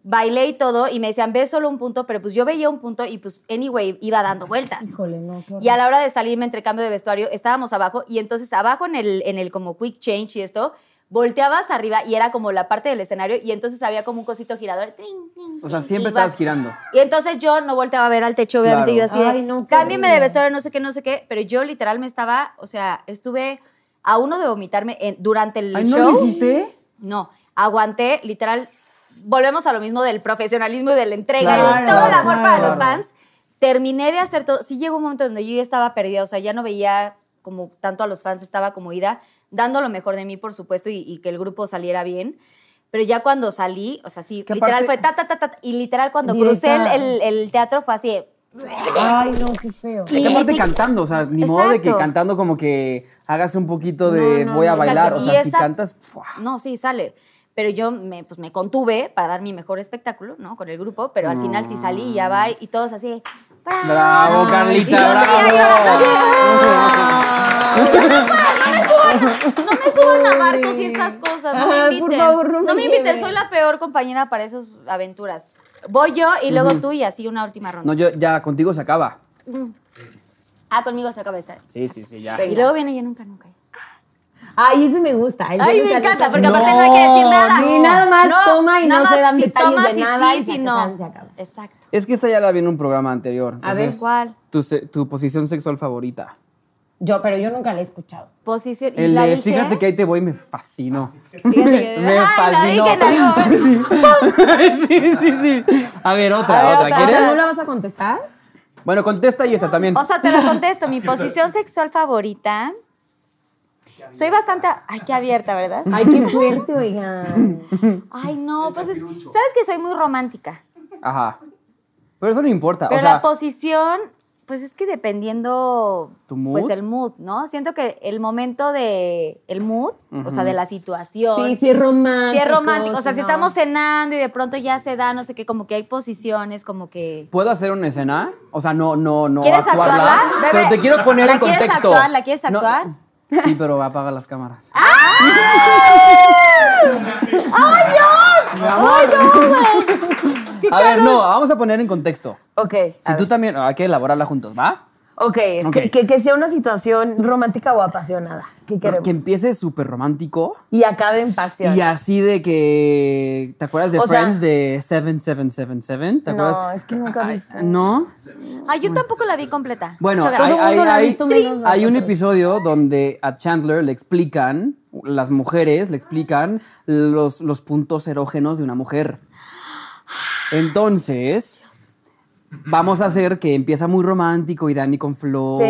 B: Bailé y todo y me decían, "Ve solo un punto", pero pues yo veía un punto y pues anyway iba dando vueltas.
D: Híjole, no. qué horror.
B: Y a la hora de salirme entre cambio de vestuario, estábamos abajo y entonces abajo en el, en el como quick change y esto, volteabas arriba y era como la parte del escenario y entonces había como un cosito girador. tin, tin,
E: O sea,
B: tin,
E: siempre
B: y vas-
E: estabas girando.
B: Y entonces yo no volteaba a ver al techo, obviamente
E: Claro.
B: yo así de,
D: Ay, no, qué
B: cámbiame
D: horrible".
B: de vestuario, no sé qué, no sé qué, pero yo literal me estaba, o sea, estuve a uno de vomitarme en- durante el
E: Ay, ¿no
B: show.
E: lo hiciste?
B: No, aguanté, literal, volvemos a lo mismo del profesionalismo y de la entrega
E: Claro,
B: y de todo el
E: claro,
B: amor
D: claro.
B: para los fans. Terminé de hacer todo. Sí llegó un momento donde yo ya estaba perdida, o sea, ya no veía como tanto a los fans, estaba como ida, dando lo mejor de mí, por supuesto, y, y que el grupo saliera bien. Pero ya cuando salí, o sea, sí,
E: Que
B: literal
E: aparte-
B: fue ta, ta, ta, ta, ta, y literal cuando
D: Directa.
B: crucé el, el- el teatro fue así. de-
D: Ay, no, qué feo.
B: Y-
E: Y aparte
B: sí-
E: cantando, o sea, ni modo de que
B: Exacto.
E: cantando como que hagas un poquito de
D: No, no,
E: voy a
D: no,
E: bailar.
B: exacto.
E: O
B: Y
E: sea, si
B: esa-
E: cantas, ¡pua!
B: No, sí, sale. Pero yo me, pues, me contuve para dar mi mejor espectáculo, ¿no? Con el grupo, pero al final sí salí y ya va y todos así. de, ¡Bravo,
E: ¡Bravo,
B: Y yo
E: Carlita!
B: seguía llorando así, No me suban a barcos y estas cosas. No me
D: Ay, por
B: inviten.
D: favor, no me
B: me inviten.
D: lleven.
B: Soy la peor compañera para esas aventuras. Voy yo y luego tú y así una última
E: No,
B: ronda.
E: yo ya contigo se acaba.
B: Ah, conmigo se acaba de estar.
E: Sí, sí, sí, ya.
B: Y luego viene yo nunca, nunca.
D: Ay, ese me gusta. el
B: Ay,
D: yo
B: me
D: nunca,
B: encanta,
D: nunca,
B: porque
D: nunca.
B: aparte no hay que decir nada.
D: no. Y nada más toma y no se dan
B: si
D: detalles de
B: tomas, si
D: nada y
B: sí,
D: se
B: si
D: acaba,
B: no.
D: se acaba.
B: Exacto.
E: Es que esta ya la vi en un programa anterior.
D: A
E: entonces,
D: ver.
B: ¿Cuál?
E: Tu, se- tu posición sexual favorita.
D: Yo, pero yo nunca la he escuchado.
B: Posición. Y
E: El
B: la
E: de
B: dije. ¿eh? Ah,
E: fíjate que ahí te voy me fascinó. [LAUGHS]
B: Fíjate que- Ay,
E: Me
B: la
E: fascinó.
B: dije en algo.
E: [LAUGHS] sí, sí, sí. A ver, otra,
B: A ver,
E: otra.
B: otra.
E: ¿Quieres?
D: ¿No la vas a contestar?
E: Bueno, contesta y esa
D: [LAUGHS]
E: también.
B: O sea, te la contesto. Mi posición sexual favorita. Soy bastante. Ay, qué abierta, ¿verdad?
D: Ay, qué fuerte, oigan.
B: Ay, no, pues es- sabes que soy muy romántica.
C: Ajá. Pero eso no importa.
B: Pero
C: o sea,
B: la posición, pues es que dependiendo
C: ¿Tu mood?
B: pues el mood, ¿no? Siento que el momento de el mood, o sea, de la situación.
D: Sí, sí es romántico.
B: Si es romántico, o sea, si
D: no.
B: estamos cenando y de pronto ya se da, no sé qué, como que hay posiciones, como que...
C: ¿puedo hacer una escena? O sea, no, no, no.
B: ¿Quieres
C: actuarla,
B: actuarla? Bebé,
C: Pero te quiero poner
B: ¿la
C: en
B: quieres
C: contexto.
B: actuar? ¿La quieres
C: No-
B: actuar? Ah,
C: sí, pero apaga
B: [LAUGHS]
C: las cámaras. A ver, no, vamos a poner en contexto.
D: Ok. a
C: Si tú
D: ver.
C: también, hay que elaborarla juntos, ¿va?
D: Ok,
C: Ok.
D: Que, que- que sea una situación romántica o apasionada. ¿Qué queremos?
C: Que empiece súper romántico
D: Y acabe en pasión.
C: y así de que. ¿Te acuerdas de
D: O sea-
C: Friends de 7777? ¿Te
D: No,
C: acuerdas?
D: es que nunca vi
C: Ay,
D: Friends.
C: ¿No?
B: Ay, yo tampoco la vi completa.
C: Bueno,
B: Mucho
C: hay,
B: gra-
D: Todo
C: hay-
D: mundo la ha
C: hay-
D: visto menos
C: hay un
D: nosotros.
C: episodio donde a Chandler le explican, las mujeres le explican los, los puntos erógenos de una mujer. Entonces, vamos a hacer que empieza muy romántico y Dani con flores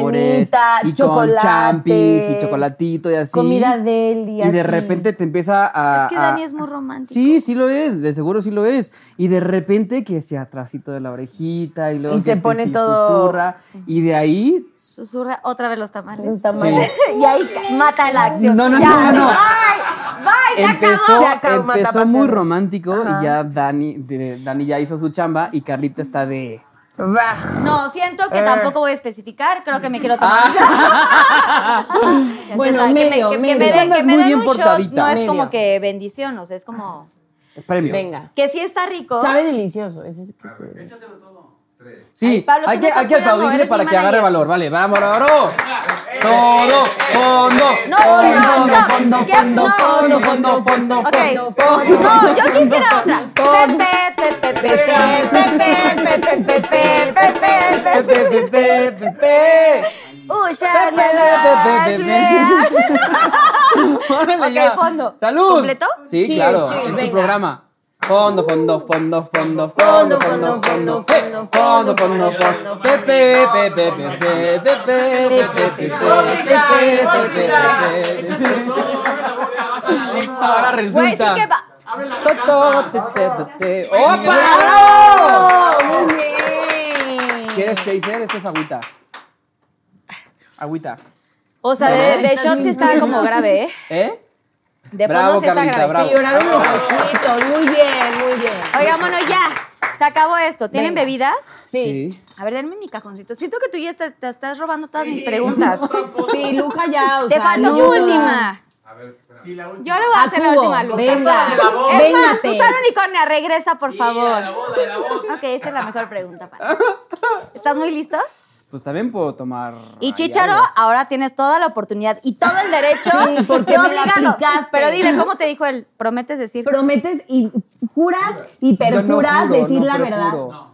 D: Cenita,
C: y con
D: chocolates,
C: champis y chocolatito y así.
D: comida deli,
C: Y
D: así.
C: de repente te empieza a...
B: Es que
C: a-
B: Dani es muy romántico.
C: ah, Sí, sí lo es, de seguro sí lo es. Y de repente que se atrasito de la orejita y luego
D: Y
C: que
D: se
C: te
D: pone
C: sí
D: todo-
C: susurra. Y de ahí.
B: Susurra otra vez los tamales.
D: Los tamales.
B: y ahí ca- mata la acción.
C: No, no,
B: Ya,
C: no, no, no.
B: Bye, bye, se
C: Empezó,
B: acabó.
D: Se acabó, mata
C: empezó muy
D: pasiones.
C: romántico
D: Ajá.
C: y ya Dani, de- Dani ya hizo su chamba y Carlita está de.
D: Bah.
B: No, siento que
D: Eh.
B: tampoco voy a especificar. Creo que me quiero tomar.
C: [LAUGHS]
D: Bueno,
B: que me-
D: medio,
B: que- que
D: medio.
B: me
C: que
D: Es
B: den-
C: andas
B: que me
C: muy
B: den
C: bien
B: un shot
C: portadita.
B: No es
D: Medio.
B: como que bendición, o sea, es como
C: Es premio.
D: Venga.
B: que sí está rico.
D: [LAUGHS] Sabe delicioso. ese es que se-
C: Sí,
B: Ay, Pablo,
C: hay
B: tú me
C: que,
B: estás
C: hay que
B: cuidando,
C: aplaudirle
B: eres
C: para
B: mi
C: que agarre
B: manager.
C: valor. Vale, vamos, bárbaro. Todo, fondo,
B: No, no,
C: fondo,
B: no.
C: fondo,
B: ¿Qué?
C: fondo,
B: No.
C: fondo, fondo, fondo,
B: Ok.
C: fondo,
B: No, yo quisiera otra. Pepe, pepe, pepe, pepe, pepe, pepe, pepe, pepe.
C: Pe, pe, pe, pe, pe.
B: Uy, ya
C: Pepe,
B: no
C: pepe,
B: más.
C: [LAUGHS] Órale,
B: Ok,
C: ya.
B: fondo.
C: ¡Salud!
B: ¿Completo?
C: Sí,
D: Cheers,
C: claro.
D: cheers,
C: es tu
D: venga.
C: programa. Fondo, fondo, fondo, fondo, fondo, fondo, fondo, fe, fondo, fondo, fondo, pepe, pepe, pepe, pepe, pepe, pepe, pepe, pepe, pepe. Ahora
B: Güey, sí
C: resulta.
B: que va.
C: Toto, te, te, te, te. ¡Opa!
D: Muy bien.
C: ¿Quieres chaser? Esto es agüita. Agüita.
B: O sea, de, de shot sí está como grave, ¿eh?
C: ¿Eh?
B: De
C: Bravo,
B: fondo sí está
C: Carlita,
B: grave.
C: bravo.
D: Y lloraron los ojitos. Muy bien, muy bien.
B: Oigan, bueno, ya. Se acabó esto. ¿Tienen
D: Venga.
B: bebidas?
C: Sí.
B: A ver, denme mi cajoncito. Siento que tú ya estás- te estás robando todas mis
D: [LAUGHS]
B: preguntas.
D: Sí, Luja ya, o
B: Te
D: sea.
B: falta tu
D: no.
B: última. Yo le voy a
D: A
B: hacer la
D: cubo,
B: última Luca.
D: venga.
B: Es más,
D: Véngate.
B: Susana Unicornia, regresa, por favor. Ok, esta es la mejor pregunta para ti. ¿Estás muy listo?
C: Pues también puedo tomar.
B: Y
C: ahí
B: Chicharo,
C: algo.
B: ahora tienes toda la oportunidad y todo el derecho
D: Sí, porque
B: de
D: me la
B: obligarlo.
D: aplicaste.
B: Pero dile, ¿cómo te dijo él? ¿Prometes decir?
D: Prometes y juras y
C: Yo no
D: perjuras
C: juro,
D: decir
C: no
D: la verdad.
C: perjuro.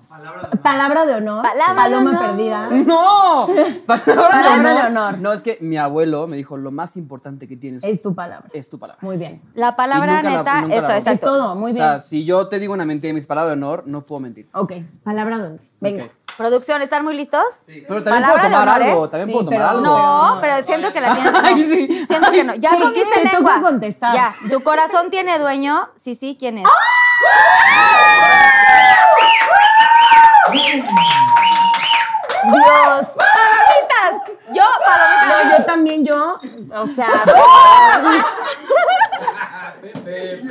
D: Palabra de honor.
B: Palabra
D: paloma
B: de honor.
D: perdida.
C: ¡No! [LAUGHS] Palabra de
D: Palabra de
C: honor.
D: honor.
C: No, es que mi abuelo me dijo, lo más importante que tienes es,
D: Es tu palabra.
C: tu palabra.
D: Muy bien.
B: La
C: Y
B: palabra
C: nunca la-
B: neta,
C: nunca la
B: eso,
C: voy a
B: exacto.
D: Es todo, muy
C: o
D: bien.
C: sea, si yo te digo una mentira y mis palabras de honor, no puedo mentir.
D: ok, palabra de honor. Venga.
C: Ok.
B: Producción, ¿están muy listos? Sí.
C: Pero también puedo tomar algo, también
D: Sí,
C: puedo tomar
D: pero
C: algo. [LAUGHS]
B: No, pero siento que la tienes. no.
C: Ay, sí.
B: Siento que no. Ya
D: Sí,
B: comiste
D: ¿qué? Te
B: lengua.
D: toca contestar.
B: Ya. ¿Tu corazón tiene dueño? Sí, sí, ¿quién es?
D: Dios.
B: ¡Palomitas! Yo, palomitas.
D: No, yo también, yo. O sea,
B: Pepe,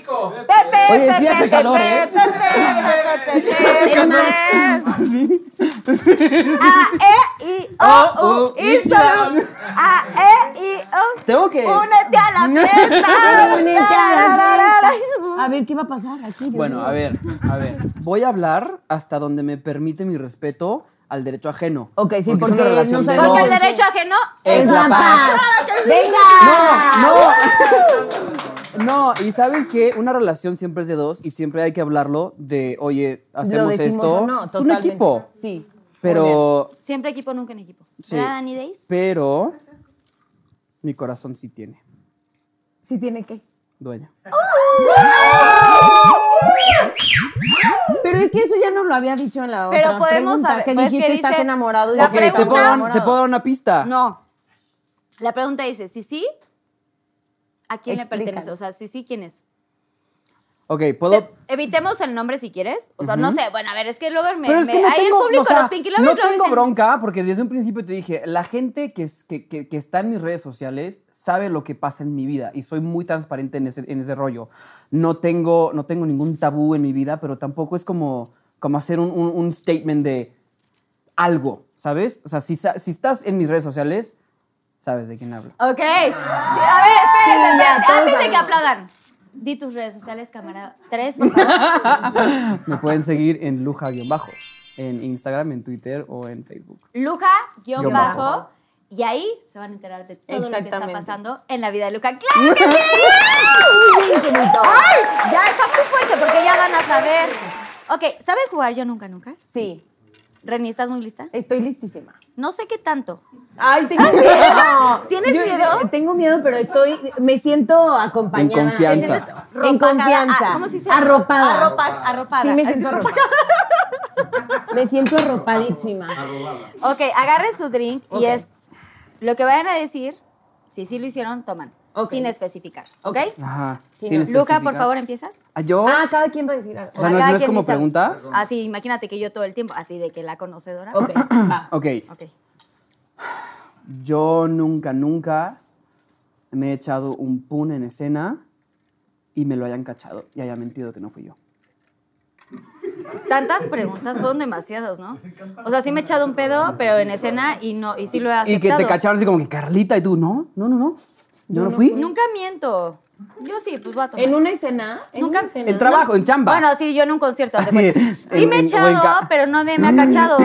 C: Oye, sí
B: Pepe,
C: hace
B: Pepe,
C: calor, ¿eh?
B: Pepe, Pepe,
C: [LAUGHS]
B: Pepe,
D: Es más.
B: Pepe. A, E, I,
C: Oh,
B: O, U,
C: O, U,
B: Insolu. A, E, I, O.
C: [LAUGHS] Tengo que-
B: Únete a
C: [LAUGHS]
B: la fiesta.
D: Únete a la
B: fiesta.
D: a ver qué va a pasar aquí. Dios
C: Bueno,
D: mío?
C: a ver, a ver. Voy a hablar hasta donde me permite mi respeto al derecho ajeno.
D: Ok, sí,
C: es
D: porque
C: una relación
D: no
C: de
D: sabemos-
B: Porque el
C: dos.
B: derecho ajeno
C: Es la paz.
D: Venga.
C: No, y sabes que una relación siempre es de dos y siempre hay que hablarlo de, oye,
D: Lo
C: hacemos
D: decimos
C: esto.
D: o no,
C: es un
D: totalmente.
C: equipo.
D: Sí. Muy
C: Pero,
B: Siempre equipo, nunca en equipo.
C: Sí.
B: ¿Verdad, Dani Days?
C: pero, mi corazón sí tiene
D: bien. Sí tiene que.
C: dueño.
D: Pero es que eso ya nos lo había dicho en la otra
B: Pero podemos
D: pregunta,
B: saber,
D: que
B: pues,
D: dijiste
B: que
D: estás
B: dice-
D: enamorado y
B: La
C: Ok, ¿te puedo,
B: pregunta-
C: dar, te puedo dar una pista?
B: No. La pregunta dice, si sí, ¿a quién le
D: Explícalo.
B: pertenece? O sea, si sí, ¿quién es?
C: Ok, puedo.
B: Te- evitemos el nombre si quieres. O sea, no sé. Bueno, a ver, es que luego me.
C: Pero es
B: me-
C: que no
B: ahí
C: tengo,
B: el público,
C: o sea,
B: los Pinky Lovers
C: no
B: luego
C: tengo
B: dicen,
C: bronca porque desde un principio te dije, la gente que, es- que, que- que está en mis redes sociales sabe lo que pasa en mi vida y soy muy transparente en ese, en ese rollo. No tengo, no tengo ningún tabú en mi vida, pero tampoco es como, como hacer un, un- un statement de algo, ¿sabes? O sea, si, sa- si estás en mis redes sociales, sabes de quién hablo.
B: Ok. Sí, a ver, espérense,
D: Sí, ya,
B: espérense,
D: todos
B: Antes de que
D: sabemos.
B: aplaudan. Di tus redes sociales, camarada. Tres, por
D: [LAUGHS]
B: favor.
C: Me pueden seguir en luja-bajo, en Instagram, en Twitter o en Facebook.
B: Luca, guión
C: Guión
B: bajo.
C: bajo.
B: Y ahí se van a enterar de todo lo que está
D: Exactamente.
B: pasando en la vida de Luca.
D: [LAUGHS]
B: ¡Claro que sí! [LAUGHS] ¡Ay! Ya está muy fuerte porque ya van a saber. Ok, ¿saben jugar yo nunca, nunca?
D: Sí,
B: Reni, ¿estás muy lista?
D: estoy listísima.
B: No sé qué tanto. ¿Ah, [LAUGHS]
D: Ay, tengo miedo.
B: ¿Tienes miedo?
D: eh, Tengo miedo, pero estoy, me siento acompañada.
C: En
B: ¿Te
C: confianza.
B: sientes
C: Danza.
D: En
B: ropajada?
D: confianza.
B: Ah, ¿Cómo se dice?
D: Arropada.
B: Arropa- arropada.
D: Sí, [LAUGHS] me siento arropada. [LAUGHS] Me siento arropadísima.
B: Ok, agarren su drink y es lo que vayan a decir. Si sí lo hicieron, toman.
D: Ok.
B: Sin especificar. ¿Ok?
C: Ajá.
D: Sí,
C: sin
D: no.
B: Luca, por
C: especificar.
B: favor, empiezas.
C: Ah, Yo,
D: Ah, cada quien va a decir
C: o
D: algo.
C: sea, no,
B: Cada
C: no es
B: quien
C: como
B: dice-
C: preguntas.
B: Así, imagínate que yo todo el tiempo, así de que la conocedora.
D: Ok, va.
C: Ok,
B: Ok.
C: yo nunca, nunca me he echado un pun en escena y me lo hayan cachado y haya mentido que no fui yo.
B: Tantas preguntas, fueron demasiados, ¿no? O sea, sí me he echado un pedo, pero en escena y no, y sí lo he aceptado.
C: Y que te cacharon así como que Carlita y tú, no, no, no, no, yo no fui.
B: Nunca miento. Yo sí, pues voy a tomar.
D: En una escena. en
B: Nunca-
D: una escena.
C: En trabajo, en chamba.
B: Bueno, sí, yo en un concierto. haz de
C: [LAUGHS] Así,
B: cuenta. Sí
C: en-
B: me he
C: en- o en
B: echado,
C: ca-
B: pero no me, me ha
C: [LAUGHS]
B: cachado.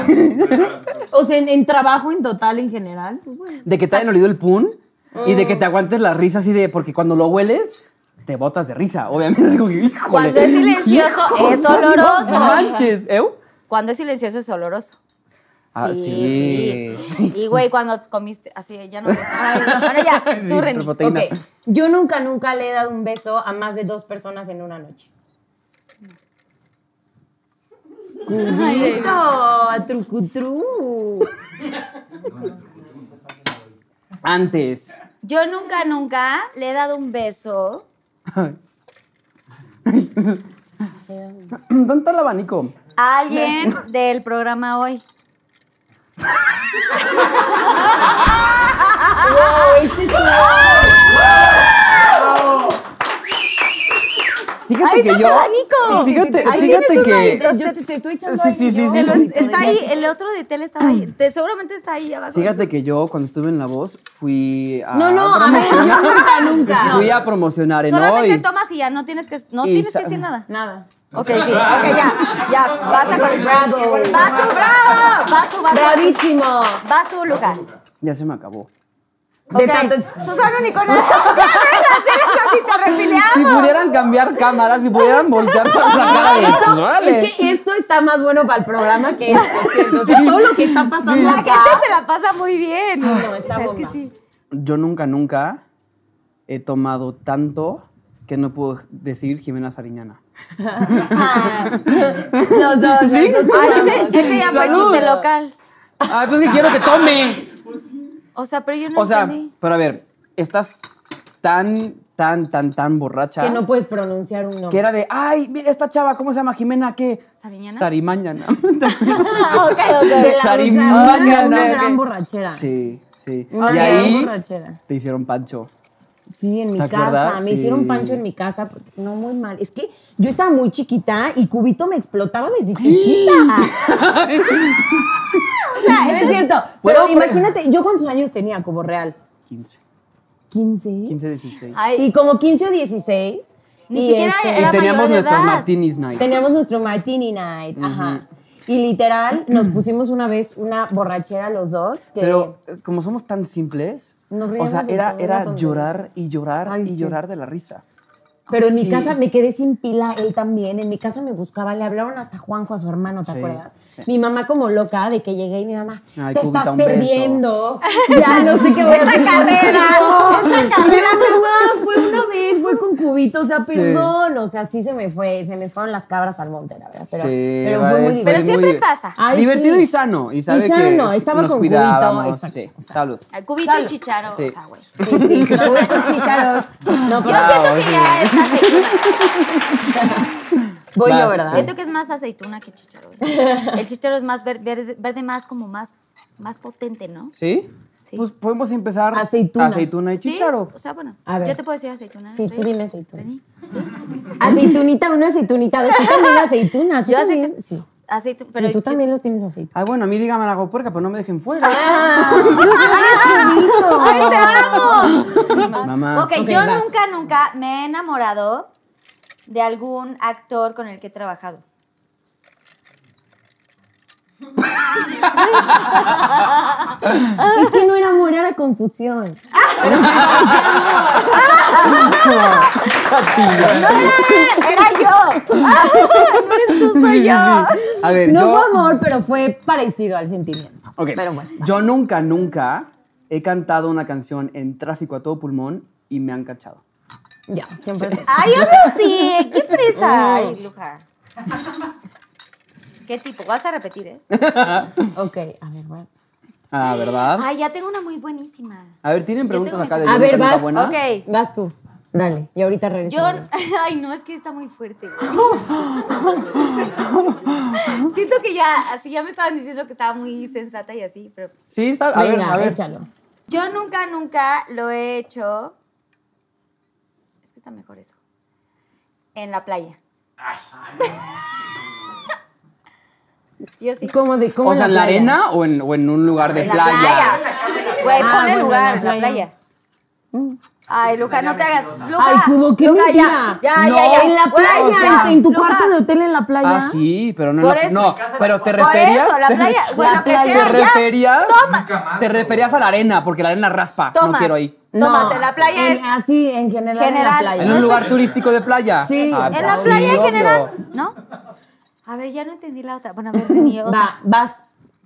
D: O sea, en, en trabajo en total, en general. pues, bueno.
C: de que te hayan olido el pun y de que
B: Oh.
C: te aguantes la risa así de, porque cuando lo hueles, te botas de risa, obviamente. [LAUGHS] Es como, que, híjole.
B: Cuando es silencioso,
C: híjole,
B: es oloroso.
C: No manches, ¿eu?
B: Cuando es silencioso es oloroso.
C: Ah, sí. sí.
B: Y güey, cuando comiste, así, ya no. Ahora ya,
C: [LAUGHS]
D: [LAUGHS]
C: Sí,
B: tú, Reni.
C: proteína.
D: Ok. Yo nunca, nunca le he dado un beso a más de dos personas en una noche. ¡Cubito! ¡Trucutru!
C: Antes. [CLEARS THROAT]
B: Yo nunca, nunca le he dado un beso.
C: ¿Dónde está el abanico?
B: a
C: [LAUGHS]
B: alguien del programa hoy.
C: Fíjate
B: ¡Ahí
C: que
B: está tu
C: yo.
B: abanico!
C: Fíjate,
B: Ahí
C: fíjate
B: tienes un
C: que.
B: abanico.
D: Yo te, te estoy echando
C: Sí, sí,
D: ahí,
C: sí,
D: yo.
C: sí,
B: Los-
C: sí, sí.
B: está ahí, el otro de tele está ahí. Te- seguramente está ahí abajo.
C: Fíjate que yo, cuando estuve en La Voz, fui a.
D: No, no, a ver, [LAUGHS] yo
C: promocionar-
D: nunca, nunca.
C: Fui a promocionar en
B: Solamente
C: hoy.
B: tomas y ya no tienes que, no
C: Y
B: tienes que
C: sa-
B: decir nada.
D: Nada.
B: Ok, sí, ok, ya, ya, basta con el
D: Bravo.
B: Vas tú, bravo, vas tú, vas tú.
D: ¡Bravísimo!
B: Vas tú, Luca.
C: Ya se me acabó.
D: De
B: Ok,
D: tanto-
B: Susana Nicolás, ¿qué te repiliamos?
C: Si pudieran cambiar cámaras, si pudieran voltear para la cara
D: [LAUGHS]
C: de. Pues, vale.
D: Es que esto está más bueno para el programa
C: [LAUGHS]
D: que esto. siento. O sea, todo lo que está pasando
B: La
D: acá.
B: gente se la pasa muy bien.
D: No,
B: O
D: está
B: sea, es que
D: bomba.
B: sí.
C: Yo nunca, nunca he tomado tanto que no puedo decir Jimena Sariñana.
D: ah, Los dos.
C: ¿Sí?
D: los dos.
B: Ah, ese, ese ya fue
C: Salud.
B: chiste local.
C: Ay, pues que quiero que tome.
D: [LAUGHS]
B: O sea, pero yo no
C: O sea,
B: entendí.
C: pero a ver, estás tan, tan, tan, tan borracha.
D: Que no puedes pronunciar un nombre.
C: Que era de, ay, mira esta chava, ¿cómo se llama? Jimena, ¿qué?
B: ¿Sariñana?
D: [LAUGHS]
C: Sarimañana. [LAUGHS]
B: Ah, ok, ok.
D: De la
C: Sarimañana.
D: Una gran borrachera.
C: sí, sí.
D: Una
C: y
D: gran
C: ahí
D: borrachera.
C: te hicieron
D: [LAUGHS]
C: pancho.
D: Sí, en mi
C: ¿Te
D: casa.
C: acuerdas?
D: Me
C: Sí.
D: hicieron pancho en mi casa. porque- No, muy mal. Es que yo estaba muy chiquita y Cubito me explotaba desde chiquita. o
C: [LAUGHS]
D: sea, no es cierto. Pero
C: Bueno, pero-
D: imagínate, ¿yo cuántos años tenía como real?
C: 15,
D: ¿15?
C: 15, 16.
B: Ay,
D: Sí, como 15 o 16.
B: Ni
D: Y
B: siquiera
D: este-
B: era
C: y teníamos
B: mayor de
C: nuestras
B: edad.
C: martinis night.
D: Teníamos nuestro martini night, ajá. Y literal, nos pusimos una vez una borrachera los dos. Que
C: Pero eh, como somos tan simples,
D: Nos
C: o sea,
D: reíamos de
C: era,
D: todo, una
C: era
D: tontería.
C: llorar y llorar
D: Ay,
C: y
D: sí.
C: llorar de la risa.
D: Pero en mi casa me quedé sin pila, él también. En mi casa me buscaba, le hablaron hasta Juanjo, a su hermano, ¿te
G: Sí,
D: acuerdas?
G: sí.
D: mi mamá como loca de que llegué y mi mamá,
G: Ay,
D: te
G: Cubita,
D: estás
G: un beso".
D: perdiendo. Ya no sé qué voy a
B: Esta
D: hacer.
B: carrera,
D: No.
B: esta
D: Y
B: carrera.
D: la verdad, fue una vez, fue con cubitos, o sea, perdón. O sea, sí se me fue, se me fueron las cabras al monte, la verdad. Pero,
C: Sí,
D: pero
C: vale,
D: fue
B: Pero
C: fue
D: muy
C: muy
D: divertido.
B: siempre
C: di-
B: pasa.
D: Ay,
C: Divertido
D: sí.
C: y sano. Y sabe
D: Y sano,
C: que
D: estaba
C: nos
D: con cubito,
C: cuidábamos.
D: exacto,
C: sí.
D: o sea.
C: Salud.
B: Al Cubito y
D: Salud.
B: chicharro.
C: Sí.
B: O sea, güey.
D: Sí, sí, cubitos, chicharos. No,
B: Yo
D: pero
C: Ah,
B: siento que ya es aceituna.
D: voy yo,
C: Vas.
D: ¿verdad?
B: Siento que es más aceituna que chicharro. El chicharro es más ver- verde, verde más como más, más potente, ¿no?
C: ¿Sí?
B: Sí.
C: Pues podemos empezar.
D: Aceituna.
C: Aceituna y
B: Sí,
C: chicharo.
B: O sea, bueno,
D: A ver.
B: yo te puedo decir aceituna.
D: Sí, tú
B: Rey.
D: dime aceituna.
B: Reni.
D: Aceitunita, una aceitunita. De tú también aceituna. ¿Tú
B: Yo
D: también?
B: aceituna.
D: Sí.
B: Aceituna,
D: Pero
B: pero
D: tú
B: yo-
D: también los tienes aceituna.
C: Ah, bueno, a mí dígame la gopuerca, pero no me dejen fuera.
B: ¡Ay, te amo!
C: Mamá. [LAUGHS]
B: ok, yo
D: Ah, vas.
B: nunca, nunca me he enamorado de algún actor con el que he trabajado.
D: Es que no enamorar a confusión.
B: ¡Era yo! [LAUGHS] ¡No eres tú, soy yo!
C: A ver,
D: No
C: yo.
D: fue amor, pero fue parecido al sentimiento.
C: Ok.
D: Pero bueno.
C: Yo nunca, nunca he cantado una canción en tráfico a todo pulmón y me han cachado.
D: Ya, siempre es eso.
B: ¡Ay, obvio sí! ¡Qué
D: Uh.
B: fresa! ¡Ay, Luja! ¿Qué tipo? Vas a repetir, ¿eh?
D: Ok, a ver, bueno.
C: Ah, ¿verdad?
B: Ay, ya tengo una muy buenísima.
C: A ver, ¿tienen
B: Yo tengo
C: preguntas acá de
B: mis-
C: yo
D: A
C: nunca,
D: ver,
C: nunca
D: vas.
C: buena?
B: Ok.
D: Vas tú. Dale, y ahorita regreso.
B: Yo, [LAUGHS] ay, no, es que está muy fuerte. [LAUGHS] Siento que ya, así ya me estaban diciendo que estaba muy sensata y así, pero pues.
C: Sí, sal, a ver,
D: Venga,
C: a ver.
D: échalo.
B: Yo nunca, nunca lo he hecho. Es que está mejor eso. En la
D: [LAUGHS]
B: playa. Sí, yo sí.
D: ¿Cómo de, cómo
C: O sea, en la
D: playa?
C: arena o en, o en un lugar de
B: En la
C: playa.
B: playa. Güey,
D: Ah,
B: ponle
D: bueno,
B: lugar, en
D: en la Mm.
B: la playa. Ay, Luca, no te hagas. Luca,
D: Ay, Cubo, qué
B: Luca,
D: mentira.
B: ya, ya,
D: No,
B: ya, ya.
D: En la
B: Güey,
D: playa,
B: o sea,
D: en tu- en tu
B: Luca,
D: cuarto de hotel en la playa.
C: Ah, sí, pero no. en
B: Por
C: la-
B: eso.
C: no, pero te
B: Por
C: referías.
B: eso, la
C: te- [LAUGHS]
B: playa. Bueno, que
D: playa.
B: sea,
C: ¿Te
B: ya.
C: referías?
B: Toma.
C: Te referías a la arena, porque la arena raspa. No
B: Tomas.
C: quiero ahí.
B: Tomas, en la playa
D: en-
B: es.
D: Así, en general.
B: General.
D: En la
C: En
D: playa.
C: un lugar turístico de playa.
D: Sí.
C: Ah,
B: En la
C: sí,
B: playa en
C: obvio.
B: general, ¿no? A ver, ya no entendí la otra. Bueno, a ver, Reni, otra.
D: Va, vas.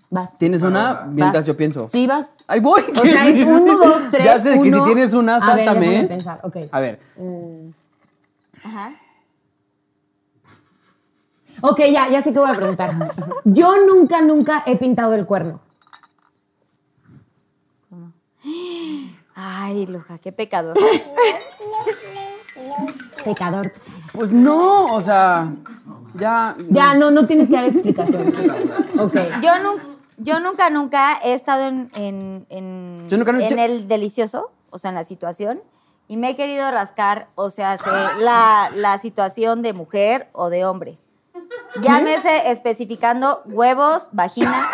D: Vas.
C: ¿Tienes una? Mientras
D: Vas.
C: yo pienso.
D: Sí,
C: [LAUGHS]
D: vas.
C: Ahí voy.
D: O sea, es uno, dos, tres.
C: [LAUGHS] Ya sé que
D: uno.
C: si tienes una,
D: A ver,
C: sáltame.
D: déjame
C: ¿eh?
D: pensar, ok.
C: A ver.
B: Ajá.
D: Ok, ya, ya sé que voy a preguntar. Yo nunca, nunca he pintado el cuerno.
B: Ay, Luja, qué pecador.
D: Pecador.
C: Pues no, o sea. Ya.
D: Ya, no, no tienes que dar explicaciones. Ok.
B: Yo, nun- yo nunca, nunca he estado en, en, en-
C: Yo nunca, nu-
B: en
C: yo-
B: el delicioso, o sea, en la situación, y me he querido rascar, o sea, se- la, la situación de mujer o de hombre. Llámese especificando huevos, vagina,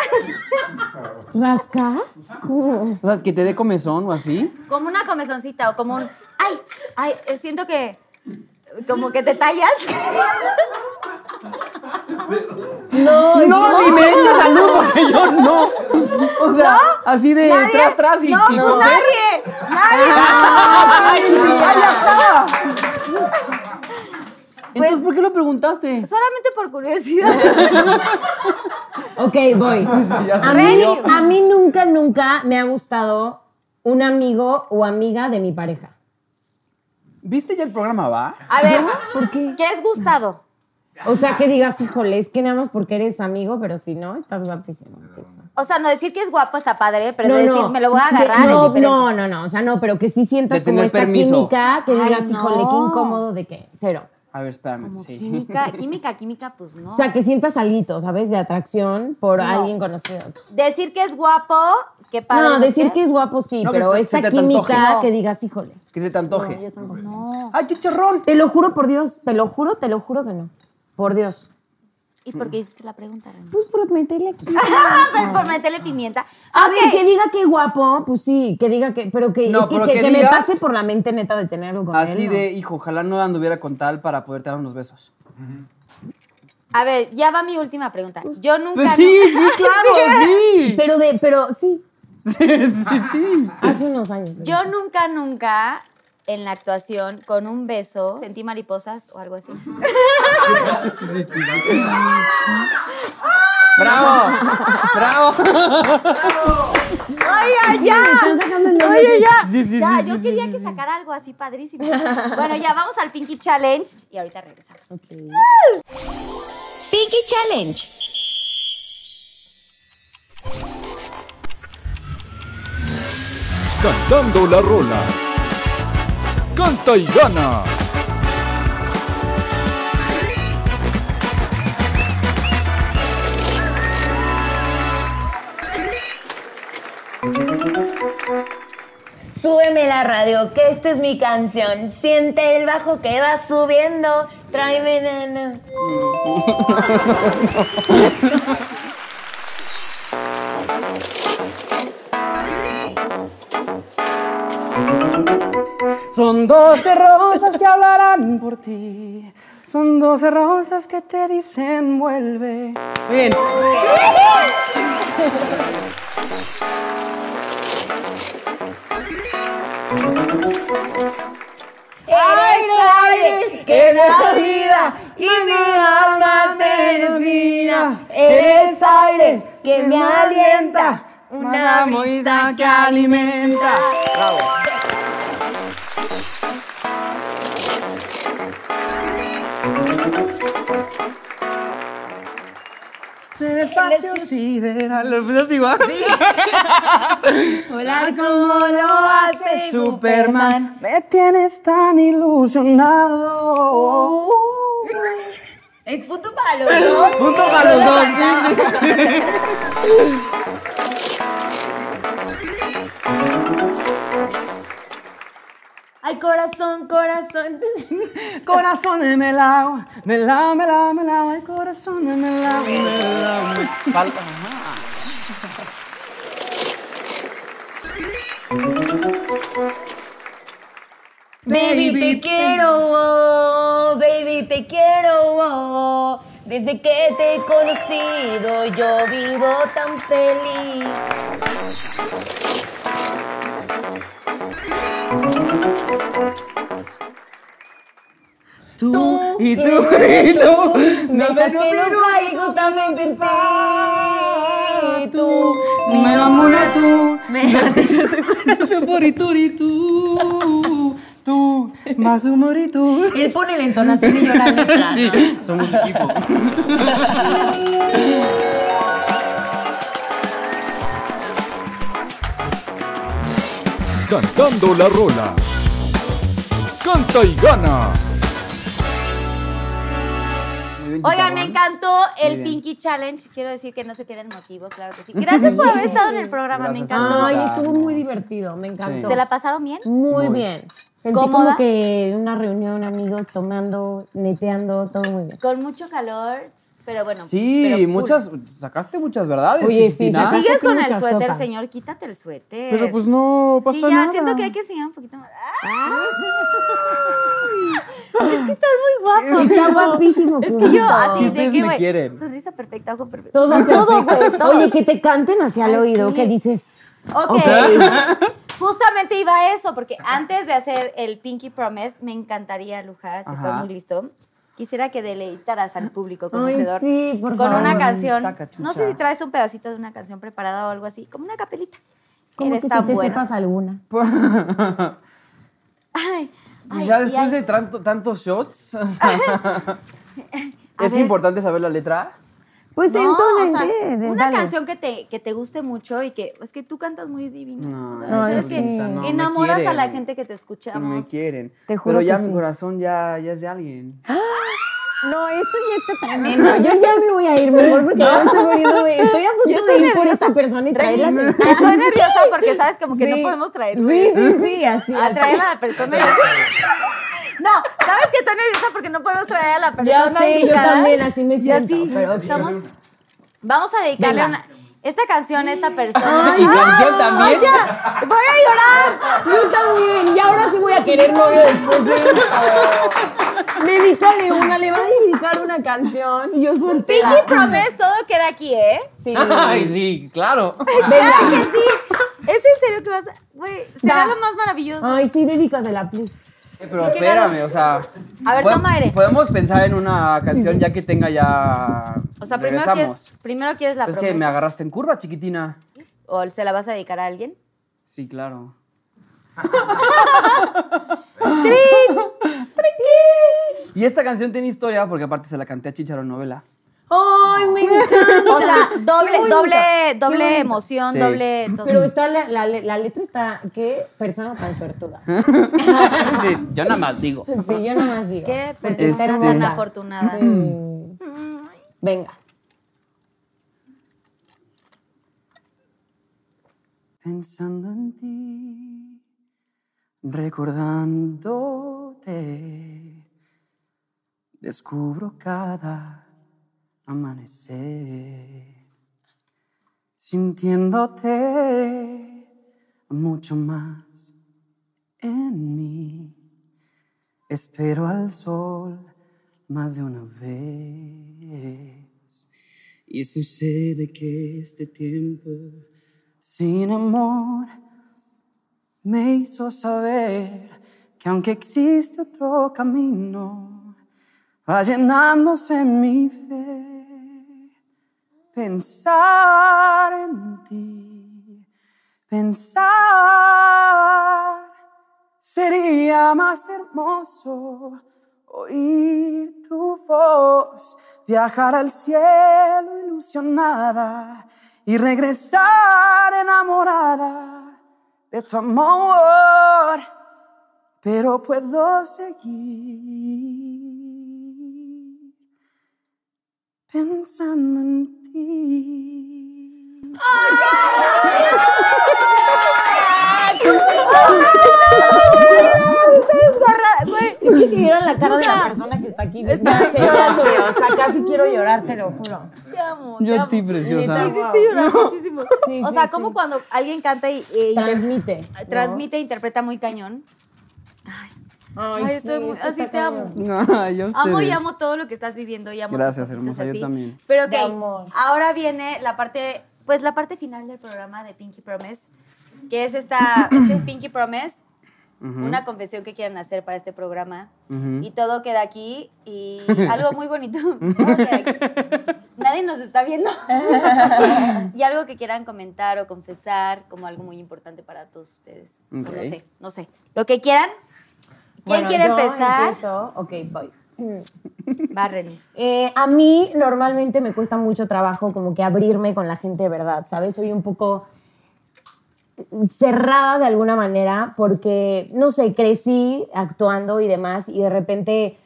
D: ¿Rasca? ¿Cómo?
C: O sea, que te dé comezón o así.
B: como una comezoncita o como un, ay, ay, eh, siento que, como que te
D: [LAUGHS]
B: tallas.
C: No, ni me eches a luz porque yo no. O sea, así de
B: ¿Nadie?
C: tras, tras y,
B: no,
C: y
B: pues
C: comer.
B: nadie, nadie.
C: ¡Ay, sí, cállate! Entonces, ¿por qué lo preguntaste?
B: Solamente por curiosidad.
D: [LAUGHS] Ok,
C: [LAUGHS]
D: voy. A mí, a mí nunca, nunca me ha gustado un amigo o amiga de mi pareja.
C: ¿Viste ya el programa, va?
B: A ver,
D: ¿Por qué?
B: ¿qué es gustado?
D: O sea, que digas, híjole, es que nada más porque eres amigo, pero si no, estás guapísimo. tipo.
B: O sea, no decir que es guapo está padre, pero decir me lo voy a
D: Que-
B: agarrar es
D: No,
B: diferente.
D: no, no, no, o sea, no, pero que sí sientas
C: De
D: como
C: tener
D: esta
C: permiso.
D: química, que
B: Ay,
D: digas,
B: no.
D: híjole, qué incómodo de qué, cero.
C: A ver, espérame.
B: Como
C: Sí.
B: Química, química, química, pues no.
D: O sea, que sientas algo, ¿sabes? De atracción por alguien conocido.
B: decir que es guapo, qué padre.
D: No,
B: sé.
D: decir que es guapo sí,
C: No, que
D: pero
C: te-
D: esta
C: se te
D: química
B: antoje.
D: que digas, híjole.
C: [LAUGHS] Que se te antoje.
D: No, yo tampoco.
C: ¡Ay, chicharrón!
D: Te lo juro por Dios, te lo juro, te lo juro que no. Por Dios.
B: ¿Y por qué hiciste la pregunta, René?
D: Pues por meterle aquí.
B: Pero [LAUGHS] por meterle pimienta.
D: A
B: Ok.
D: ver, Ah, que diga que guapo, pues sí, que diga que, pero que,
C: No,
D: es que,
C: pero
D: que-
C: que
D: que me
C: digas-
D: pase por la mente neta de tener algo con
C: Así
D: él, ¿no?
C: de, hijo, ojalá no anduviera con tal para poderte dar unos besos.
B: A ver, ya va mi última pregunta. Yo nunca.
C: Pues sí,
B: nunca-
C: sí, [LAUGHS] claro, sí.
D: Pero de, pero sí,
C: [LAUGHS] Sí, sí, sí.
D: hace unos años.
B: Yo nunca, nunca en la actuación con un beso. Sentí mariposas o algo así.
E: ¡Bravo! ¡Bravo!
B: ¡Oye, ya! ¡Oye, ya!
E: Sí, sí,
B: ya,
E: sí,
B: yo
E: sí,
B: quería
E: sí,
B: que
E: sí.
B: sacara algo así padrísimo. Bueno, ya, vamos al Pinky Challenge y ahorita regresamos. Pinky Challenge.
A: Cantando la rola. Canta y gana.
D: Súbeme la radio, que esta es mi canción. Siente el bajo que va subiendo. Tráeme nana.
C: Son 12 rosas que hablarán por ti. Son 12 rosas que te dicen vuelve. Muy bien.
D: Eres aire que me da vida y mi alma termina. Eres aire que me alienta, una brisa que
C: alimenta. Bravo. El espacio sideral. ¿Me das igual? [LAUGHS]
D: Volar como lo hace Superman.
C: Me tienes tan ilusionado.
D: Uh. Es punto para los dos.
C: Punto para los dos.
D: Ay,
C: [LAUGHS]
D: corazón, corazón.
C: Corazón de melao, melao, melao, melao, ay, corazón de melao, melao.
E: Falta.
D: Baby, te quiero, oh, baby, te quiero. oh. Desde que te he conocido, yo vivo tan feliz. Tú
C: Y tú, [LAUGHS] y tú, no me
D: Dejas que nos
C: quiero
D: cae justamente en ti. Tú,
C: me
D: [LAUGHS]
C: enamoré tú, me haces por y tú, y tú, tú, más humor y tú.
D: él pone la entonación y yo la letra.
C: [LAUGHS] Sí, somos equipo.
A: Cantando la rola. Canta y gana.
B: Oigan, me encantó el
C: bien.
B: Pinky Challenge. Quiero decir que no se pierda el motivo, claro que sí. Gracias por haber estado en el programa,
C: Gracias
B: me
C: por
B: encantó.
D: Ay,
C: Ay,
D: estuvo
C: estuvo
D: muy divertido, me encantó.
C: encantó.
B: ¿Se la pasaron bien?
D: Muy bien. Sentí
B: ¿Cómoda?
D: como que una reunión, amigos, tomando, neteando, todo muy bien.
B: Con mucho calor, pero bueno. pero
E: Sí,
B: cool.
E: muchas. Ah, Sacaste muchas verdades.
D: Oye, sí,
E: chiquitina.
D: se saca-
B: ¿Sigues
D: Sacaste
B: con el
D: mucha
B: suéter,
D: sopa.
B: señor? Quítate el suéter.
E: Pero pues no pasa
B: Sí, ya,
E: nada.
B: siento
E: [LAUGHS]
B: que hay que enseñar un poquito más. ¡Ah! Es que estás muy guapo.
D: Está guapísimo.
B: Es que yo así
E: Ustedes
B: de que,
E: me
B: güey,
E: quieren.
B: Sonrisa perfecta, ojo perfecto.
D: Todo,
B: todo,
D: perfecto.
B: güey, todo.
D: Oye, que te canten hacia el
B: Ay,
D: oído,
B: sí.
D: que dices.
B: Ok. [LAUGHS] Justamente iba a eso, porque antes de hacer el Pinky Promise, me encantaría, Lujas, si estás
E: Ajá.
B: muy listo. Quisiera que deleitaras al público conocedor
D: sí, por
B: con
D: favor.
B: una canción.
E: Tacachucha.
B: No sé si traes un pedacito de una canción preparada o algo así, como una capelita.
D: Como
B: Eres
D: que si
B: tan
D: te
B: buena.
D: sepas alguna.
B: Ay,
E: Pues
B: ay,
E: ya
B: y
E: después
B: ay.
E: de tanto- tantos shots. o sea,
B: [LAUGHS]
E: ¿Es
B: ver.
E: importante saber la letra?
D: Pues
B: No,
D: entonen,
B: o sea,
D: ¿qué? De-
B: una
D: dale.
B: canción que te, que te guste mucho y que es que tú cantas muy divino.
E: No,
B: o sea,
E: no,
B: sabes
D: sí.
B: que
E: No, me
B: enamoras a la
E: quieren.
B: gente que te
E: Me
B: escuchamos.
E: quieren.
D: Te juro
E: Pero ya
D: que
E: mi
D: sí.
E: corazón ya, ya es de alguien.
D: No, esto ya está tremendo. Yo ya me voy a ir
B: [LAUGHS]
D: mejor porque ya me estoy muriéndome. Estoy a punto de ir por esta persona y traerla. [LAUGHS]
B: [LAUGHS] Estoy nerviosa porque sabes como que
D: Sí.
B: no podemos traer.
D: Sí, sí, sí, así.
B: a
D: así.
B: traer a la persona. [LAUGHS] No, sabes que estoy nerviosa porque no podemos traer a la
D: Ya
B: persona.
D: sé, yo
B: indicada.
D: también así me
B: Ya
D: siento.
B: sí,
D: pero-
B: estamos. Vamos a dedicarle una, esta canción a esta persona.
E: Y canción también.
B: Ah,
E: [LAUGHS]
B: ¡Vaya! ¡Voy a llorar!
D: Yo también. Y ahora sí voy a querer novio después de esto. Dedícale una, le va a dedicar una canción. Y yo soltera.
B: Pinky Promise, todo queda aquí, ¿eh?
D: Sí.
E: Ay, sí, claro.
B: [LAUGHS] Venga. que sí. ¿Es en serio que vas a.? Güey, será
D: Va.
B: lo más maravilloso.
D: Ay, sí, dedícasela, please.
C: Eh, Pero
B: Sí, que nada.
C: espérame, o sea.
B: A ver,
C: pod-
B: toma aire.
C: Podemos pensar en una canción ya que tenga ya.
B: O sea, primero
C: Regresamos.
B: quieres, primero quieres la
C: es
B: promesa.
C: que me agarraste en curva, chiquitina.
B: ¿O se la vas a dedicar a [LAUGHS] alguien?
H: Sí, claro.
C: Y esta canción tiene historia porque aparte se la canté a Chicharo Novela.
D: Ay, me encanta.
B: O sea, doble,
D: bonita,
B: doble,
D: qué
B: doble
D: bonita.
B: emoción,
C: Sí.
B: doble. todo.
D: Pero está la, la, la letra está, qué persona tan suertuda.
C: Sí, yo nada más digo.
D: Sí, yo nomás digo.
B: Qué
D: Porque está
B: persona tan
D: hermosa.
B: afortunada.
D: Venga.
C: Pensando en ti, recordándote, descubro cada amanecer, sintiéndote mucho más en mí. Espero al sol más de una vez. Y sucede que este tiempo sin amor me hizo saber que aunque existe otro camino, va llenándose mi fe. Pensar en ti, pensar Sería más hermoso oír tu voz, viajar al cielo ilusionada y regresar enamorada de tu amor. Pero puedo seguir pensando en ti.
D: Es que si vieron la cara de la persona que está aquí, ya sé, ya sé. O sea, casi quiero llorar, te lo juro.
B: Te amo.
C: Yo
B: te
C: a ti,
B: amo.
C: preciosa.
B: Me hiciste llorar [LAUGHS] muchísimo.
D: Sí,
B: o
D: sí,
B: sea,
D: sí.
B: como cuando alguien canta y, e inter-
D: Transmite. ¿no?
B: transmite e interpreta muy cañón. Ay,
D: sí,
B: estoy muy-
D: es que
B: así
D: está
B: te amo.
D: cañón.
C: [LAUGHS] Ay, a
B: Amo y
C: ustedes.
B: amo todo lo que estás viviendo y amo
C: Gracias,
B: tus cositas
C: hermosa, yo
B: así.
C: también.
B: Pero ok,
D: De amor.
B: ahora viene la parte, pues la parte final del programa de Pinky Promise, que es
C: [COUGHS]
B: esta, este es Pinky Promise, una confesión que quieran hacer para este programa. Y todo queda aquí
C: [LAUGHS]
B: y algo muy bonito. todo queda aquí. Nadie nos está
C: [LAUGHS]
B: viendo. y algo que quieran comentar o confesar como algo muy importante para todos ustedes. O
C: Ok.
B: No sé, no sé. Lo que quieran. ¿Quién
D: Bueno,
B: quiere
D: yo
B: empezar?
D: empiezo. Ok, voy.
B: Va, Reni.
D: Eh, a mí normalmente me cuesta mucho trabajo como que abrirme con la gente de verdad, ¿sabes? Soy un poco cerrada de alguna manera porque, no sé, crecí actuando y demás y de repente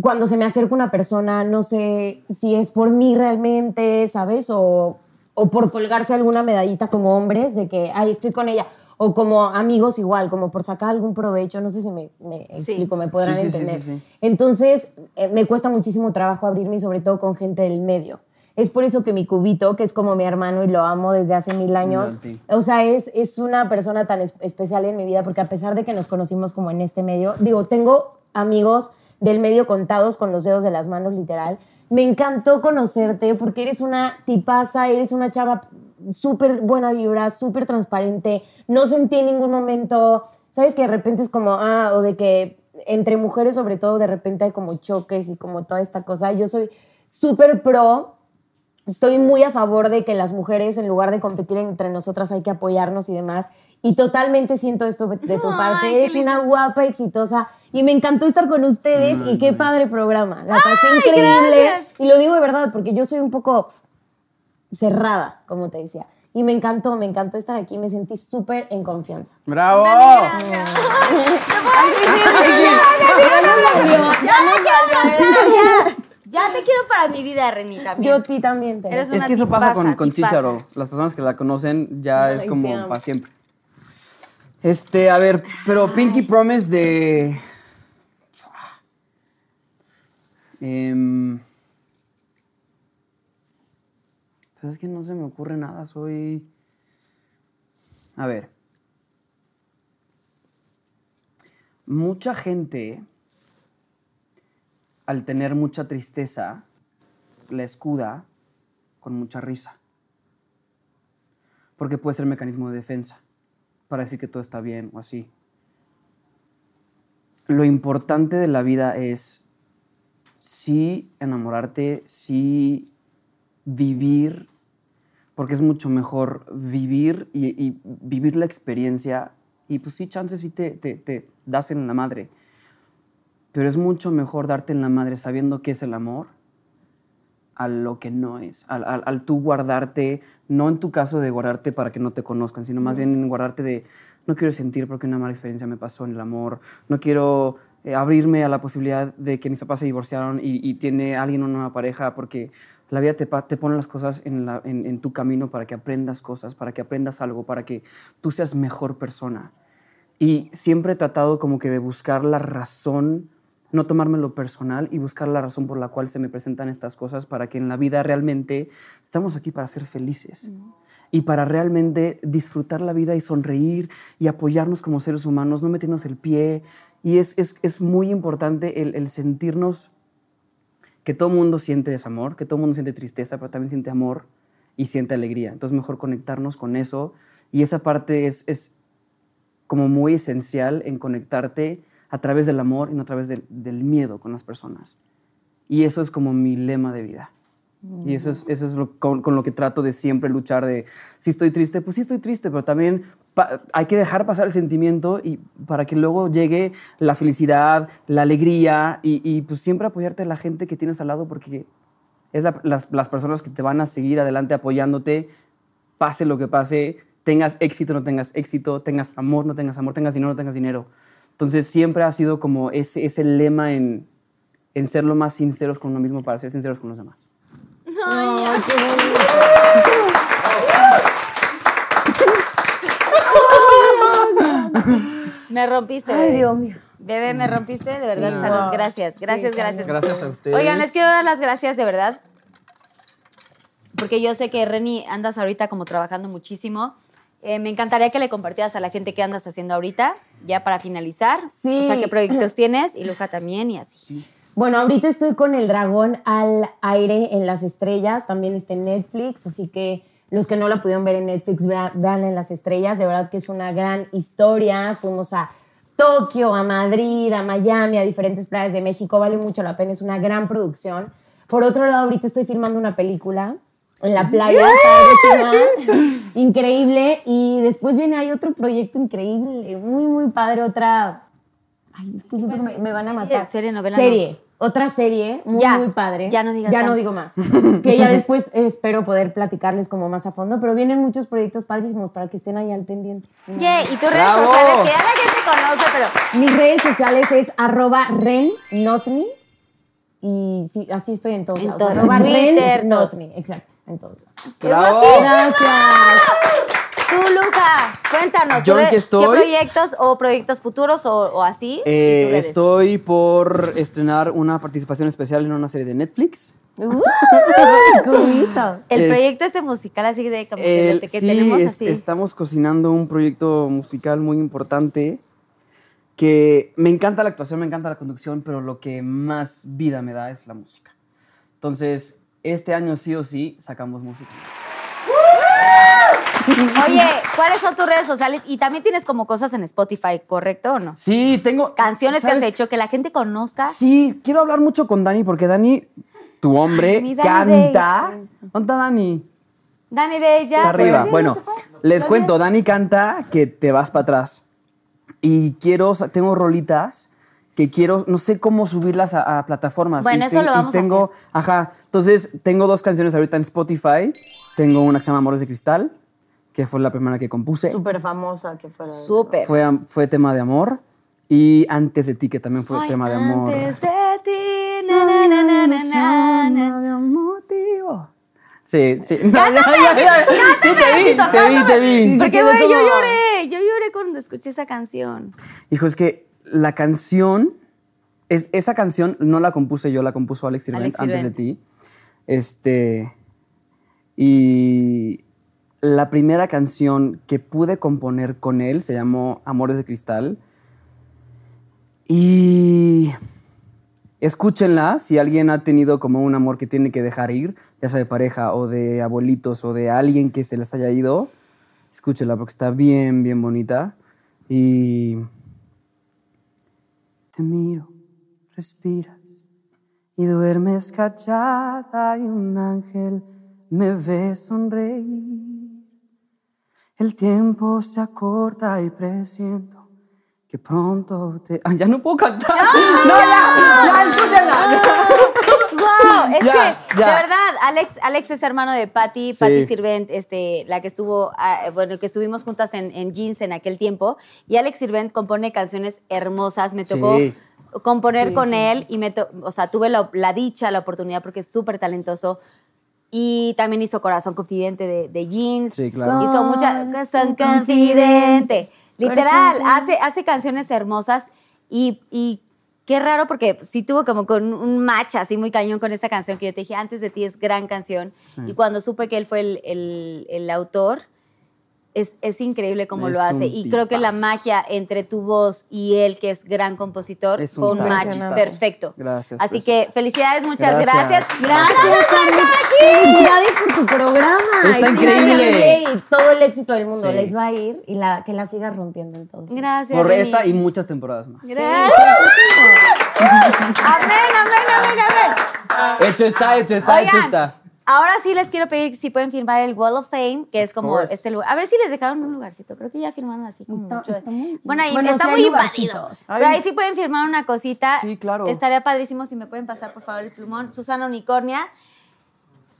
D: cuando se me acerca una persona, no sé si es por mí realmente, ¿sabes? O, o por colgarse alguna medallita como hombres de que, ay, estoy con ella. O como amigos igual, como por sacar algún provecho, no sé si me, me explico, me podrán
C: Sí, sí, sí,
D: entender.
C: sí, sí.
D: Entonces, eh, me cuesta muchísimo trabajo abrirme y sobre todo con gente del medio. Es por eso que mi cubito, que es como mi hermano y lo amo desde hace mil años,
C: Dante.
D: o sea, es, es una persona tan es- especial en mi vida porque a pesar de que nos conocimos como en este medio, digo, tengo amigos del medio contados con los dedos de las manos, literal. Me encantó conocerte porque eres una tipaza, eres una chava súper buena vibra, súper transparente, no sentí en ningún momento, sabes que de repente es como, ah, o de que entre mujeres sobre todo de repente hay como choques y como toda esta cosa. Yo soy súper pro estoy muy a favor de que las mujeres, en lugar de competir entre nosotras, hay que apoyarnos y demás. Y totalmente siento esto de tu
B: Ay,
D: parte.
B: qué
D: Eres una guapa, exitosa. Y me encantó estar con ustedes. y qué padre programa. La pasé
B: Ay,
D: increíble.
B: gracias.
D: Y lo digo de verdad, porque yo soy un poco cerrada, como te decía. Y me encantó, me encantó estar aquí. Me sentí súper en confianza.
C: ¡Bravo!
B: Ya te quiero para ya. Ya te quiero para mi vida, Reni,
D: Yo a
B: también.
D: ti también te
B: Eres
D: amo.
B: una
C: Es que eso
B: tipaza,
C: pasa con, con
B: tipaza.
C: Chicharo. Las personas que la conocen ya
D: Ay,
C: es
D: te
C: como
D: amo.
C: para siempre. Este, a ver, pero Pinky Promise de. Em, pues es que no se me ocurre nada, soy. A ver. Mucha gente, al tener mucha tristeza, la escuda con mucha risa. Porque puede ser mecanismo de defensa. para decir que todo está bien o así. Lo importante de la vida es sí enamorarte, sí vivir, porque es mucho mejor vivir y, y vivir la experiencia. Y pues sí, chances sí te, te, te das en la madre. Pero es mucho mejor darte en la madre sabiendo qué es el amor a lo que no es, al, al, al tú guardarte, no en tu caso de guardarte para que no te conozcan, sino más bien en guardarte de no quiero sentir porque una mala experiencia me pasó en el amor, no quiero eh, abrirme a la posibilidad de que mis papás se divorciaron y, y tiene alguien una nueva pareja porque la vida te, pa- te pone las cosas en, la- en- en tu camino para que aprendas cosas, para que aprendas algo, para que tú seas mejor persona. Y siempre he tratado como que de buscar la razón, no tomármelo personal y buscar la razón por la cual se me presentan estas cosas para que en la vida realmente estamos aquí para ser felices. Y para realmente disfrutar la vida y sonreír y apoyarnos como seres humanos, no meternos el pie. Y es, es- es muy importante el- el sentirnos que todo mundo siente desamor, que todo mundo siente tristeza, pero también siente amor y siente alegría. Entonces, mejor conectarnos con eso. Y esa parte es, es como muy esencial en conectarte a través del amor y no a través del, del miedo con las personas. Y eso es como mi lema de vida. Y eso es, eso es lo- con, con lo que trato de siempre luchar, de si estoy triste, pues sí estoy triste, pero también pa- hay que dejar pasar el sentimiento y para que luego llegue la felicidad, la alegría y, y, pues siempre apoyarte a la gente que tienes al lado porque es la- las, las personas que te van a seguir adelante apoyándote, pase lo que pase, tengas éxito, no tengas éxito, tengas amor, no tengas amor, tengas dinero, no tengas dinero. Entonces siempre ha sido como ese, ese lema en, en ser lo más sinceros con uno mismo para ser sinceros con los demás.
B: Me rompiste.
D: Ay,
B: bebé.
D: Dios mío.
B: Bebé, me rompiste, de verdad,
C: Sí.
B: Salud.
D: Wow.
B: Gracias, gracias,
D: Sí,
B: gracias.
E: Gracias a ustedes.
B: Oigan, les quiero dar las gracias de verdad. Porque yo sé que Reni andas ahorita como trabajando muchísimo. Eh, me encantaría que le compartieras a la gente qué andas haciendo ahorita, ya para finalizar.
D: Sí.
B: O sea, qué proyectos tienes y Luja también y así.
D: Bueno, ahorita estoy con El Dragón al aire en las estrellas, también está en Netflix, así que los que no la pudieron ver en Netflix, vea- vean en las estrellas, de verdad que es una gran historia. Fuimos a Tokio, a Madrid, a Miami, a diferentes playas de México, vale mucho la pena, es una gran producción. Por otro lado, ahorita estoy filmando una película en la playa, padrísima, increíble, y después viene hay otro proyecto increíble, muy, muy padre, otra... Ay, es que siento que me, me van a
B: Pues, Serie,
D: matar.
B: serie, novela,
D: Serie, otra serie muy,
B: Ya,
D: muy padre.
B: ya no digas
D: Ya no
B: tanto. [LAUGHS]
D: digo más. Que ya después espero poder platicarles como más a fondo, pero vienen muchos proyectos padrísimos para que estén ahí al pendiente.
B: Yeah, y tus redes
E: ¡Bravo!
B: sociales, que ya la gente conoce, pero
D: Mis redes sociales es arroba ren not me, y sí, así estoy en todos
B: En
D: lados.
B: todo.
D: Arroba
B: Twitter,
D: ren
B: todo.
D: not me, exacto, en todos lados.
E: ¡Bravo!
D: Gracias.
B: tú, Luja, cuéntanos.
E: Yo
B: ¿tú
E: en
B: re-
E: qué estoy.
B: proyectos o proyectos futuros o, o así? y tus
E: Eh,
B: redes?
E: estoy por estrenar una participación especial en una serie de Netflix.
D: Cubito.
B: El
E: es-
B: proyecto este musical así de como que,
E: El-
B: que
E: sí,
B: tenemos
E: es-
B: así.
E: estamos cocinando un proyecto musical muy importante que me encanta la actuación, me encanta la conducción, pero lo que más vida me da es la música. Entonces, este año sí o sí sacamos música.
B: Oye, ¿cuáles son tus redes sociales? Y también tienes como cosas en Spotify, ¿correcto o no?
E: Sí, tengo...
B: Canciones que has
E: ¿sabes?
B: hecho, que la gente conozca.
E: Sí, quiero hablar mucho con Dani porque Dani, tu hombre,
B: Mi Dani
E: canta. ¿Dónde está Dani?
B: Dani de ella.
E: Está arriba.
B: ¿no?
E: Bueno, les cuento, Dani canta que te vas para atrás. Y quiero, o sea, tengo rolitas que quiero, no sé cómo subirlas a, a plataformas.
B: Bueno,
E: Y
B: eso lo
E: y
B: vamos a
E: tengo,
B: hacer.
E: Ajá, entonces tengo dos canciones ahorita en Spotify. Tengo una que se llama Amores de Cristal, que fue la primera que compuse.
D: Súper famosa que fuera.
B: Súper.
E: Fue, am- fue tema de amor. Y Antes de ti, que también fue
B: Ay,
E: tema de amor.
B: Antes de ti, na, na, na, na, na, na, na.
E: motivo. Sí, sí. [LAUGHS] No, ya, ya, ya. Sí, te vi,
B: Tito,
E: te vi, te vi.
B: Porque, güey, yo lloré. Yo lloré cuando escuché esa canción.
E: Hijo, es que la canción, es, esa canción no la compuse yo, la compuso Alex Sirvent
B: Alex
E: antes de
B: Sirvent.
E: ti. Este. Y la primera canción que pude componer con él se llamó Amores de Cristal. Y. Escúchenla si alguien ha tenido como un amor que tiene que dejar ir, ya sea de pareja o de abuelitos o de alguien que se les haya ido.
C: escúchela porque está bien, bien bonita. Y te miro, respiras y duermes callada y un ángel me ve sonreír. El tiempo se acorta y presiento que pronto te... [LAUGHS] ¡Ah, ya no puedo cantar! ¡No, ya! ¡Ya, escúchala! [LAUGHS]
B: ¡Wow! Es
C: Ya,
B: que,
C: ya.
B: de verdad, Alex, Alex es hermano de Patty,
C: Sí.
B: Patty Sirvent, este, la que estuvo, ah, bueno, que estuvimos juntas en, en Jeans en aquel tiempo. Y Alex Sirvent compone canciones hermosas. Me tocó
C: Sí.
B: componer
D: Sí,
B: con
D: sí.
B: él y me to- o sea, tuve la, la dicha, la oportunidad, porque es súper talentoso. Y también hizo Corazón Confidente de, de Jeans.
C: Sí, claro.
B: Hizo muchas. Corazón Confidente. Literal, hace, hace canciones hermosas y, y qué raro porque sí tuvo como con un match así muy cañón con esta canción que yo te dije, antes de ti es gran canción. Y cuando supe que él fue el, el- el autor, es, es increíble cómo
C: Es
B: lo hace.
C: un
B: Y creo que la
C: tipazo.
B: magia entre tu voz y él, que es gran compositor,
C: Es un
B: fue un match
C: tipazo.
B: perfecto.
C: Gracias,
B: Así
C: preciosa.
B: que felicidades, muchas
C: Gracias.
B: gracias.
D: Gracias, Carmen. Felicidades por tu programa. Este
C: Está increíble.
D: Y todo el éxito del mundo
C: Sí.
D: les va a ir y la, que la sigas rompiendo entonces.
B: Gracias.
C: Por
B: Reni.
C: esta y muchas temporadas más.
B: Gracias. Amén, amén, amén, amén.
C: Hecho está, hecho está, hecho
B: Oigan,
C: está.
B: Ahora sí les quiero pedir si pueden firmar el Wall of Fame, que es como
C: course.
B: este lugar. A ver si les dejaron un lugarcito. Creo que ya firmaron así. como
D: Está-
B: mucho.
D: está muy-
B: bueno, ahí
D: Bueno,
B: está
D: sí hay
B: muy
D: lugarcitos.
B: invadido. Pero ahí sí pueden firmar una cosita.
C: Sí, claro.
B: Estaría padrísimo si me pueden pasar, por favor, el plumón. Susana Unicornia.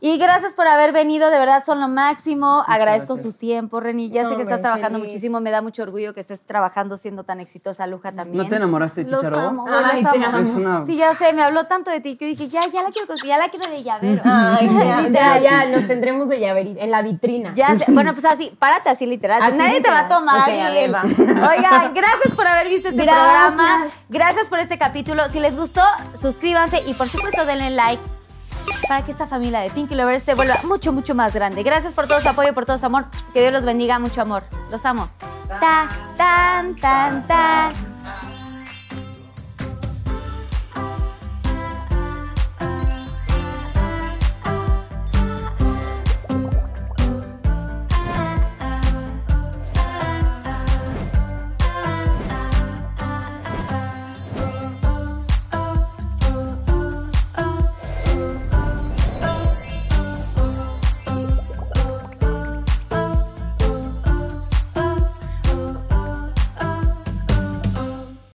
B: Y gracias por haber venido, de verdad son lo máximo. Agradezco su tiempo, Reni. Ya sé que
D: hombre,
B: estás trabajando
D: feliz.
B: muchísimo, me da mucho orgullo que estés trabajando siendo tan exitosa, Luja también.
C: ¿No te enamoraste de
B: Los
C: Chicharo?
B: amo, güey,
D: Ay,
B: los
D: te
B: amo.
C: amo. Es una-
B: Sí, ya sé, me habló tanto de ti que dije, ya, ya la quiero, conseguir, ya la quiero de llavero. Ah,
D: [LAUGHS] Ay, ya, ya, ya, nos tendremos de llaverito en la vitrina.
B: Ya sé. Bueno, pues así, párate así literal. pues
D: Así
B: Nadie
D: literal.
B: te va a tomar.
D: Ok, a ver,
B: Miguel. [LAUGHS]
D: va.
B: Oigan, gracias por haber visto este
D: Gracias.
B: programa. Gracias por este capítulo. Si les gustó, suscríbanse y por supuesto denle like para que esta familia de Pinky Lovers se vuelva mucho, mucho más grande. Gracias por todo su apoyo, por todo su amor. Que Dios los bendiga, mucho amor. Los amo. Tan, tan, tan, tan.